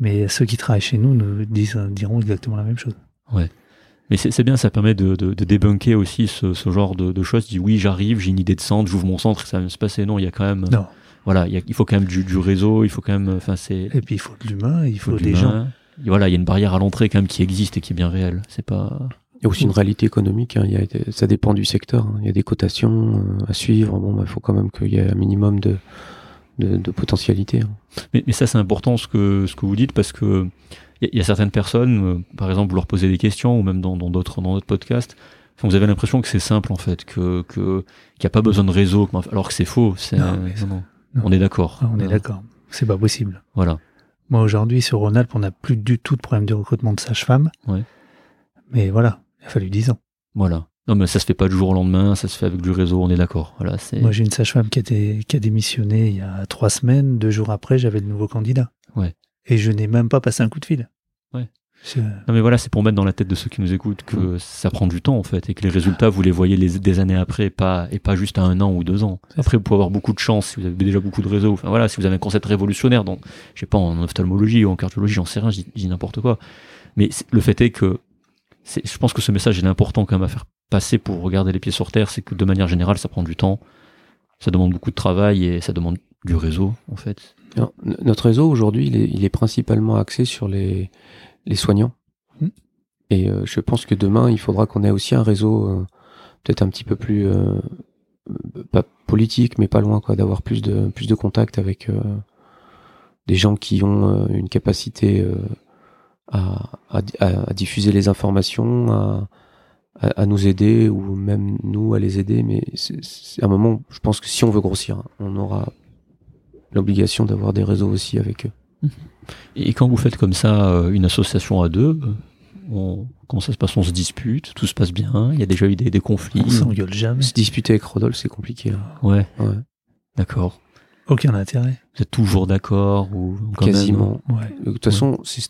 Mais ceux qui travaillent chez nous nous disent, diront exactement la même chose.
Mais c'est c'est bien, ça permet de, de, de débunker aussi ce, ce genre de, de choses. Tu dis oui, j'arrive, j'ai une idée de centre, j'ouvre mon centre, ça va bien se passer. Non, il y a quand même,
Non.
voilà, il, y a- il faut quand même du, du réseau, il faut quand même, enfin c'est,
Et puis, il faut de l'humain, il faut,
de
des gens.
l'humain. Et Voilà, il y a une barrière à l'entrée quand même qui existe et qui est bien réelle. C'est pas,
Il y a aussi une réalité économique, hein, il y a des- ça dépend du secteur. hein. Il y a des cotations euh, à suivre. Bon, bah, il faut quand même qu'il y ait un minimum de, de, de potentialité. hein.
Mais, mais ça, c'est important ce que, ce que vous dites parce que il y, a- y a certaines personnes, euh, par exemple, vous leur posez des questions ou même dans dans d'autres dans d'autres podcasts, enfin, vous avez l'impression que c'est simple en fait, que que- qu'il n'y a pas besoin de réseau, alors que c'est faux. C'est,
Non, mais-
non, non.
non.
on est d'accord.
Ah, on est
Voilà.
d'accord. C'est pas possible.
Voilà.
Moi, aujourd'hui, sur Rhône-Alpes, on n'a plus du tout de problème de recrutement de sage-femme.
Ouais.
Mais voilà, il a fallu 10 ans.
Voilà. Non, mais ça se fait pas du jour au lendemain, ça se fait avec du réseau, on est d'accord. Voilà, c'est.
Moi, j'ai une sage-femme qui, était- qui a démissionné il y a trois semaines. Deux jours après, j'avais le nouveau candidat.
Ouais.
Et je n'ai même pas passé un coup de fil.
Ouais.
Je-
Non, mais voilà, c'est pour mettre dans la tête de ceux qui nous écoutent que ça prend du temps, en fait, et que les résultats, vous les voyez les- des années après, et pas, et pas juste à un an ou deux ans. Après, vous pouvez avoir beaucoup de chance si vous avez déjà beaucoup de réseaux. Enfin, voilà, si vous avez un concept révolutionnaire, dans, je sais pas, en ophtalmologie ou en cardiologie, j'en sais rien, je dis- je dis n'importe quoi. Mais c'est- le fait est que c'est- je pense que ce message il est important quand même à faire passer pour regarder les pieds sur terre, c'est que de manière générale, ça prend du temps, ça demande beaucoup de travail et ça demande du réseau, en fait.
Alors, n- notre réseau, aujourd'hui, il est, il est principalement axé sur les, les soignants.
Hmm.
Et euh, je pense que demain, il faudra qu'on ait aussi un réseau euh, peut-être un petit peu plus... euh, euh, pas politique, mais pas loin, quoi, d'avoir plus de, plus de contacts avec euh, des gens qui ont euh, une capacité euh, à, à, di- à- à diffuser les informations, à, à, à nous aider, ou même nous à les aider. Mais c'est c'est un moment, je pense que si on veut grossir, hein, on aura l'obligation d'avoir des réseaux aussi avec eux.
Et quand vous faites comme ça euh, une association à deux, euh, on, comment ça se passe On se dispute, tout se passe bien, il y a déjà eu des, des conflits.
On
Mmh.
s'engueule jamais.
Se disputer avec Rodolphe, c'est compliqué. hein.
Ouais,
Ouais.
d'accord.
Aucun intérêt.
Vous êtes toujours d'accord ou quand même-
Quasiment.
Ouais.
De toute façon, c'est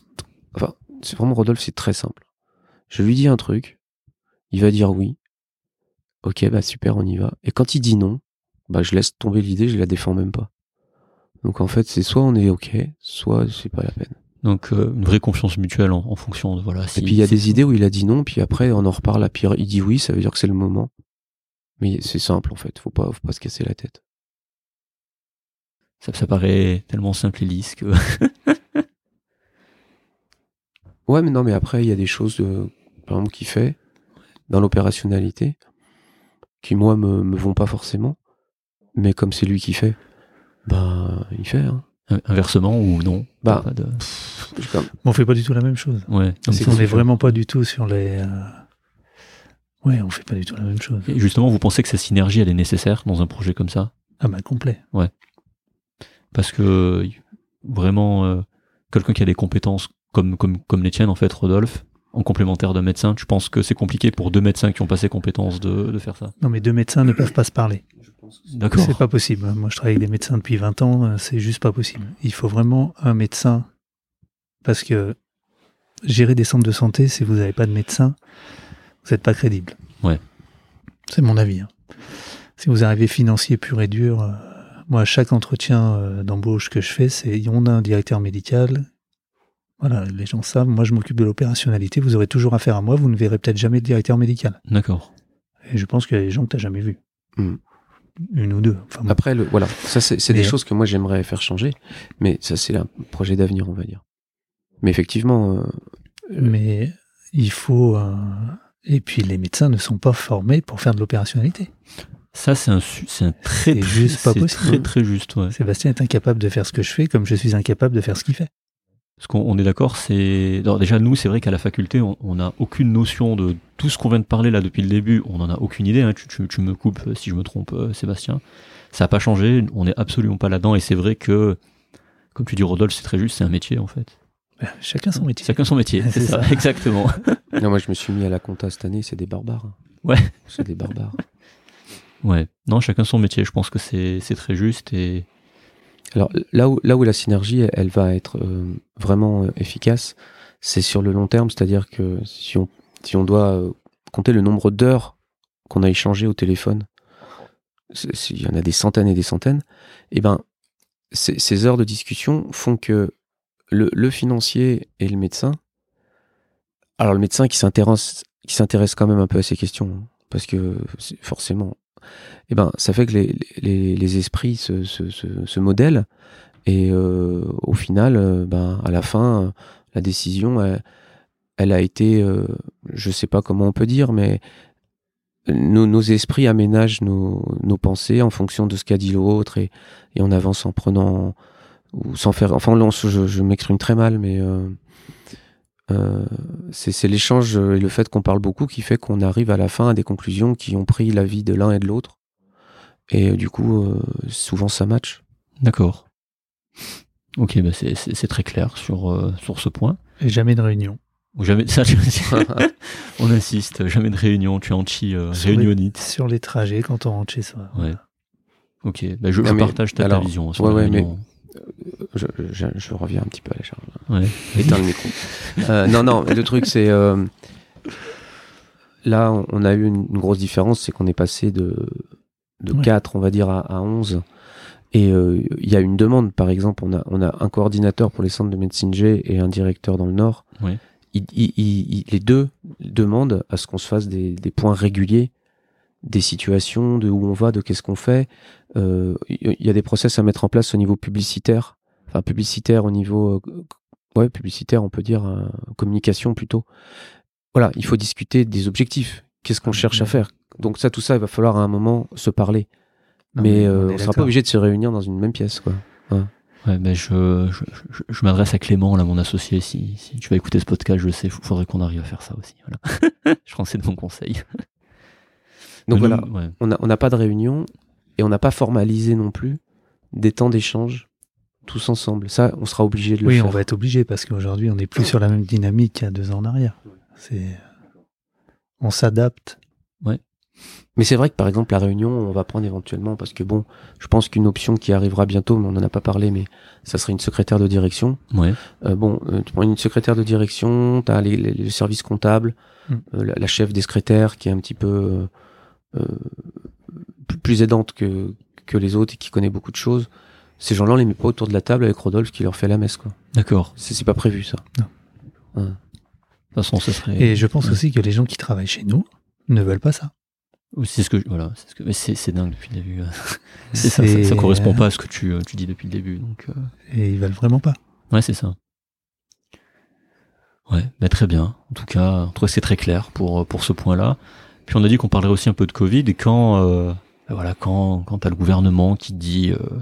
enfin, c'est vraiment Rodolphe, c'est très simple. Je lui dis un truc, il va dire oui. Ok, bah super, on y va. Et quand il dit non, bah je laisse tomber l'idée, je la défends même pas. Donc en fait, c'est soit on est ok, soit c'est pas la peine.
Donc euh, une vraie confiance mutuelle en, en fonction de voilà. si-
et puis il y a
si-
des idées où il a dit non, puis après on en reparle. à pire, il dit oui, ça veut dire que c'est le moment. Mais c'est simple en fait, faut pas, faut pas se casser la tête.
Ça, ça paraît tellement simple et lisse que
Ouais, mais non, mais après, il y a des choses, euh, par exemple, qu'il fait dans l'opérationnalité, qui, moi, me, me vont pas forcément. Mais comme c'est lui qui fait, ben, il fait. Hein.
inversement ou non.
Bah,
Pas de-
Je- comme-
Mais on fait pas du tout la même chose.
Ouais.
Donc,
C'est
on
cool.
n'est vraiment pas du tout sur les. euh, Ouais, on fait pas du tout la même chose.
Et justement, vous pensez que cette synergie, elle est nécessaire dans un projet comme ça
Ah bah complet.
Parce que euh, vraiment, euh, quelqu'un qui a des compétences comme, comme, comme les tiennes, en fait, Rodolphe, en complémentaire d'un médecin, tu penses que c'est compliqué pour deux médecins qui ont passé compétence de, de faire ça
Non mais deux médecins ne peuvent pas se parler.
D'accord.
C'est pas possible. Moi je travaille avec des médecins depuis 20 ans, euh, c'est juste pas possible. Il faut vraiment un médecin parce que gérer des centres de santé, si vous n'avez pas de médecin, vous n'êtes pas crédible.
Ouais.
C'est mon avis. hein. Si vous arrivez financier pur et dur, euh, moi à chaque entretien euh, d'embauche que je fais, c'est on a un directeur médical. Voilà, les gens savent, moi je m'occupe de l'opérationnalité, vous aurez toujours affaire à moi, vous ne verrez peut-être jamais de directeur médical.
D'accord.
Et je pense qu'il y a des gens que tu n'as jamais vus.
Hmm.
Une ou deux. Enfin, bon.
Après, le, voilà, ça, c'est c'est des
Mais-
choses que moi, j'aimerais faire changer. Mais ça, c'est un projet d'avenir, on va dire. Mais effectivement, euh,
Mais il faut. euh, Et puis les médecins ne sont pas formés pour faire de l'opérationnalité.
Ça, c'est un, su- c'est un très,
C'est
très-
juste pas
c'est
possible.
très, très juste. Ouais.
Sébastien est incapable de faire ce que je fais, comme je suis incapable de faire ce qu'il fait.
Parce qu'on on est d'accord, c'est. alors, déjà, nous, c'est vrai qu'à la faculté, on n'a aucune notion de tout ce qu'on vient de parler là depuis le début. On n'en a aucune idée. hein. Tu, tu- tu me coupes euh, si je me trompe, euh, Sébastien. Ça n'a pas changé. On n'est absolument pas là-dedans. Et c'est vrai que, comme tu dis, Rodolphe, c'est très juste. C'est un métier, en fait.
Ben, Chacun son métier.
Chacun son métier. C'est
C'est
ça,
ça.
exactement.
non, moi, je me suis mis à la compta cette année, c'est des barbares. hein.
Ouais.
C'est des barbares.
Ouais. Non, chacun son métier. Je pense que c'est c'est très juste. Et
Alors là où, là où la synergie, elle, elle va être euh, vraiment euh, efficace, c'est sur le long terme, c'est-à-dire que si on, si on doit euh, compter le nombre d'heures qu'on a échangées au téléphone, c'est- c'est- il y en a des centaines et des centaines, et ben ces, ces heures de discussion font que le, le financier et le médecin, alors le médecin qui s'intéresse, qui s'intéresse quand même un peu à ces questions, hein, parce que c'est- forcément, eh ben, ça fait que les, les, les esprits se, se, se, se modèlent. Et euh, au final, euh, ben, à la fin, euh, la décision, elle, elle a été, euh, je sais pas comment on peut dire, mais nos, nos esprits aménagent nos, nos pensées en fonction de ce qu'a dit l'autre et, et on avance en prenant ou sans faire. Enfin, là, on se- je, je m'exprime très mal, mais euh, euh, c'est c'est l'échange et le fait qu'on parle beaucoup qui fait qu'on arrive à la fin à des conclusions qui ont pris l'avis de l'un et de l'autre. Et euh, du coup, euh, souvent ça match.
d'accord. Ok, bah c'est- c'est c'est très clair sur euh, sur ce point.
Et jamais de réunion.
Ou Jamais ça. on insiste. Jamais de réunion. Tu es anti euh,
Sur les-
réunionnite.
Sur les trajets quand on rentre chez soi.
Ouais. Ok, bah, je,
Non,
je
mais,
partage ta, ta
alors,
vision. hein, sur
ouais,
la
ouais, mais-
réunion.
je, je- je reviens un petit peu à la charge.
Ouais.
Éteins le micro. Euh, non, non, mais le truc, c'est. euh, là, on- on a eu une, une grosse différence, c'est qu'on est passé de, de
Ouais.
4, on va dire, à, à 11. Et euh, il y a une demande, par exemple, on a, on a un coordinateur pour les centres de médecine G et un directeur dans le Nord.
Ouais.
Il- il- il- il- les deux demandent à ce qu'on se fasse des, des points réguliers des situations, de où on va, de qu'est-ce qu'on fait. Euh, Il y a des process à mettre en place au niveau publicitaire, enfin publicitaire au niveau euh, ouais, publicitaire, on peut dire, euh, communication plutôt. Voilà, il faut discuter des objectifs. Qu'est-ce qu'on cherche à faire Donc ça, tout ça, il va falloir à un moment se parler.
Non,
mais euh,
est
on ne sera
d'accord.
pas obligé de se réunir dans une même pièce. Quoi.
Ouais, ben, je, je, je- je m'adresse à Clément, là, mon associé. Si, si tu vas écouter ce podcast, je sais, il faudrait qu'on arrive à faire ça aussi. Voilà. je pense que c'est de mon conseil.
Donc
Mais
voilà,
nous, ouais.
on n'a on n'a pas de réunion et on n'a pas formalisé non plus des temps d'échange tous ensemble. Ça, on sera obligé de le
Oui,
faire.
on va être obligé parce qu'aujourd'hui, on n'est plus sur la même dynamique qu'il y a deux ans en arrière. C'est... On s'adapte.
Mais c'est vrai que par exemple la réunion, on va prendre éventuellement parce que bon, je pense qu'une option qui arrivera bientôt, mais on n'en a pas parlé, mais ça serait une secrétaire de direction.
Ouais.
Euh, bon, euh, tu prends une secrétaire de direction, t'as les, les, le service comptable,
Mm.
euh, la, la chef des secrétaires qui est un petit peu euh, euh, plus- plus aidante que, que les autres et qui connaît beaucoup de choses, ces gens-là, on les met pas autour de la table avec Rodolphe qui leur fait la messe. quoi.
D'accord.
C'est c'est pas prévu ça.
De toute façon, ce serait.
Et je pense
Ouais.
aussi que les gens qui travaillent chez nous ne veulent pas ça.
C'est ce que. Voilà. C'est ce que- mais c'est- c'est dingue depuis le début. hein. C'est ça, ça, ça correspond pas à ce que tu, euh, tu dis depuis le début. Donc, euh,
Et ils veulent vraiment pas.
ouais, c'est ça. Ouais, bah très bien. En tout cas, en tout cas, c'est très clair pour, euh, pour ce point-là. Puis on a dit qu'on parlerait aussi un peu de Covid. Et quand, euh, bah voilà, quand, quand t'as le gouvernement qui te dit, euh,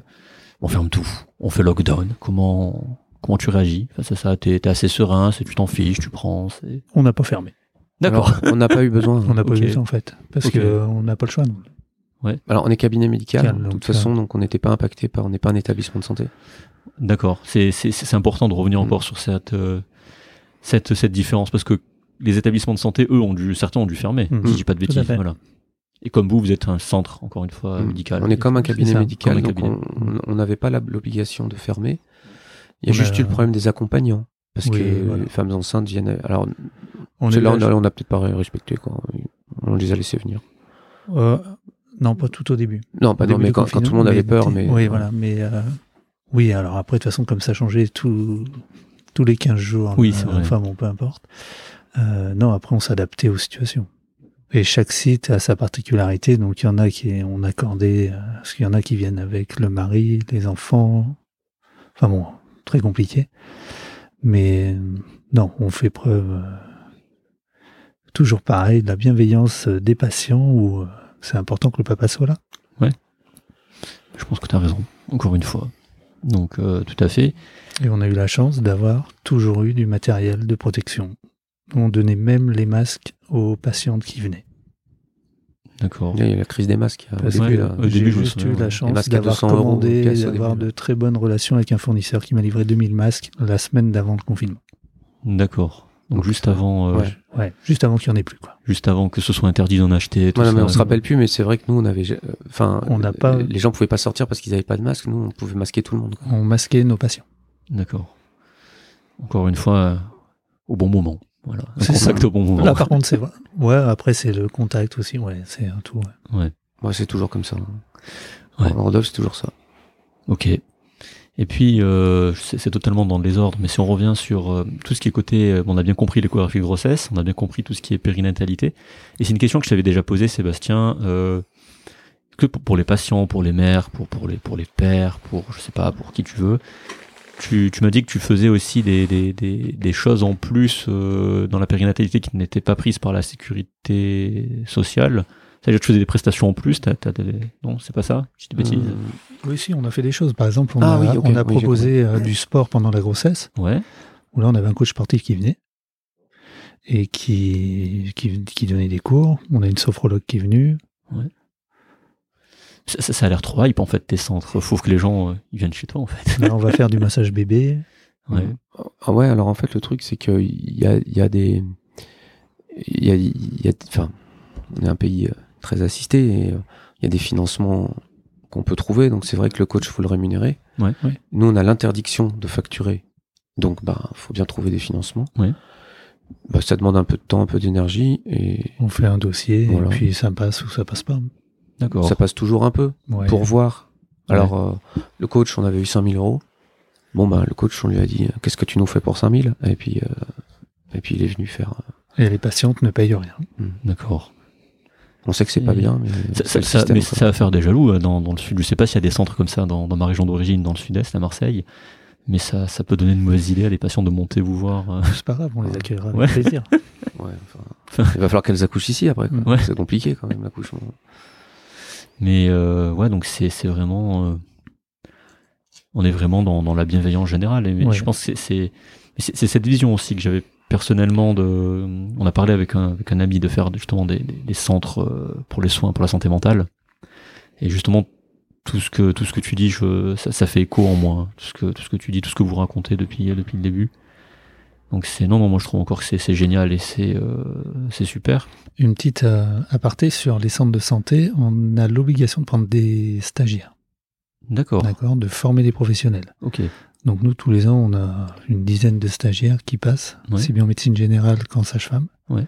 on ferme tout, on fait lockdown, comment, comment tu réagis face à ça T'es t'es assez serein, c'est- tu t'en fiches, tu prends. c'est-
On n'a pas fermé.
D'accord.
Alors, on n'a pas eu besoin.
On n'a pas
Ok.
eu ça en fait. Parce
Ok.
qu'on n'a pas le choix. non.
Alors, on est cabinet médical,
Calme,
de
donc, euh,
toute façon, donc on n'était pas impacté par, on n'est pas un établissement de santé.
D'accord, c'est c'est- c'est- c'est important de revenir
Mm.
encore sur cette, euh, cette, cette différence parce que les établissements de santé, eux, ont dû, certains ont dû fermer,
Mm.
si je dis pas de
Tout à
bêtises.
fait.
Voilà. Et comme vous, vous êtes un centre, encore une fois,
Mm.
médical.
On est comme un cabinet
ça,
médical,
comme un
donc on-
Hmm.
cabinet.
on on n'avait pas la- l'obligation de fermer. Il y
On
a juste
a-
eu le problème des accompagnants. Parce
Oui,
que
voilà.
les femmes enceintes viennent. Alors,
On
c'est
est
là, on
là-
a, on a peut-être pas respecté, quoi. On les a laissés venir.
Euh, non, pas tout au début.
Non, pas
Au
non,
début
mais
du
quand, quand tout le
confinement,
monde avait
mais-
peur, mais.
Oui, voilà. Mais euh, oui, alors après, de toute façon, comme ça changeait tout, tous les 15 jours,
Oui,
euh,
c'est vrai.
enfin bon, peu importe. Euh, non, après, on s'adaptait aux situations. Et chaque site a sa particularité. Donc, il y en a qui on accordait, euh, parce qu'il y en a qui viennent avec le mari, les enfants. Enfin bon, très compliqué. Mais euh, non, on fait preuve euh, toujours pareil de la bienveillance euh, des patients où euh, c'est important que le papa soit là.
Je pense que tu as raison, encore une fois. Donc, euh, tout à fait.
Et on a eu la chance d'avoir toujours eu du matériel de protection. On donnait même les masques aux patientes qui venaient.
D'accord.
Il y a eu la crise des masques euh, au
Parce
début,
que-
là.
Au début,
J'ai
je me
juste
souviens,
eu
ouais.
la
Les
chance
masques à
d'avoir
200 euros
commandé,
caisse au
d'avoir
début.
de très bonnes relations avec un fournisseur qui m'a livré 2000 masques la semaine d'avant le confinement.
D'accord. Donc, juste avant, euh,
Ouais.
ju-
Ouais, juste avant qu'il n'y en ait plus. Quoi.
juste avant que ce soit interdit d'en acheter. tout
Ouais, non, mais
ça.
on se rappelle plus, mais c'est vrai que nous, on avait, euh, enfin,
On n'a pas-
les gens pouvaient pas sortir parce qu'ils n'avaient pas de masque. Nous, on pouvait masquer tout le monde. quoi.
On masquait nos patients.
euh, D'accord. Encore une fois, euh, au bon moment. Voilà. Un
C'est ça.
contact au bon moment.
Là, par contre, c'est vrai. Ouais, après, c'est le contact aussi. Ouais, c'est un tout. ouais.
Ouais, c'est toujours comme ça. hein.
Ouais.
Rodolphe, c'est toujours ça.
Ok. Et puis, euh, c'est c'est totalement dans le désordre, mais si on revient sur euh, tout ce qui est côté, euh, on a bien compris l'échographie de grossesse, on a bien compris tout ce qui est périnatalité, et c'est une question que je t'avais déjà posée, Sébastien, euh, que pour, pour les patients, pour les mères, pour, pour, les, pour les pères, pour, je sais pas, pour qui tu veux, tu, tu m'as dit que tu faisais aussi des, des, des, des choses en plus euh, dans la périnatalité qui n'étaient pas prises par la sécurité sociale. C'est-à-dire que tu faisais des prestations en plus, t'as, t'as des- non, c'est pas ça Je dis des bêtises
Euh,
Oui, si, on a fait des choses. Par exemple, on
Ah
a,
oui, ok,
on a
oui, j'ai
proposé euh, du sport pendant la grossesse.
Ouais,
où là on avait un coach sportif qui venait et qui, qui, qui donnait des cours. On a une sophrologue qui est venue.
Ça, ça- ça a l'air trop hype en fait tes centres. Faut que les gens euh, ils viennent chez toi en fait.
Là, on va faire du massage bébé.
Ouais.
Ah ouais, alors en fait, le truc, c'est qu'il y a, il y a des. Il y a, il y a- enfin, on est un pays euh, très assisté et euh, il y a des financements qu'on peut trouver. Donc c'est vrai que le coach, faut le rémunérer.
Ouais.
Ouais.
Nous, on a l'interdiction de facturer. Donc, bah, faut bien trouver des financements.
Ouais.
Bah, ça demande un peu de temps, un peu d'énergie et
On fait un dossier
Voilà.
et puis ça passe ou ça passe pas.
D'accord.
ça passe toujours un peu
Ouais.
pour voir. Alors, euh, le coach, on avait eu 5000 euros. Bon, bah, le coach, on lui a dit, qu'est-ce que tu nous fais pour 5000 Et puis, euh, et puis, il est venu faire. euh,
Et les patientes ne payent rien.
D'accord.
On sait que c'est pas
Et-
bien, mais
Ça,
c'est
ça-
le
ça-
système,
mais
quoi.
ça va faire des jaloux euh, dans, dans le sud. Je sais pas s'il y a des centres comme ça dans, dans ma région d'origine, dans le sud-est, à Marseille. Mais ça, ça peut donner une mauvaise idée à les patients de monter vous voir. euh.
C'est pas grave, on les accueillera avec
Ouais.
plaisir.
Ouais, enfin, il va falloir qu'elles accouchent ici après. quoi.
Ouais.
C'est compliqué quand même l'accouchement.
Mais euh, ouais, donc c'est c'est vraiment. euh, on est vraiment dans, dans la bienveillance générale. Et
Ouais.
je pense que c'est- c'est c'est- c'est cette vision aussi que j'avais personnellement. De, on a parlé avec un, avec un ami de faire justement des, des- des centres euh, pour les soins, pour la santé mentale. Et justement, tout ce que, tout ce que tu dis, je, ça, ça fait écho en moi. hein. Tout, ce que, tout ce que tu dis, tout ce que vous racontez depuis, euh, depuis le début. Donc c'est non, non, moi je trouve encore que c'est c'est génial et c'est euh, c'est super.
Une petite euh, aparté sur les centres de santé. On a l'obligation de prendre des stagiaires,
D'accord.
d'accord, de former des professionnels.
Ok.
Donc nous, tous les ans, on a une dizaine de stagiaires qui passent,
Ouais.
aussi bien en médecine générale qu'en sage-femme.
Ouais.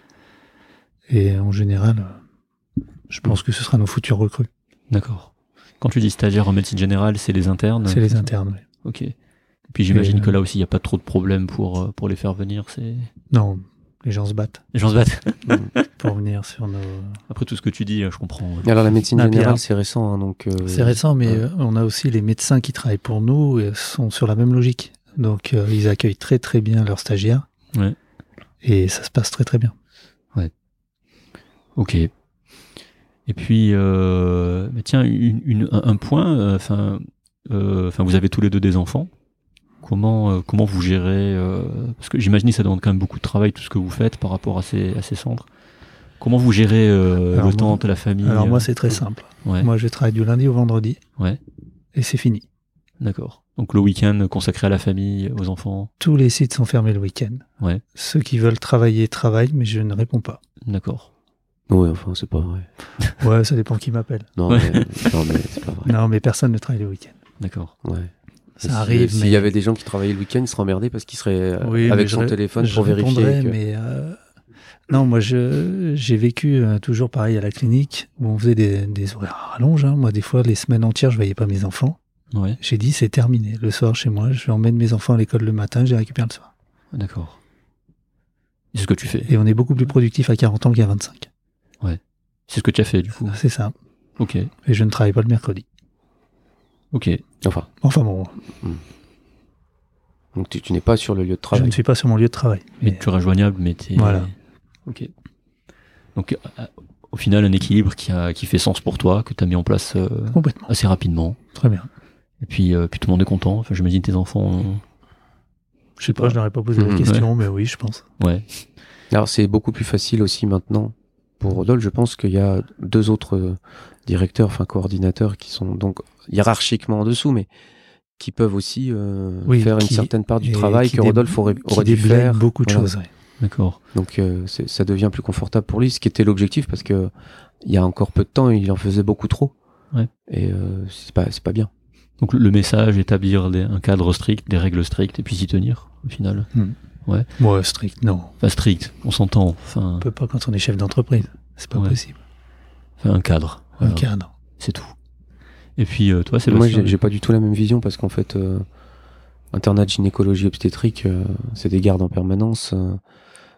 Et en général, euh, Je pense que ce sera nos futurs recrues.
D'accord. Quand tu dis stagiaire en médecine générale, c'est les internes
C'est les internes. oui.
Ok. Et puis j'imagine
Et, euh,
que là aussi, il n'y a pas trop de problèmes pour, euh, pour les faire venir. C'est...
Non, les gens se battent
Les gens se battent. Ah.
pour venir sur nos.
Après tout ce que tu dis, euh, je comprends.
Alors la médecine
Ah, puis
générale,
alors-
c'est récent, hein, donc. euh,
C'est récent, mais
ouais.
euh, on a aussi les médecins qui travaillent pour nous et sont sur la même logique. Donc euh, ils accueillent très très bien leurs stagiaires.
Ouais.
Et ça se passe très très bien.
Ok. Et puis, euh, bah tiens, une- une- un, un point. euh, Enfin, euh, enfin, vous avez tous les deux des enfants. Comment euh, comment vous gérez euh, Parce que j'imagine que ça demande quand même beaucoup de travail tout ce que vous faites par rapport à ces à ces centres. Comment vous gérez euh,
Alors
le
moi-
temps, la famille
Alors
euh,
moi c'est très simple.
ouais,
Moi je travaille du lundi au vendredi.
Ouais.
Et c'est fini.
d'accord. Donc le week-end consacré à la famille, aux enfants,
Tous les sites sont fermés le week-end.
Ouais.
Ceux qui veulent travailler travaillent, mais je ne réponds pas.
d'accord.
Ouais, enfin, c'est pas vrai.
Ouais, ça dépend qui m'appelle.
Non,
Ouais.
mais, non, mais c'est pas vrai.
Non, mais personne ne travaille le week-end.
D'accord.
Ouais.
Ça
Si-
arrive.
S'il
mais-
y avait des gens qui travaillaient le week-end, ils seraient emmerdés parce qu'ils seraient euh,
Oui, mais
avec
je
son
ré-
téléphone
je
pour vérifier.
répondrai,
que-
mais euh, non, moi, je j'ai vécu euh, toujours pareil à la clinique où on faisait des, des horaires à rallonge. hein. Moi, des fois, les semaines entières, je voyais pas mes enfants.
Ouais,
J'ai dit, c'est terminé. Le soir, chez moi, je emmène mes enfants à l'école le matin, je les récupère le soir.
d'accord. C'est ce que tu fais.
Et on est beaucoup plus productif à 40 ans qu'à 25.
C'est ce que tu as fait du coup.
C'est ça.
Ok,
Et je ne travaille pas le mercredi.
ok.
Enfin,
Enfin bon,
donc tu, tu n'es pas sur le lieu de
je
travail.
ne suis pas sur mon lieu de travail.
Mais
Mais
tu es rejoignable, mais t'es.
Voilà.
Ok. Donc, euh, au final, un équilibre qui, a, qui fait sens pour toi, que tu as mis en place euh,
complètement.
assez rapidement.
Très bien.
Et puis, euh, puis tout le monde est content. Enfin, j'imagine tes enfants. ont-
Je sais pas, je n'aurais pas posé
Mhm,
la
ouais.
question, mais oui, je pense.
Ouais,
Alors c'est beaucoup plus facile aussi maintenant pour Rodolphe. Je pense qu'il y a deux autres euh, directeurs, enfin coordinateurs, qui sont donc hiérarchiquement en dessous, mais qui peuvent aussi euh,
Oui,
faire une
qui-
certaine part du
et
travail
qui
que
dé-
Rodolphe aurait,
Qui
aurait dû
déblaye
faire.
beaucoup de
Voilà.
choses. ouais.
d'accord.
Donc euh, c'est- ça devient plus confortable pour lui, ce qui était l'objectif parce que il y a encore peu de temps, il en faisait beaucoup trop.
Ouais.
Et euh, c'est pas c'est pas bien.
Donc, le- le message, établir des- un cadre strict, des règles strictes, et puis s'y tenir, au final.
Moi, strict, non.
Enfin, strict, on s'entend.
On
Enfin,
peut pas quand on est chef d'entreprise. C'est pas
Ouais.
possible.
enfin, un cadre.
Un
Voilà,
cadre.
C'est tout. Et puis, euh, toi,
Moi,
Sébastien.
j'ai j'ai pas du tout la même vision parce qu'en fait, euh, internat de gynécologie obstétrique, euh, c'est des gardes en permanence, euh,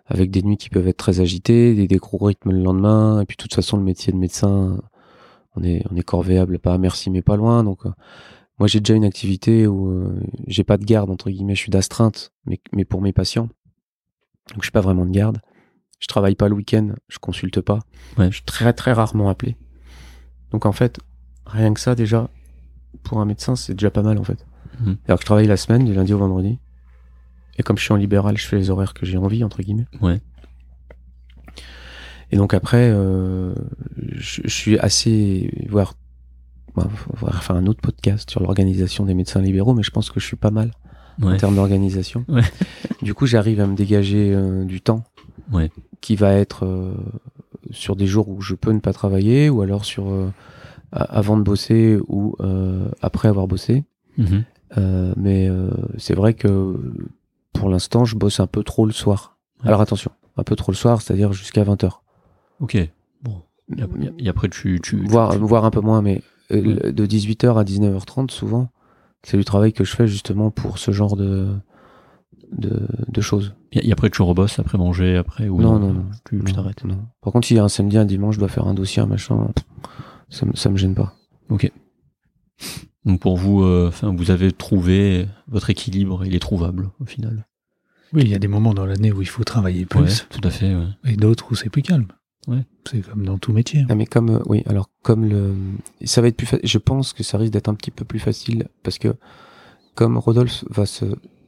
avec des nuits qui peuvent être très agitées, des, des gros rythmes le lendemain, et puis de toute façon, le métier de médecin, euh, on est, on est corvéable, pas à merci, mais pas loin. Donc, euh, moi, j'ai déjà une activité où euh, j'ai pas de garde, entre guillemets, je suis d'astreinte, mais, mais pour mes patients. Donc, je suis pas vraiment de garde. Je travaille pas le week-end, je consulte pas.
Ouais.
Je suis très, très rarement appelé. Donc, en fait, rien que ça, déjà, pour un médecin, c'est déjà pas mal en fait.
Mhm.
Alors que je travaille la semaine, du lundi au vendredi. Et comme je suis en libéral, je fais les horaires que j'ai envie, entre guillemets.
Ouais.
Et donc après, euh, je, je suis assez. voire. bah, faut- faut faire un autre podcast sur l'organisation des médecins libéraux, mais je pense que je suis pas mal en
Ouais.
termes d'organisation.
Ouais.
du coup, j'arrive à me dégager euh, du temps
Ouais.
qui va être euh, sur des jours où je peux ne pas travailler ou alors sur euh, a- avant de bosser ou euh, après avoir bossé.
Mhm.
Euh, mais euh, c'est vrai que pour l'instant, je bosse un peu trop le soir.
Ouais.
Alors attention, un peu trop le soir, c'est-à-dire jusqu'à 20h.
Ok. Bon. Et ap- Et après, tu. Ah bah, tu, tu-
Voire,
tu-
voire un peu moins, mais euh, le- de 18h à 19h30, souvent, c'est du travail que je fais justement pour ce genre de, de, de choses.
Et et après, tu rebosses, après manger, après. Ou euh,
Non, non, non.
Tu tu
Non,
t'arrêtes.
non. Par contre, s'il y a un samedi, un dimanche, je dois faire un dossier, un machin, ça, me- ça me gêne pas.
Donc pour vous, euh, enfin, vous avez trouvé votre équilibre, il est trouvable au final.
Oui, il y a des moments dans l'année où il faut travailler
Ouais,
plus
tout à fait. ouais.
et d'autres où c'est plus calme.
Ouais.
C'est comme dans tout métier.
Ah, mais comme euh, oui, alors comme le, ça va être plus, fa- je pense que ça risque d'être un petit peu plus facile parce que comme Rodolphe va se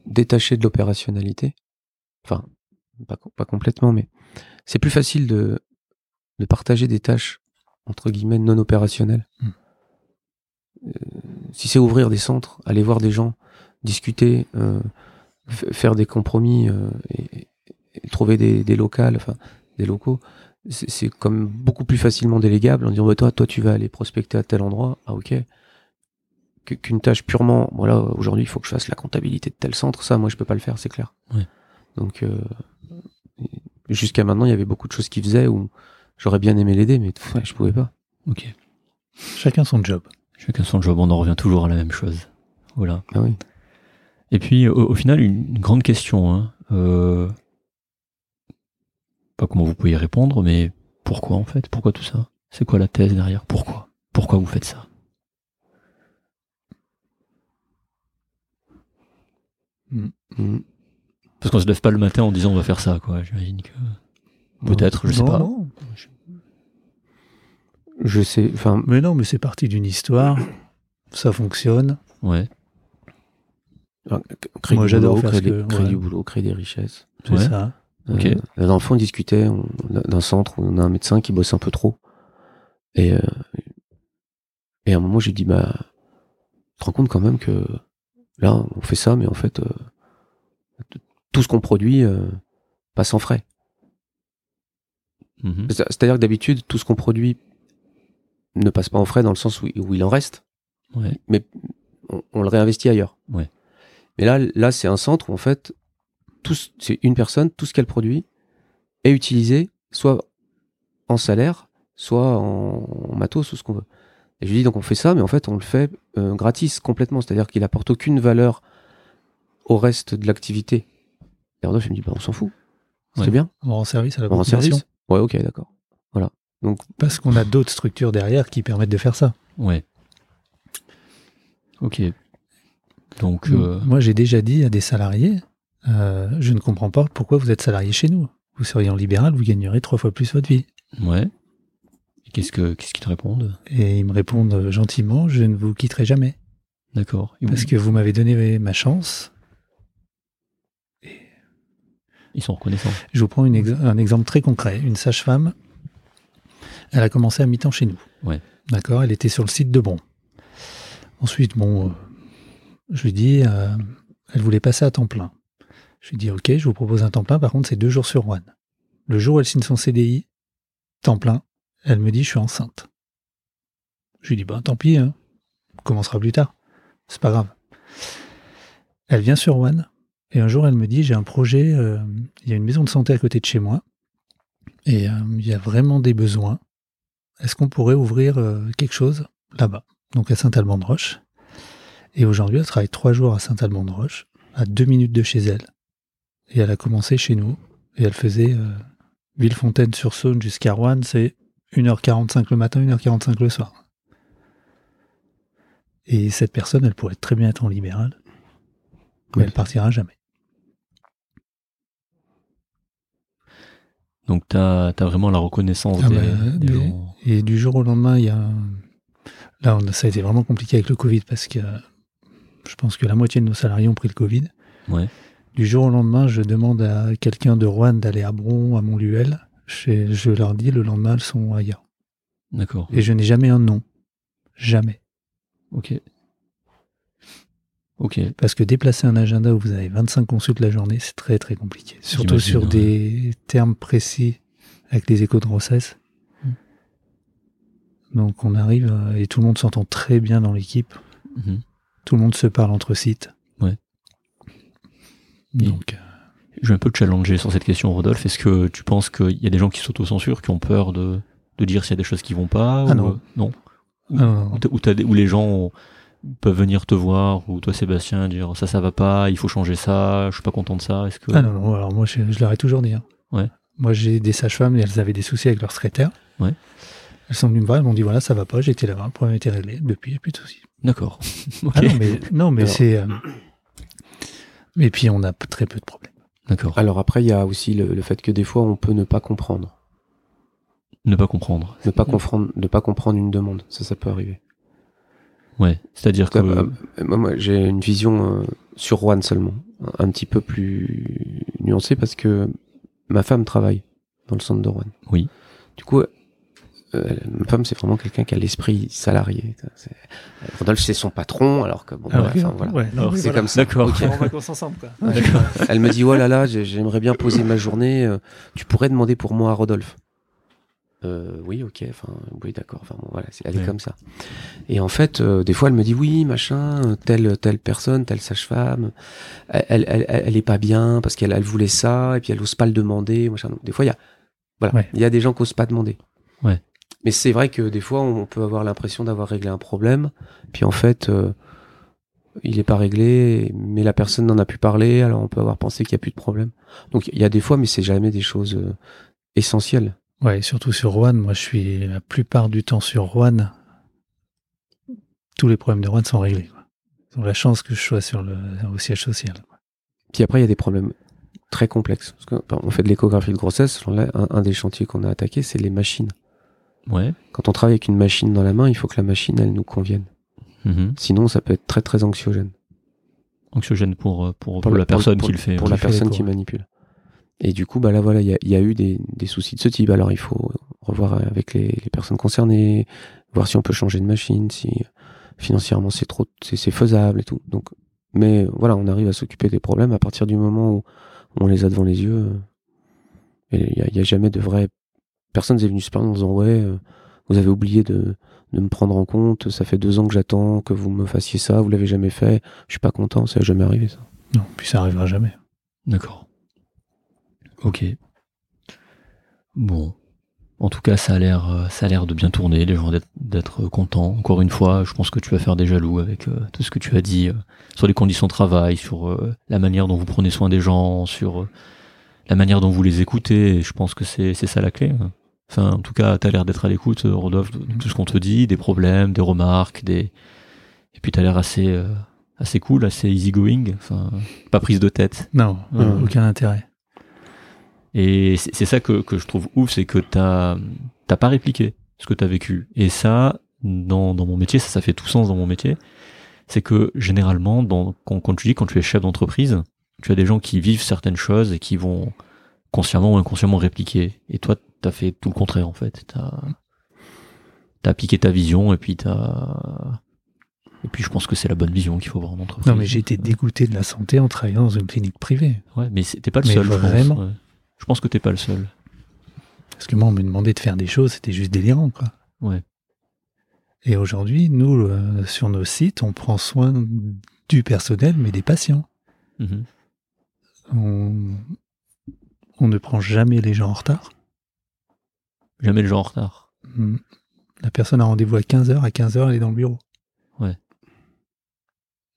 détacher de l'opérationnalité, enfin pas, co- pas complètement, mais c'est plus facile de de partager des tâches entre guillemets non opérationnelles.
Hmm.
Euh, si c'est ouvrir des centres, aller voir des gens, discuter, euh, f- faire des compromis euh, et, et trouver des, des locales, enfin des locaux c'est c'est comme beaucoup plus facilement délégable en disant bah, toi toi tu vas aller prospecter à tel endroit ah ok Que- qu'une tâche purement voilà aujourd'hui il faut que je fasse la comptabilité de tel centre ça moi je peux pas le faire c'est clair
Ouais.
donc euh, jusqu'à maintenant il y avait beaucoup de choses qui faisaient où J'aurais bien aimé l'aider, mais pff, je pouvais pas.
Ok.
Chacun son job.
Chacun son job, on en revient toujours à la même chose. Voilà.
Ah oui.
Et puis, au, au final, une, une grande question. Hein. Euh, Pas comment vous pouvez y répondre, mais pourquoi en fait Pourquoi tout ça C'est quoi la thèse derrière Pourquoi Pourquoi vous faites ça
Mm.
Parce qu'on se lève pas le matin en disant on va faire ça, quoi. J'imagine que. Peut-être, je sais
Non,
pas.
non.
Je sais, enfin,
Mais non, mais c'est parti d'une histoire. Ça fonctionne.
Ouais.
euh, créer
Moi,
du
j'adore
boulot,
faire
créer,
ce
des-
que-
créer
ouais.
du boulot, créer des richesses.
C'est
Ouais.
ça.
Ok.
Euh, dans le fond, on discutait on- d'un centre où on a un médecin qui bosse un peu trop. Et, euh, et à un moment, j'ai dit, bah, tu te rends compte quand même que là, on fait ça, mais en fait, euh, t- tout ce qu'on produit euh, passe en frais.
Mhm.
C'est- C'est-à-dire que d'habitude, tout ce qu'on produit ne passe pas en frais dans le sens où, où il en reste,
Ouais.
mais on, on le réinvestit ailleurs.
Ouais.
Mais là, là c'est un centre où en fait, tout ce- c'est une personne, tout ce qu'elle produit est utilisé soit en salaire, soit en, en matos ou ce qu'on veut. Et je lui dis donc on fait ça, mais en fait on le fait euh, gratis complètement, c'est-à-dire qu'il apporte aucune valeur au reste de l'activité. Et Rodolphe il me dit bah, on s'en fout, c'est
Ouais.
bien,
On rend service à la
on rend
population.
service. Ouais ok d'accord.
Parce qu'on a d'autres structures derrière qui permettent de faire ça.
Ouais. Ok. Donc, euh,
Moi, j'ai déjà dit à des salariés, euh, je ne comprends pas pourquoi vous êtes salarié chez nous. Vous seriez en libéral, vous gagnerez trois fois plus votre vie.
ouais. Et Qu'est-ce que qu'est-ce qu'ils te répondent
Et ils me répondent euh, gentiment, je ne vous quitterai jamais.
D'accord. Ils,
Parce que vous m'avez donné ma chance.
ils sont reconnaissants.
Je vous prends une ex- un exemple très concret. Une sage-femme, elle a commencé à mi-temps chez nous.
Ouais.
D'accord Elle était sur le site de Bon. Ensuite, bon, euh, je lui dis, euh, elle voulait passer à temps plein. Je lui dis, OK, je vous propose un temps plein. Par contre, c'est deux jours sur One. Le jour où elle signe son CDI, temps plein, elle me dit, je suis enceinte. Je lui dis, ben tant pis, hein. on commencera plus tard. C'est pas grave. Elle vient sur One. Et un jour, elle me dit, j'ai un projet, euh, il y a une maison de santé à côté de chez moi, et euh, il y a vraiment des besoins. Est-ce qu'on pourrait ouvrir euh, quelque chose là-bas, donc à Saint-Alban-de-Roche Et aujourd'hui, elle travaille trois jours à Saint-Alban-de-Roche, à deux minutes de chez elle. Et elle a commencé chez nous, et elle faisait euh, Villefontaine-sur-Saône jusqu'à Rouen, c'est 1h45 le matin, 1h45 le soir. Et cette personne, elle pourrait très bien être en libéral, mais
Oui.
elle partira jamais.
Donc, tu as, vraiment la reconnaissance
Ah
des,
bah,
des
des-
gens.
Et du jour au lendemain, il y a. un- Là, on a- ça a été vraiment compliqué avec le Covid parce que euh, je pense que la moitié de nos salariés ont pris le Covid.
Ouais.
Du jour au lendemain, je demande à quelqu'un de Rouen d'aller à Bron, à Montluel. Je, je leur dis, le lendemain, elles sont ailleurs.
D'accord.
Et je n'ai jamais un nom. Jamais.
Ok. Ok.
Parce que déplacer un agenda où vous avez 25 consultes la journée, c'est très très compliqué. Surtout
J'imagine,
sur
ouais.
des termes précis avec les échos de grossesse.
Mm.
Donc on arrive euh, et tout le monde s'entend très bien dans l'équipe.
Mhm.
Tout le monde se parle entre sites.
Ouais.
Donc, euh,
Je vais un peu te challenger sur cette question, Rodolphe. Est-ce que tu penses qu'il y a des gens qui s'autocensurent, qui ont peur de, de dire s'il y a des choses qui vont pas
Ah
ou,
non.
euh, non.
ah non, non, non.
Ou t'as- Ou, t'as des- ou les gens ont- peuvent venir te voir, ou toi, Sébastien, dire ça, ça va pas, il faut changer ça, je suis pas content de ça. Est-ce que.
Ah non, non, alors moi je, je leur ai toujours dit. hein.
Ouais.
Moi j'ai des sages-femmes et elles avaient des soucis avec leur secrétaire.
Ouais.
Elles sont venues me voir, elles m'ont dit voilà, ça va pas, j'étais là-bas, le problème était réglé, depuis, il n'y a plus de soucis.
D'accord. ok.
Ah non, mais, non, mais
Alors-
c'est. euh, Et puis, on a p- très peu de problèmes.
D'accord.
Alors après, il y a aussi le, le fait que des fois, on peut ne pas comprendre,
Ne pas comprendre.
ne pas comprendre, ne pas comprendre une demande. Ça, ça peut arriver.
Ouais. C'est-à-dire que.
Comme, euh, moi, moi, j'ai une vision euh, sur Rouen seulement, un, un petit peu plus nuancée parce que ma femme travaille dans le centre de Rouen.
Oui.
Du coup, euh, elle- ma femme, c'est vraiment quelqu'un qui a l'esprit salarié. C'est- Rodolphe, c'est son patron, alors que bon,
Ah,
voilà, Ah enfin, voilà.
Alors,
c'est comme ça.
D'accord.
Ok.
en vacances ensemble, quoi.
Elle me dit, oh là là, j'ai- j'aimerais bien poser ma journée. euh, Tu pourrais demander pour moi à Rodolphe. Euh, oui, ok. Enfin, oui, d'accord. Enfin, bon, voilà, c'est- elle
Ouais.
est comme ça. Et en fait, euh, des fois, elle me dit, oui, machin, euh, telle telle personne, telle sage-femme, elle, elle, elle, elle est pas bien parce qu'elle elle voulait ça et puis elle ose pas le demander, machin. Donc, des fois, il y a Voilà.
Ouais.
Il y a des gens qui n'osent pas demander.
Ouais.
Mais c'est vrai que des fois, on peut avoir l'impression d'avoir réglé un problème, puis en fait, euh, il n'est pas réglé, mais la personne n'en a plus parlé, alors on peut avoir pensé qu'il n'y a plus de problème. Donc il y a des fois, mais c'est jamais des choses euh, essentielles.
Ouais, et surtout sur Rouen. Moi, je suis la plupart du temps sur Rouen. Tous les problèmes de Rouen sont réglés. Quoi. Ils ont la chance que je sois sur le, au siège social.
Puis après, il y a des problèmes très complexes. Parce que, par- on fait de l'échographie de grossesse. Là, un, un des chantiers qu'on a attaqué, c'est les machines.
Ouais.
Quand on travaille avec une machine dans la main, il faut que la machine, elle nous convienne.
Mhm.
Sinon, ça peut être très, très anxiogène.
Anxiogène pour, euh, pour, pour la personne
pour-
qui le fait.
Pour
ouais.
la
qui fait
personne
l'écho,
qui
ouais.
manipule. Et du coup, bah là, voilà, il y a, il y a eu des, des soucis de ce type. Alors, il faut revoir avec les, les personnes concernées, voir si on peut changer de machine, si financièrement c'est trop, c'est c'est faisable et tout. Donc, mais voilà, on arrive à s'occuper des problèmes à partir du moment où on les a devant les yeux. Et il y a- il y a, jamais de vrai. Personne n'est venu se plaindre en disant ouais, euh, vous avez oublié de, de me prendre en compte. Ça fait deux ans que j'attends que vous me fassiez ça. Vous l'avez jamais fait. Je suis pas content. Ça n'est jamais arrivé. Ça.
Non, puis ça arrivera jamais.
D'accord. Ok. Bon. En tout cas, ça a l'air, euh, ça a l'air de bien tourner. Les gens d'être- d'être euh, contents. Encore une fois, je pense que tu vas faire des jaloux avec euh, tout ce que tu as dit euh, sur les conditions de travail, sur euh, la manière dont vous prenez soin des gens, sur euh, la manière dont vous les écoutez. Et je pense que c'est, c'est ça la clé. hein. Enfin, en tout cas, t'as l'air d'être à l'écoute, euh, Rodolphe, de de tout ce qu'on te dit, des problèmes, des remarques, des. Et puis t'as l'air assez, euh, assez cool, assez easygoing. Enfin, pas prise de tête.
Non,
Euh,
aucun intérêt.
et c'est c'est ça que, que je trouve ouf, c'est que t'as t'as pas répliqué ce que t'as vécu. Et ça, dans, dans mon métier, ça, ça fait tout sens dans mon métier. C'est que généralement, dans, quand, quand tu dis quand tu es chef d'entreprise, tu as des gens qui vivent certaines choses et qui vont consciemment ou inconsciemment répliquer. Et toi, t'as fait tout le contraire en fait. T'as t'as appliqué ta vision et puis t'as et puis je pense que c'est la bonne vision qu'il faut avoir en entreprise.
Non, mais j'ai été dégoûté de la santé en travaillant dans une clinique privée.
Ouais, mais c'est- t'es pas le
Mais
seul. je pense.
vraiment.
Ouais. Je pense que t'es pas le seul.
Parce que moi, on me demandait de faire des choses, c'était juste délirant, quoi.
Ouais.
Et aujourd'hui, nous, euh, sur nos sites, on prend soin du personnel, mais des patients.
Mhm.
On, on ne prend jamais les gens en retard.
Jamais le gens en retard.
Hmm. La personne a rendez-vous à 15h, à 15h, elle est dans le bureau.
Ouais.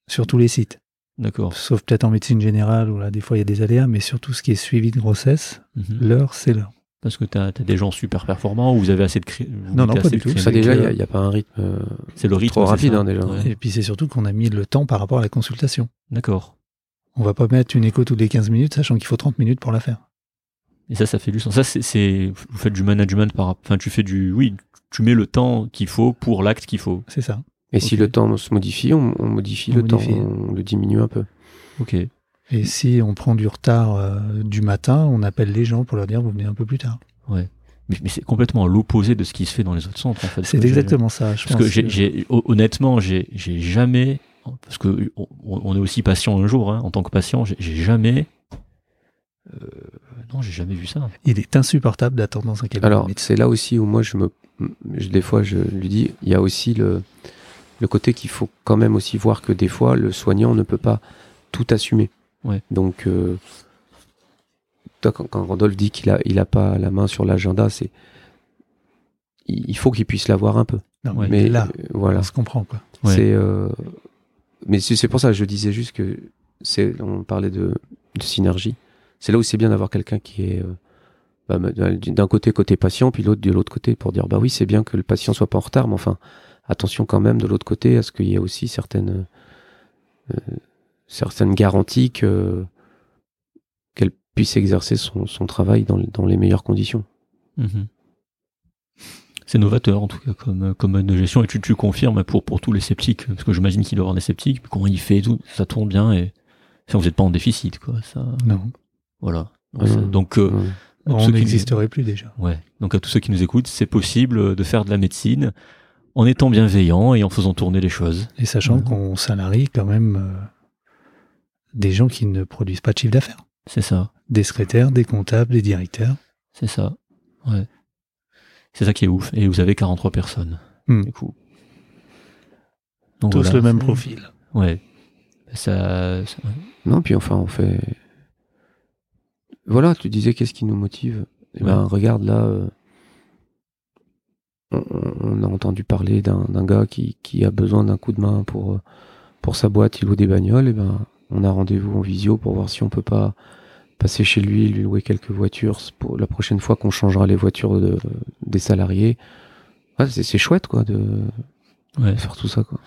Sur tous les sites.
D'accord.
Sauf peut-être en médecine générale, où là, des fois, il y a des aléas, mais sur tout ce qui est suivi de grossesse,
Mhm.
l'heure, c'est l'heure.
Parce que tu as, des gens super performants ou vous avez assez de cré... vous
Non, non,
mettez
pas
assez
du
de
tout.
créneaux.
Ça
Donc,
déjà, il
euh,
n'y a, pas un rythme. euh,
C'est le rythme.
trop
c'est
rapide,
ça
hein, déjà.
Ouais.
Et puis, c'est surtout qu'on a mis le temps par rapport à la consultation.
D'accord.
On va pas mettre une écho toutes les 15 minutes, sachant qu'il faut 30 minutes pour la faire.
Et ça, ça fait du sens. Ça, c'est- c'est. Vous faites du management par. rap- Enfin, tu fais du. Oui, tu mets le temps qu'il faut pour l'acte qu'il faut.
C'est ça.
Et si
Ok.
le temps se modifie, on, on modifie
On
le
modifie.
temps, on le diminue un peu.
Ok.
Et si on prend du retard euh, du matin, on appelle les gens pour leur dire vous venez un peu plus tard.
Mais, mais c'est complètement à l'opposé de ce qui se fait dans les autres centres, en
C'est
fait. Parce que j'ai-
exactement ça, je
Parce
pense.
que j'ai, j'ai- hon- honnêtement, j'ai, j'ai jamais, parce que on, on est aussi patient un jour, hein, en tant que patient, j'ai, j'ai jamais, euh, non, j'ai jamais vu ça.
Il est insupportable d'attendre dans un cabinet.
Alors,
de médecin.
c'est là aussi où moi, je me, je- des fois, je lui dis, il y a aussi le, le côté qu'il faut quand même aussi voir que des fois, le soignant ne peut pas tout assumer.
Ouais.
Donc, euh, toi, quand, quand Randolph dit qu'il a, il a pas la main sur l'agenda, c'est, il il faut qu'il puisse l'avoir un peu.
Non,
ouais,
mais
Mais
là,
euh, voilà.
on se comprend quoi.
Ouais.
C'est, euh, mais c'est c'est pour ça que je disais juste que c'est, on parlait de, de synergie. C'est là où c'est bien d'avoir quelqu'un qui est euh, bah, bah, d'un côté côté patient, puis l'autre de l'autre côté pour dire bah oui c'est bien que le patient soit pas en retard, mais enfin attention quand même de l'autre côté à ce qu'il y ait aussi certaines euh, certaines garanties que qu'elle puisse exercer son, son travail dans, le- dans les meilleures conditions.
Mhm. C'est novateur en tout cas comme, euh, comme mode de gestion et tu, tu confirmes pour, pour tous les sceptiques, parce que j'imagine qu'il doit y avoir des sceptiques, puis comment il fait et tout, ça tourne bien et enfin, vous n'êtes pas en déficit quoi, ça,
Non,
voilà. Donc,
Ah
ça-
non.
donc, euh,
Ouais.
à tous
Mmh. on
ceux qui-
n'existerait plus déjà.
ouais. donc à tous ceux qui nous écoutent, c'est possible euh, de faire de la médecine en étant bienveillant et en faisant tourner les choses.
Et sachant
Ouais.
qu'on salarie quand même euh, des gens qui ne produisent pas de chiffre d'affaires.
C'est ça,
Des secrétaires, des comptables, des directeurs.
c'est ça. Ouais. C'est ça qui est ouf. Et vous avez 43 personnes,
Hmm.
du coup. Donc,
tous
voilà.
le même profil.
Ouais. Ça, ça-
Non, puis enfin, on fait. Voilà, tu disais qu'est-ce qui nous motive Eh ben, regarde là, euh, on, on a entendu parler d'un d'un gars qui, qui a besoin d'un coup de main pour, euh, pour sa boîte, il loue des bagnoles. Et ben, on a rendez-vous en visio pour voir si on peut pas passer chez lui, lui louer quelques voitures pour la prochaine fois qu'on changera les voitures de- des salariés. Ouais, c'est c'est chouette quoi de
Ouais.
faire tout ça quoi.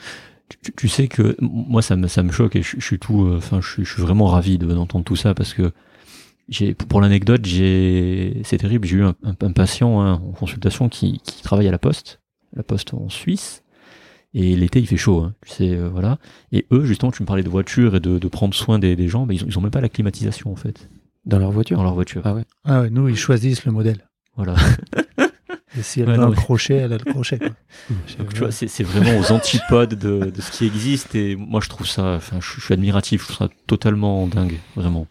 Tu- tu, tu sais que m- moi ça me ça me choque et je, je suis tout euh, enfin je, suis- je suis vraiment ravi de- d'entendre tout ça parce que j'ai pour l'anecdote j'ai c'est terrible j'ai eu un, un- un patient hein, en consultation qui, qui travaille à la poste la poste en Suisse et l'été il fait chaud hein, tu sais euh, voilà et eux justement tu me parlais de voiture et de, de prendre soin des, des gens mais ils ont, ils ont même pas la climatisation en fait
Dans leur voiture.
dans leur voiture
Ah.
Ah ouais, nous, ils choisissent le modèle.
voilà
Et si elle
Ouais,
veut
non,
un
mais-
crochet, elle a le crochet. quoi.
Donc, tu vois, c'est c'est vraiment aux antipodes de, de ce qui existe et moi je trouve ça enfin je, je suis admiratif je trouve ça totalement dingue vraiment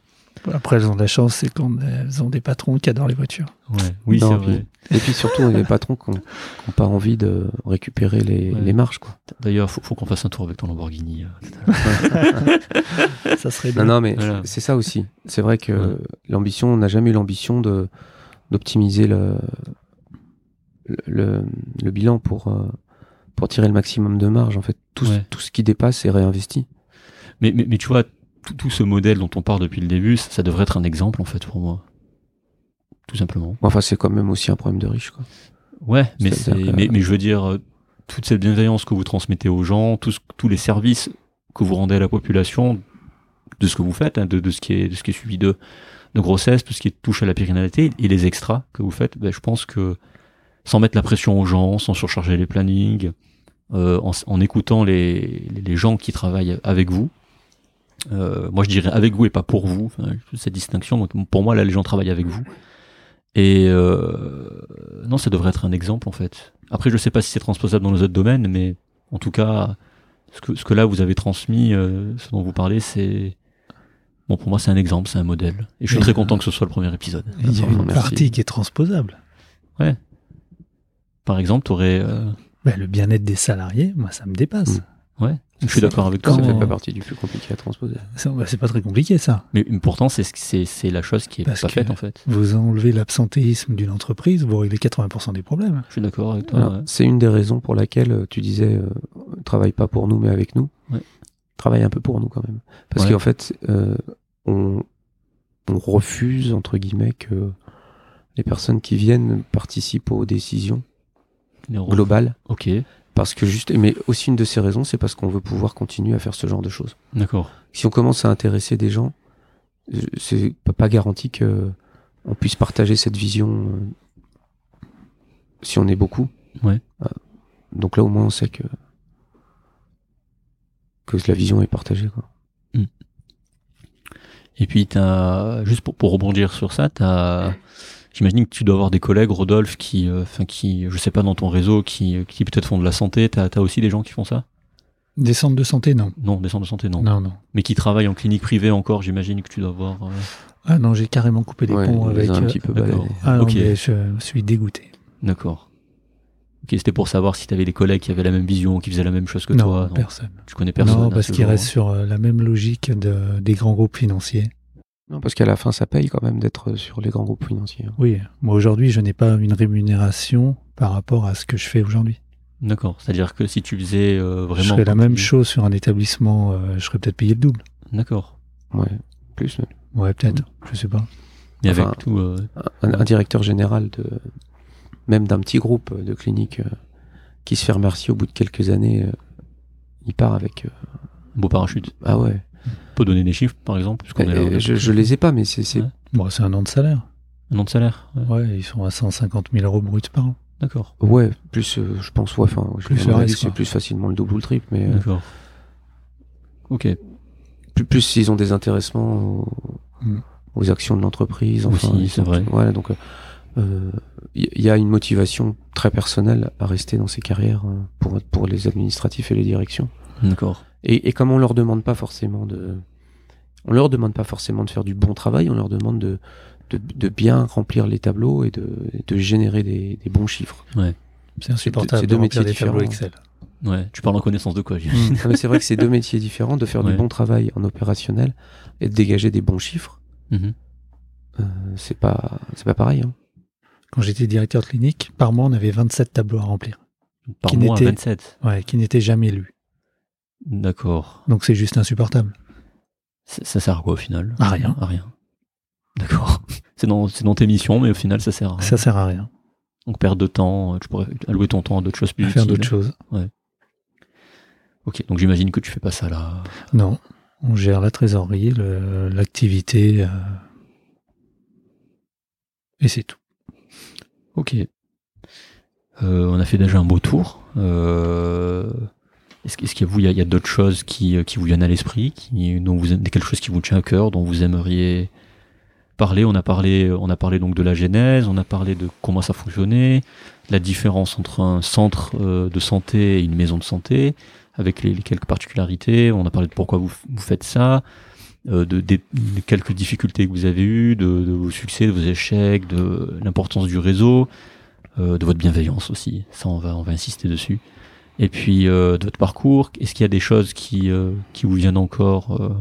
Après, elles ont de la chance, c'est qu'elles ont des patrons qui adorent les voitures.
Ouais, oui,
Non,
c'est
puis-
vrai.
Et puis surtout, on a des patrons qui n'ont pas envie de récupérer les,
Ouais.
les marges. Quoi.
D'ailleurs, faut, faut qu'on fasse un tour avec ton Lamborghini. euh.
Ça serait bien.
Non, non, mais
Voilà.
c'est ça aussi. C'est vrai que
Ouais.
l'ambition, on n'a jamais eu l'ambition de d'optimiser le, le, le- le bilan pour, euh, pour tirer le maximum de marge. En fait, tout, ce-
Ouais.
tout ce qui dépasse est réinvesti.
Mais, mais, mais tu vois, tout, tout ce modèle dont on parle depuis le début, ça, ça devrait être un exemple, en fait, pour moi. Tout simplement.
Enfin, c'est quand même aussi un problème de riche. Quoi.
Ouais, mais, c'est,
C'est-à-dire que-
mais, mais je veux dire, euh, toute cette bienveillance que vous transmettez aux gens, tout ce- tous les services que vous rendez à la population, de ce que vous faites, hein, de, de, ce qui est, de ce qui est suivi de, de grossesse, tout ce qui touche à la périnatalité, et les extras que vous faites, ben, je pense que sans mettre la pression aux gens, sans surcharger les plannings, euh, en, s- en écoutant les, les- les gens qui travaillent avec vous, euh, moi je dirais avec vous et pas pour vous, enfin, cette distinction, donc pour moi là les gens travaillent avec vous. Et euh, non, ça devrait être un exemple en fait. Après, je sais pas si c'est transposable dans les autres domaines, mais en tout cas, ce que, ce que là vous avez transmis, euh, ce dont vous parlez, c'est. Bon, pour moi, c'est un exemple, c'est un modèle. Et je suis
Mais-
très content que ce soit le premier épisode.
Il y a
Enfin,
une
merci.
partie qui est transposable.
Par exemple, euh, tu aurais.
Ben, le bien-être des salariés, moi, ça me dépasse.
Mm.
je suis d'accord avec
Ça
toi.
Quand-
fait pas partie du plus compliqué à transposer.
Ça, ben, C'est pas très compliqué, ça.
Mais pourtant, c'est ce qui- c'est c'est la chose qui est
Parce
pas
que-
faite en fait.
Vous enlevez l'absentéisme d'une entreprise, vous réglez 80% des problèmes.
Je suis d'accord avec toi.
Voilà.
ouais.
C'est une des raisons pour laquelle euh, tu disais euh, travaille pas pour nous mais avec nous.
Ouais.
Travaille un peu pour nous quand même. Parce
Ouais.
qu'en fait, euh, on, on refuse, entre guillemets, que les personnes qui viennent participent aux décisions
Les rôles.
globales.
Ok,
Parce que juste, mais aussi une de ces raisons, c'est parce qu'on veut pouvoir continuer à faire ce genre de choses.
d'accord.
Si on commence à intéresser des gens, euh, c'est pas- pas garanti que on puisse partager cette vision euh, si on est beaucoup.
Ouais.
Euh, Donc là, au moins, on sait que que la vision est partagée. Quoi.
Et puis, t'as, juste pour, pour rebondir sur ça, t'as, j'imagine que tu dois avoir des collègues, Rodolphe, qui, euh, enfin, qui, je sais pas, dans ton réseau, qui, qui peut-être font de la santé. T'as, t'as aussi des gens qui font ça
Des centres de santé, non.
Non, des centres de santé, non.
Non, non.
Mais qui travaillent en clinique privée encore, j'imagine que tu dois avoir. euh,
Ah non, j'ai carrément coupé les
Ouais,
ponts
on les
avec.
a un
euh,
petit peu
d'accord.
baladés.
Ah non,
Ok.
mais je suis dégoûté.
D'accord. Ok, c'était pour savoir si t'avais des collègues qui avaient la même vision, qui faisaient la même chose que
non,
toi. Non,
personne.
tu connais personne.
non,
hein,
parce
ce
qu'il
genre,
reste
hein.
sur euh, la même logique de- des grands groupes financiers.
Non, parce qu'à la fin, ça paye quand même d'être euh, sur les grands groupes financiers. hein.
Oui, moi aujourd'hui, je n'ai pas une rémunération par rapport à ce que je fais aujourd'hui.
D'accord. C'est-à-dire que si tu faisais euh,
Je
vraiment.
ferais la
comme
même
tu dis-
chose sur un établissement, euh, je serais peut-être payé le double.
D'accord.
Ouais, plus même.
Ouais, peut-être, je sais pas.
Et
Enfin,
avec tout. euh,
Un, un directeur général de même d'un petit groupe de cliniques euh, qui se fait remercier au bout de quelques années, euh, il part avec euh,
Beau parachute.
ah ouais.
On peut donner des chiffres, par exemple, puisqu'on est là. on
Euh,
est-
Je, je les ai pas, mais c'est c'est-
Ouais.
Bon, c'est un an de salaire.
Un an de salaire. ouais.
Ouais, ils sont à 150 000 euros bruts par an.
D'accord.
ouais. plus euh, je pense ouais, enfin je-
Plus
à
le
mon avis,
reste,
c'est
quoi.
plus facilement le double ou le triple, mais euh,
D'accord. Ok.
plus plus s'ils ont des intéressements aux,
Mm.
aux actions de l'entreprise, enfin
Aussi,
ils
c'est
sont-
vrai.
Voilà donc euh, euh, il y, y a une motivation très personnelle à rester dans ces carrières euh, pour pour les administratifs et les directions.
D'accord.
Et, et comme on leur demande pas forcément de on leur demande pas forcément de faire du bon travail, on leur demande de de, de bien remplir les tableaux et de, de générer des, des bons chiffres.
C'est
C'est deux-
insupportable
c'est
de
deux
remplir
métiers
des tableaux
différents.
Excel.
Ouais. Tu parles en connaissance de quoi j'imagine
Non, mais c'est vrai que c'est deux métiers différents, de faire
Ouais.
du bon travail en opérationnel et de dégager des bons chiffres,
Mhm.
euh, c'est pas c'est pas pareil. hein.
quand j'étais directeur clinique, par mois, on avait 27 tableaux à remplir,
Par
Mm. Qui
mois,
n'était-
27.
ouais, qui n'étaient jamais lus.
D'accord.
Donc c'est juste insupportable.
Ça, ça sert à quoi au final
À rien.
À rien. D'accord. C'est dans, c'est dans tes missions, mais au final, ça sert à rien.
Ça sert à rien.
Donc, perdre de temps, euh, tu pourrais allouer ton temps à d'autres choses plus
À faire
utiles.
d'autres choses.
Ok, donc j'imagine que tu fais pas ça là.
Non. On gère la trésorerie, le- l'activité. euh, Et c'est tout.
Ok. Euh, on a fait déjà un beau tour. Euh, Est-ce que- est-ce qu'il y a, vous, il y a, il y a d'autres choses qui, euh, qui vous viennent à l'esprit, qui, dont vous, quelque chose qui vous tient à cœur, dont vous aimeriez parler On a parlé, on a parlé donc de la genèse, on a parlé de comment ça fonctionnait, la différence entre un centre euh, de santé et une maison de santé, avec les, les quelques particularités. On a parlé de pourquoi vous, f- vous faites ça. euh, de, des- de quelques difficultés que vous avez eues, de, de vos succès, de vos échecs, de l'importance du réseau, euh, de votre bienveillance aussi. Ça, on va, on va insister dessus. Et puis, euh, de votre parcours, est-ce qu'il y a des choses qui, euh, qui vous viennent encore euh,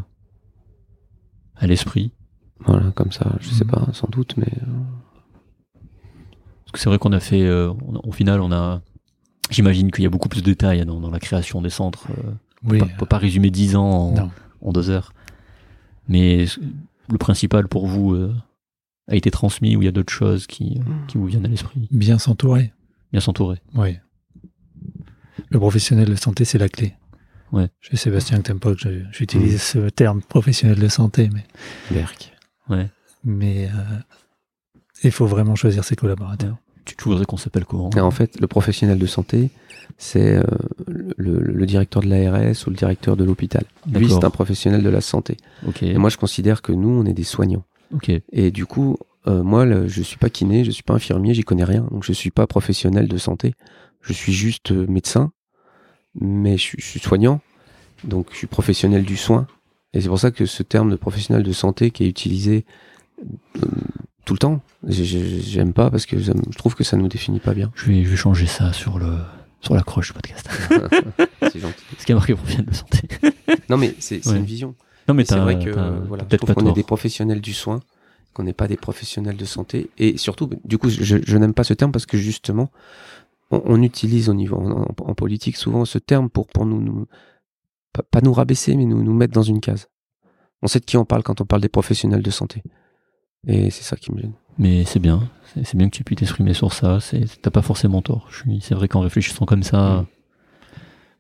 à l'esprit
Voilà, comme ça, je sais
Mhm.
pas, sans doute, mais euh,
Parce que c'est vrai qu'on a fait, euh, on a- au final, on a. J'imagine qu'il y a beaucoup plus de détails hein, dans, dans la création des centres. euh,
Oui.
pas- On ne peut pas résumer 10 ans en,
Non.
en deux heures. Mais ce- le principal pour vous euh, a été transmis ou il y a d'autres choses qui, euh,
Hmm.
qui vous viennent à l'esprit
Bien s'entourer.
Bien s'entourer.
Oui. Le professionnel de santé, c'est la clé.
Ouais.
Je sais, Sébastien, que t'aimes pas que je- j'utilise ce terme professionnel de santé, mais,
Berk.
mais euh, il faut vraiment choisir ses collaborateurs.
Tu, tu voudrais qu'on s'appelle comment
Et en fait, le professionnel de santé, c'est euh, le, le- le directeur de l'ARS ou le directeur de l'hôpital. Lui,
D'accord.
c'est un professionnel de la santé.
Ok.
Et moi, je considère que nous, on est des soignants.
Ok.
Et du coup, euh, moi, le- je suis pas kiné, je suis pas infirmier, j'y connais rien. Donc, je suis pas professionnel de santé. Je suis juste euh, médecin, mais je, suis- je suis soignant. Donc, je suis professionnel du soin. Et c'est pour ça que ce terme de professionnel de santé qui est utilisé euh, tout le temps, j'ai- j'ai- j'aime pas parce que ça me- je trouve que ça nous définit pas bien.
Je vais, je vais changer ça sur le sur la croche du podcast.
c'est gentil.
Ce qui a marqué professionnel de santé.
Non, mais c'est c'est
Ouais.
une vision.
Non mais
C'est
t'as-
vrai que
t'as-
euh, voilà,
t'as
je
peut-être
trouve
pas
qu'on est
tort.
des professionnels du soin, qu'on n'est pas des professionnels de santé. Et surtout, du coup, je, je n'aime pas ce terme parce que justement, on, on utilise au niveau en, en- en politique souvent ce terme pour, pour nous, nous- pas, pas nous rabaisser, mais nous, nous mettre dans une case. On sait de qui on parle quand on parle des professionnels de santé. Et c'est ça qui me gêne.
Mais c'est bien. C'est c'est bien que tu puisses t'exprimer sur ça. C'est- T'as pas forcément tort. Je suis- C'est vrai qu'en réfléchissant comme ça.
Mm.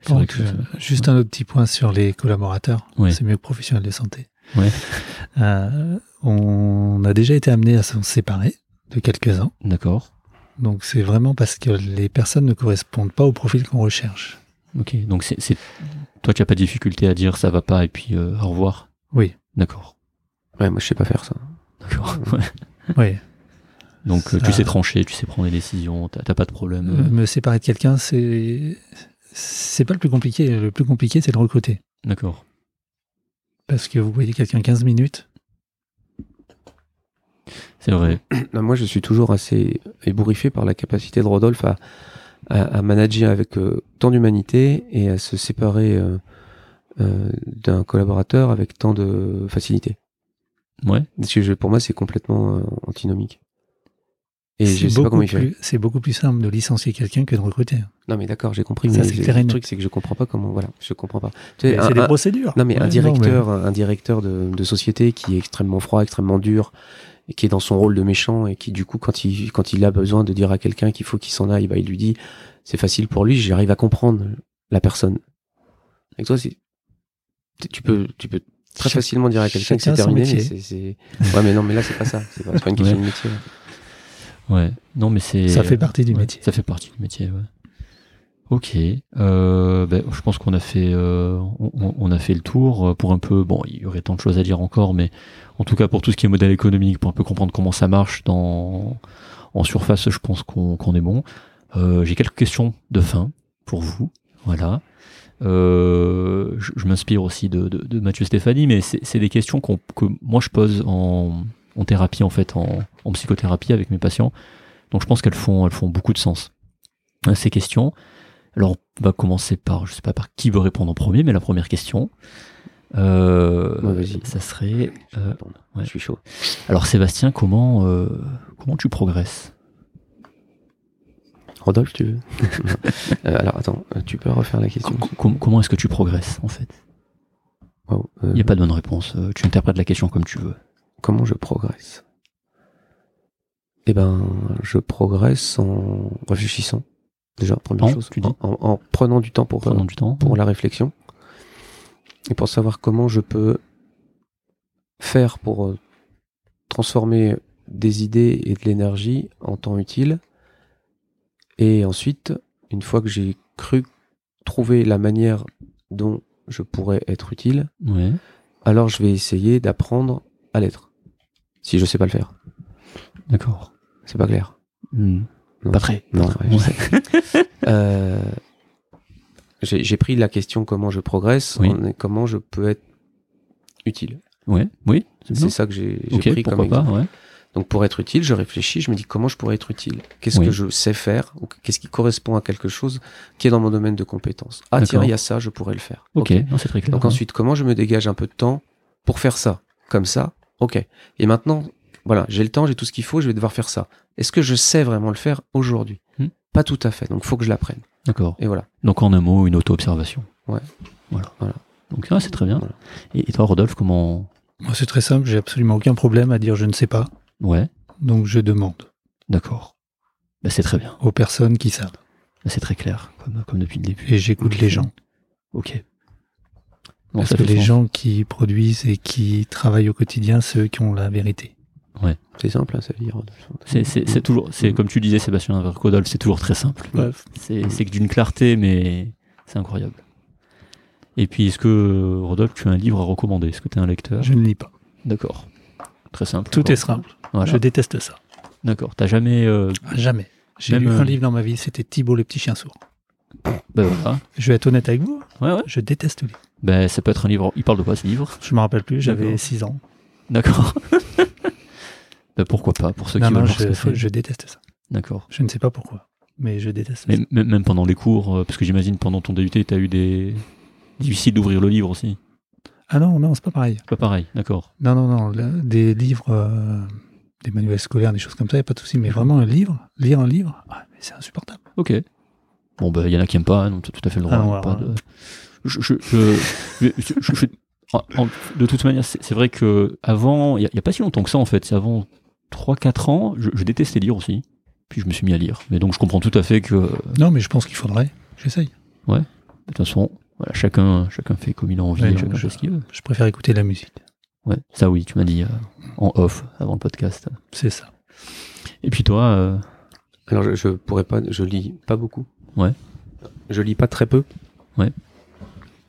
C'est vrai
Donc,
que
euh, juste un autre petit point sur les collaborateurs.
Ouais.
C'est mieux que professionnel de santé.
Ouais.
Euh, on a déjà été amené à s'en séparer de quelques-uns.
D'accord.
Donc, c'est vraiment parce que les personnes ne correspondent pas au profil qu'on recherche.
Ok. Donc c'est c'est- toi tu as pas de difficulté à dire ça va pas et puis euh, au revoir.
Oui.
D'accord.
Ouais, moi, je sais pas faire ça.
D'accord. Ouais.
Mm. Hum.
Oui.
Donc euh, tu
Ça-
sais trancher, tu sais prendre des décisions. T'as t'as pas de problème.
Mm.
Euh, Me séparer de quelqu'un, c'est c'est pas le plus compliqué. Le plus compliqué, c'est de recruter.
D'accord.
Parce que vous voyez quelqu'un 15 minutes.
C'est vrai.
Non, moi, je suis toujours assez ébouriffé par la capacité de Rodolphe à, à, à manager avec euh, tant d'humanité et à se séparer euh, euh, d'un collaborateur avec tant de facilité.
Ouais.
Parce que je- pour moi, c'est complètement euh, antinomique. Et
C'est
je sais pas
beaucoup
comment il fait.
plus- C'est beaucoup plus simple de licencier quelqu'un que de recruter.
Non, mais d'accord, j'ai compris.
Ça,
mais
c'est
j'ai-
clair et
le
net.
truc, c'est que je comprends pas comment. Voilà, je comprends pas. Tu sais,
Mais
un-
C'est des
un-
procédures.
Non, mais
Ouais,
un directeur, un directeur de, de société qui est extrêmement froid, extrêmement dur, et qui est dans son rôle de méchant, et qui, du coup, quand il, quand il a besoin de dire à quelqu'un qu'il faut qu'il s'en aille, bah, il lui dit, c'est facile pour lui, j'arrive à comprendre la personne. Avec toi, c'est, tu- tu peux, tu peux très
Chac-
facilement dire à quelqu'un que c'est
chacun son
terminé, mais
métier.
c'est, c'est- ouais, mais non, mais là, c'est pas ça. C'est pas, c'est pas une question
Ouais.
de métier.
Ouais. Non mais c'est.
mais Ça fait partie du
Ouais,
métier.
Ça fait partie du métier, ouais. Ok, euh, ben, je pense qu'on a fait, euh, on- on, on a fait le tour euh, pour un peu. Bon, il y aurait tant de choses à dire encore, mais en tout cas pour tout ce qui est modèle économique, pour un peu comprendre comment ça marche dans en surface, je pense qu'on qu'on est bon. Euh, J'ai quelques questions de fin pour vous, voilà. Euh, je je m'inspire aussi de, de- de Mathieu Stéphanie, mais c'est c'est des questions qu'on- que moi je pose en, en thérapie en fait, en- en psychothérapie avec mes patients. Donc je pense qu'elles font, elles font beaucoup de sens, hein, ces questions. Alors on va commencer par, je sais pas par qui veut répondre en premier, mais la première question, euh,
Ouais, vas-y.
ça serait... euh,
Bon,
ouais.
Je suis chaud.
alors Sébastien, comment, euh, comment tu progresses
Rodolphe, tu veux Euh, Alors attends, euh, tu peux refaire la question.
Com- com- comment est-ce que tu progresses en fait
Waouh, euh,
Il n'y a pas de bonne réponse. euh, tu interprètes la question comme tu veux.
Comment je progresse Eh ben, je progresse en réfléchissant. Déjà, première
En,
chose,
Hein, tu dis
en, en- en prenant du temps pour, euh,
Pendant du temps.
pour la réflexion et pour savoir comment je peux faire pour euh, transformer des idées et de l'énergie en temps utile. Et ensuite, une fois que j'ai cru trouver la manière dont je pourrais être utile,
Ouais.
alors je vais essayer d'apprendre à l'être. Si je sais pas le faire,
D'accord.
c'est pas clair.
Hmm.
Non.
Pas très.
Non,
pas très.
ouais, je Euh, j'ai j'ai pris la question comment je progresse,
Oui.
en- et comment je peux être utile.
Ouais. Oui. C'est bien.
C'est ça que j'ai j'ai
Mhm. Ok.
pris comme
Pourquoi pas.
exemple.
Ouais.
Donc pour être utile, je réfléchis, je me dis comment je pourrais être utile. Qu'est-ce
Oui.
que je sais faire ou qu'est-ce qui correspond à quelque chose qui est dans mon domaine de compétences. Ah
D'accord.
tiens, il y a ça, je pourrais le faire.
Ok. non, c'est très clair.
Donc
ouais.
ensuite, comment je me dégage un peu de temps pour faire ça Comme ça, ok. Et maintenant, voilà, j'ai le temps, j'ai tout ce qu'il faut, je vais devoir faire ça. Est-ce que je sais vraiment le faire aujourd'hui
Hmm.
Pas tout à fait, donc faut que je l'apprenne.
D'accord.
Et voilà.
Donc en un mot, une auto-observation.
Ouais.
Voilà.
Voilà.
Donc ah, c'est très bien.
Voilà.
Et, et toi, Rodolphe, comment
Moi, c'est très simple, j'ai absolument aucun problème à dire je ne sais pas.
Ouais.
Donc je demande
D'accord. Bah, c'est très bien.
aux personnes qui savent.
Bah, c'est très clair, comme, comme depuis le début.
Et j'écoute les gens.
Ok. Non,
Parce
ça
que
fait
les
sens.
gens qui produisent et qui travaillent au quotidien, c'est eux qui ont la vérité.
C'est simple, hein, ça veut dire.
C'est, c'est- c'est toujours, c'est
Mm.
comme tu disais, Sébastien avec Rodolphe, c'est toujours très simple.
Bref.
Hmm.
C'est, c'est que d'une clarté, mais c'est incroyable. Et puis, est-ce que, euh, Rodolphe, tu as un livre à recommander Est-ce que tu es un lecteur
Je ne lis pas.
D'accord. Très simple.
Tout
Bon.
est simple.
Voilà.
Je déteste ça.
D'accord. T'as jamais. euh,
À Jamais. J'ai
Même,
lu
euh,
un livre dans ma vie, c'était Thibault le petit chien sourd.
Ben voilà.
Je vais être honnête avec vous,
Ouais, ouais.
je déteste le livre.
Ben, ça peut être un livre. Il parle de quoi ce livre
Je me rappelle plus, j'avais
D'accord.
6 ans.
D'accord. ben, pourquoi pas, pour ceux
Non,
qui
non,
veulent voir ce
je,
que c'est.
je déteste ça.
D'accord.
Je ne sais pas pourquoi, mais je déteste
Mais
ça.
même, même pendant les cours, euh, parce que j'imagine pendant ton DUT, t'as eu des. Difficile d'ouvrir le livre aussi.
Ah non, non, c'est pas pareil.
Pas pareil, d'accord.
Non, non, non, là, des livres, euh, des manuels scolaires, des choses comme ça, il n'y a pas de souci. Mais vraiment, un livre, lire un livre, ah, mais c'est insupportable.
Ok. Bon, ben, il y en a qui aiment pas, hein, donc t'as tout à fait le droit.
Ah, ouais,
pas
ouais.
de... Je, je- je- je- je- je- je- en- en- de toute manière, c'est c'est vrai que avant, il n'y a, pas si longtemps que ça en fait, c'est avant 3-4 ans, je, je détestais lire aussi. Puis je me suis mis à lire. Mais donc je comprends tout à fait que, euh, de
Non, mais je pense qu'il faudrait. J'essaye.
toute façon, voilà, chacun, chacun fait comme il a envie,
Ouais, non,
chacun
je-
fait ce qu'il veut.
Je préfère écouter la musique.
Ouais, ça oui, tu m'as dit euh, en off avant le podcast.
C'est ça.
Et puis toi, euh,
Alors je, je pourrais pas, je lis pas beaucoup.
Ouais.
Je lis pas très peu.
Ouais.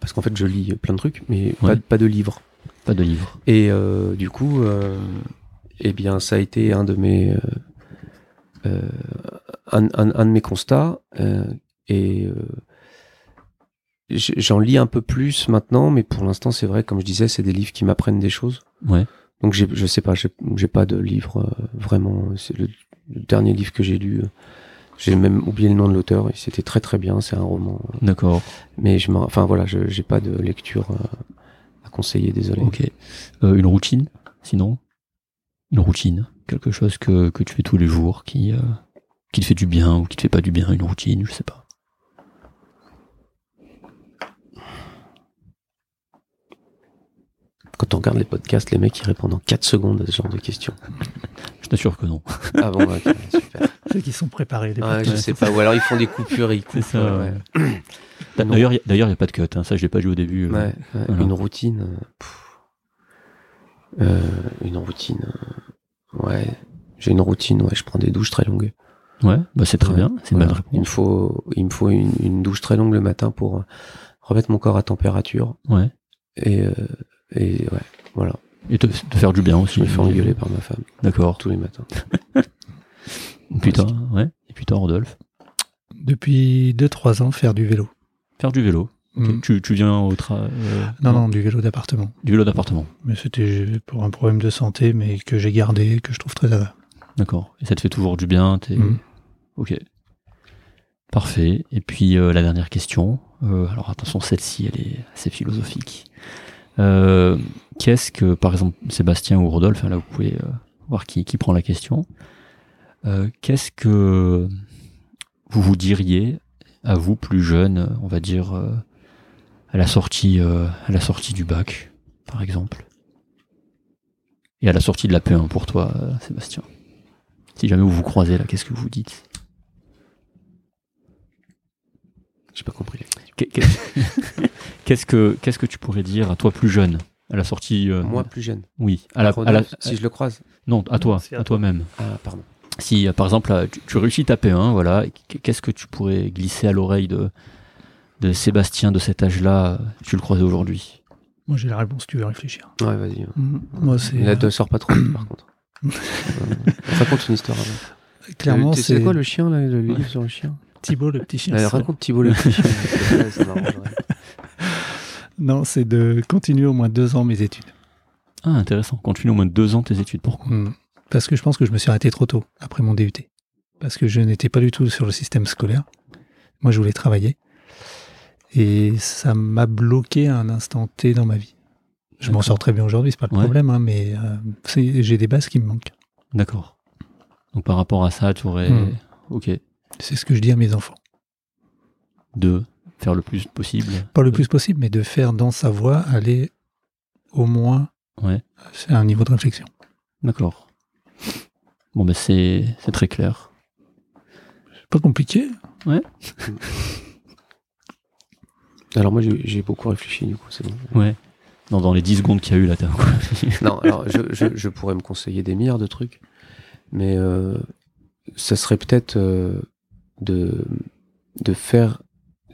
Parce qu'en fait je lis plein de trucs, mais
Ouais.
pas, pas de livres.
pas de livre.
Et euh, du coup, euh, eh bien ça a été un de mes, euh, euh, un, un- un de mes constats. euh, et euh, j- j'en lis un peu plus maintenant, mais pour l'instant c'est vrai, comme je disais, c'est des livres qui m'apprennent des choses.
Ouais.
Donc j'ai- je sais pas, j'ai j'ai pas de livre euh, vraiment. C'est le, le dernier livre que j'ai lu. euh, J'ai même oublié le nom de l'auteur. et C'était très très bien. C'est un roman.
D'accord,
Mais je m'en- enfin voilà, je- j'ai pas de lecture euh, à conseiller. Désolé.
ok. Euh, une routine, sinon Une routine, quelque chose que, que tu fais tous les jours, qui, euh, qui te fait du bien ou qui te fait pas du bien, une routine, je sais pas.
Quand on regarde les podcasts, les mecs ils répondent en 4 secondes à ce genre de questions.
Je t'assure que non.
ah bon, ok, super.
Ceux qui sont préparés, les
Ouais, je
podcasts.
sais pas. Ou alors ils font des coupures et ils coupent.
C'est ça,
ouais,
ouais.
Non.
D'ailleurs, il n'y a pas de cut, hein, ça je l'ai pas dit au début. euh.
Ouais, ouais,
voilà.
Une routine. euh, pff. Euh, une routine. euh, ouais. J'ai une routine. Ouais, je prends des douches très longues.
Ouais, bah, c'est très
Ouais,
bien, c'est une
Voilà.
bonne
Il me
réponse.
faut, il me faut une, une douche très longue le matin pour euh, remettre mon corps à température.
Ouais.
Et, euh, et ouais, voilà.
Et te, te faire du bien aussi.
Je me fais engueuler par ma femme
D'accord.
tous les matins.
Et puis toi, ouais. Et puis toi, Rodolphe,
Depuis 2-3 ans, faire du vélo.
faire du vélo. Ok.
Mm.
Tu, tu viens au tra... euh,
Non, non, du vélo d'appartement.
Du vélo d'appartement.
Mais c'était pour un problème de santé, mais que j'ai gardé, que je trouve très agréable.
D'accord. Et ça te fait toujours du bien. t'es-
Mhm.
Ok. Parfait. Et puis euh, la dernière question. Euh, alors attention, celle-ci, elle est assez philosophique. Euh, Qu'est-ce que, par exemple, Sébastien ou Rodolphe, hein, là vous pouvez euh, voir qui, qui prend la question. Euh, Qu'est-ce que vous vous diriez à vous plus jeune, on va dire euh, à la sortie euh, à la sortie du bac, par exemple, et à la sortie de la P1 pour toi, euh, Sébastien. Si jamais vous vous croisez là, qu'est-ce que vous dites
J'ai pas compris.
Qu'est- qu'est- Qu'est-ce que qu'est-ce que tu pourrais dire à toi plus jeune à la sortie euh,
Moi, plus jeune.
Oui, à la, à la-
Rodolphe, si je le croise.
non à toi,
C'est à
à toi-même.
Ah, pardon.
Si, euh, par exemple, euh, tu, tu réussis ta P1, voilà, qu- qu'est-ce que tu pourrais glisser à l'oreille de, de Sébastien de cet âge-là, euh, tu le croisais aujourd'hui
Moi, j'ai la réponse, tu veux réfléchir.
Ouais, vas-y. hein.
Mm. Moi, c'est. euh,
Là, ne sors pas trop, par contre. Euh, raconte une histoire. avant.
Clairement,
Euh, t'es-
c'est
quoi le chien, là, le livre sur le chien
Thibaut, le petit chien.
Euh,
c'est-
Raconte Thibault le petit chien. Ouais, ça m'arrangerait.
Non, c'est de continuer au moins deux ans mes études.
Ah, intéressant. Continue au moins deux ans tes études. Pourquoi
Mm. Parce que je pense que je me suis arrêté trop tôt après mon DUT. Parce que je n'étais pas du tout sur le système scolaire. Moi, je voulais travailler. Et ça m'a bloqué à un instant T dans ma vie. Je m'en
D'accord.
sors très bien aujourd'hui, c'est pas le
Ouais.
problème, hein, mais euh, c'est- j'ai des bases qui me manquent.
D'accord. Donc par rapport à ça, tu aurais,
Hmm.
ok,
C'est ce que je dis à mes enfants.
de faire le plus possible.
Pas le plus possible, mais de faire dans sa voie aller au moins
Ouais.
à un niveau de réflexion.
D'accord. Bon, ben c'est c'est très clair.
C'est Pas compliqué.
Alors, moi, j'ai j'ai beaucoup réfléchi, du coup, c'est bon.
Ouais. Dans, dans les 10 secondes qu'il y a eu là, t'as
Non, alors je, je- je pourrais me conseiller des milliards de trucs, mais euh, ça serait peut-être euh, de, de faire,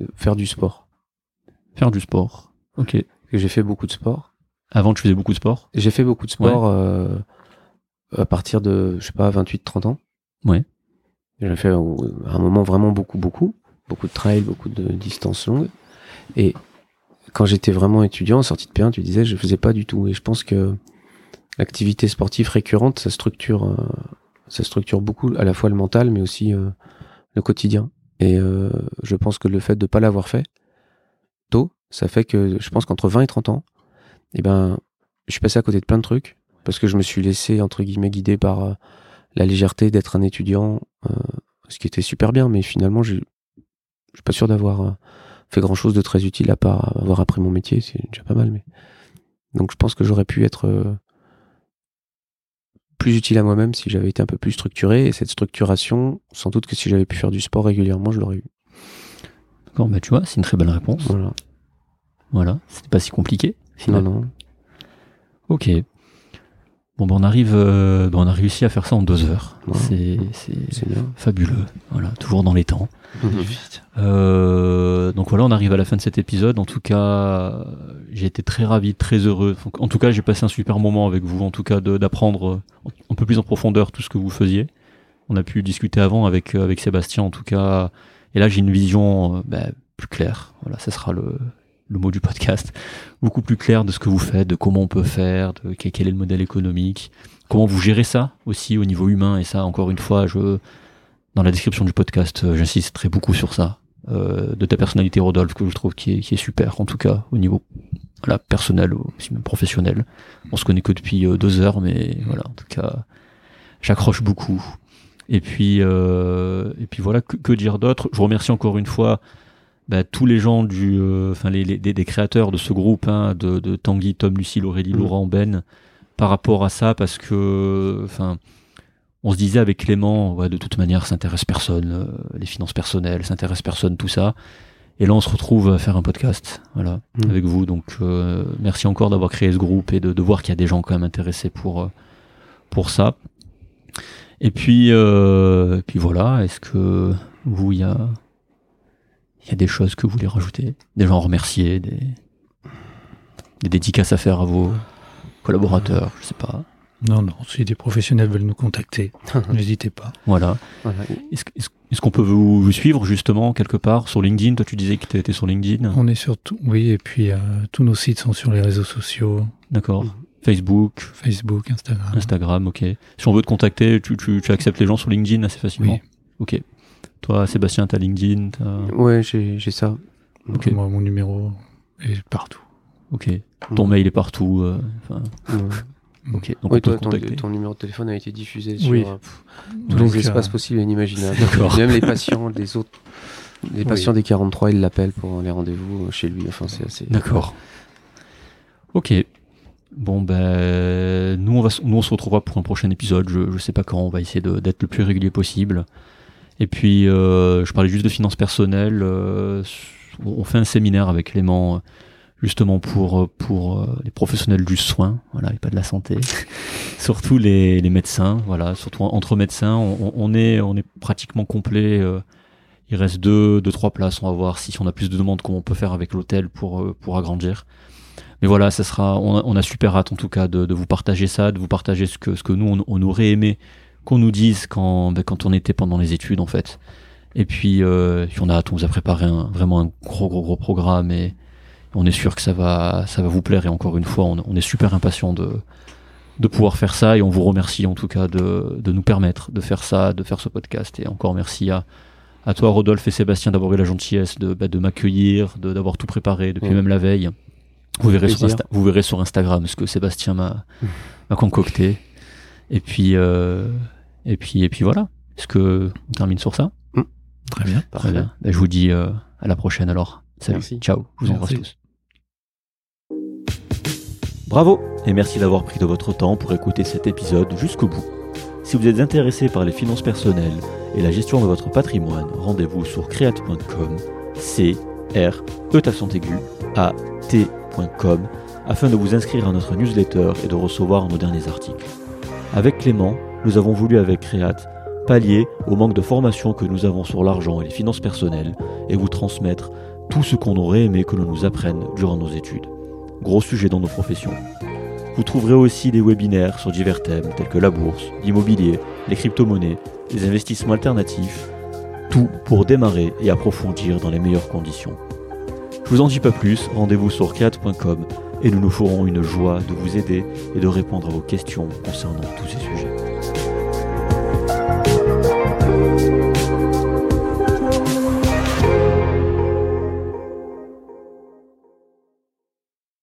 de faire du sport.
faire du sport. Ok.
Que J'ai fait beaucoup de sport.
Avant, tu faisais beaucoup de sport.
J'ai fait beaucoup de sport euh, à partir de, je sais pas, 28-30 ans.
Ouais.
J'ai fait au- à un moment vraiment beaucoup, beaucoup. Beaucoup de trail, beaucoup de distances longues. Et quand j'étais vraiment étudiant, en sortie de P1, tu disais, je faisais pas du tout. Et je pense que l'activité sportive récurrente, ça structure, euh, ça structure beaucoup à la fois le mental, mais aussi euh, le quotidien. Et euh, je pense que le fait de pas l'avoir fait tôt, ça fait que je pense qu'entre 20 et 30 ans, eh ben, je suis passé à côté de plein de trucs parce que je me suis laissé entre guillemets guider par euh, la légèreté d'être un étudiant, euh, ce qui était super bien, mais finalement je je suis pas sûr d'avoir euh, fait grand chose de très utile à part avoir appris mon métier, c'est déjà pas mal. Mais donc je pense que j'aurais pu être euh, plus utile à moi-même si j'avais été un peu plus structuré et cette structuration, sans doute que si j'avais pu faire du sport régulièrement, je l'aurais eu.
D'accord, ben tu vois, c'est une très belle réponse.
Voilà.
Voilà. C'était pas si compliqué.
Non,
finalement.
non.
Ok. Bon, ben on arrive, euh, ben on a réussi à faire ça en deux heures.
Ouais.
C'est- C'est
C'est bien.
fabuleux. Voilà, toujours dans les temps. Euh, donc voilà, on arrive à la fin de cet épisode. En tout cas, euh, j'ai été très ravi, très heureux. Donc, En tout cas, j'ai passé un super moment avec vous. En tout cas, de- d'apprendre euh, un peu plus en profondeur tout ce que vous faisiez. On a pu discuter avant avec euh, avec Sébastien, en tout cas. Et là, j'ai une vision euh, bah, plus claire. Voilà, ça sera le le mot du podcast, beaucoup plus claire de ce que vous faites, de comment on peut faire, de quel quel est le modèle économique, comment vous gérez ça aussi au niveau humain. Et ça, encore une fois, je dans la description du podcast, euh, j'insisterai beaucoup sur ça euh, de ta personnalité, Rodolphe, que je trouve qui est, qui est super, en tout cas au niveau voilà, personnel, aussi même professionnel. On se connaît que depuis euh, deux heures, mais voilà, en tout cas, j'accroche beaucoup. Et puis, euh, et puis voilà, que, que dire d'autre Je remercie encore une fois bah, tous les gens du, euh, enfin les, les- des, des créateurs de ce groupe, hein, de, de Tanguy, Tom, Lucille, Aurélie,
Mhm.
Laurent, Ben, par rapport à ça, parce que, enfin, on se disait avec Clément, ouais, de toute manière, ça intéresse personne, euh, les finances personnelles, ça intéresse personne, tout ça. Et là, on se retrouve à faire un podcast, voilà,
Mhm.
avec vous. Donc, euh, merci encore d'avoir créé ce groupe et de, de voir qu'il y a des gens quand même intéressés pour euh, pour ça. Et puis, euh, et puis voilà. Est-ce que vous, il y a il y a des choses que vous voulez rajouter, des gens à remercier, des des dédicaces à faire à vos collaborateurs, je sais pas.
Non, non, si des professionnels veulent nous contacter, n'hésitez pas.
Voilà.
Voilà.
Est-ce que- est-ce- est-ce qu'on peut vous, vous suivre justement quelque part sur LinkedIn Toi, tu disais que tu étais sur LinkedIn.
On est sur tout, oui, et puis euh, tous nos sites sont sur les réseaux sociaux,
D'accord.
Mhm.
Facebook,
Facebook,
Ah,
Instagram.
Instagram, ok. Si on veut te contacter, tu, tu, tu acceptes les gens sur LinkedIn assez facilement.
Oui.
Ok. Toi, Sébastien, t'as LinkedIn, t'as-
Ouais, j'ai j'ai ça.
Ok.
Moi, mon numéro est partout.
Ok. Ton
Mhm.
mail est partout. euh, enfin,
Ouais.
Ok, donc
Oui,
on peut
toi,
te
ton,
contacter.
ton numéro de téléphone a été diffusé
Oui.
sur euh, pff, tout donc
Donc,
l'espace
euh,
possible et inimaginable.
D'accord.
Même les patients des autres, les patients des 43, ils l'appellent pour les rendez-vous euh, chez lui. Enfin, c'est assez.
D'accord. Ok. Bon, ben, nous on, va, s- nous, on se retrouvera pour un prochain épisode. Je, je sais pas quand. On va essayer de- d'être le plus régulier possible. Et puis, euh, je parlais juste de finances personnelles. euh, on on fait un séminaire avec Clément, euh, justement pour, euh, pour euh, les professionnels du soin, voilà, et pas de la santé. surtout les, les médecins, voilà, surtout en- entre médecins. On, on- on est, on est pratiquement complet. euh, il reste deux, deux, trois places. On va voir si on a plus de demandes, comment on peut faire avec l'hôtel pour, euh, pour agrandir. Mais voilà, ça sera, on a, on a super hâte en tout cas de, de vous partager ça, de vous partager ce que, ce que nous, on, on aurait aimé qu'on nous dise quand, ben, quand on était pendant les études en fait. Et puis, euh, puis on a hâte, on vous a préparé un- vraiment un gros, gros, gros programme et on est sûr que ça va, ça va vous plaire. Et encore une fois, on, on est super impatient de, de pouvoir faire ça et on vous remercie en tout cas de, de nous permettre de faire ça, de faire ce podcast. Et encore merci à, à toi, Rodolphe et Sébastien, d'avoir eu la gentillesse de, bah, de m'accueillir, de- d'avoir tout préparé depuis
Ouais.
même la veille. Vous verrez, sur
Plaisir.
Insta- vous verrez sur Instagram ce que Sébastien m'a m'a concocté. Et puis, euh, et puis, et puis voilà. Est-ce que on termine sur ça
Très bien.
Très bien. Ben, je vous dis euh, à la prochaine alors. Salut.
Merci.
Ciao. Je vous embrasse
Merci.
tous. Bravo et merci d'avoir pris de votre temps pour écouter cet épisode jusqu'au bout. Si vous êtes intéressé par les finances personnelles et la gestion de votre patrimoine, rendez-vous sur create.com, c r e accent aigu a t.com afin de vous inscrire à notre newsletter et de recevoir nos derniers articles. Avec Clément, nous avons voulu avec Créate pallier au manque de formation que nous avons sur l'argent et les finances personnelles et vous transmettre tout ce qu'on aurait aimé que l'on nous apprenne durant nos études. Gros sujet dans nos professions. Vous trouverez aussi des webinaires sur divers thèmes tels que la bourse, l'immobilier, les crypto-monnaies, les investissements alternatifs, tout pour démarrer et approfondir dans les meilleures conditions. Je vous en dis pas plus, rendez-vous sur create.com et nous nous ferons une joie de vous aider et de répondre à vos questions concernant tous ces sujets.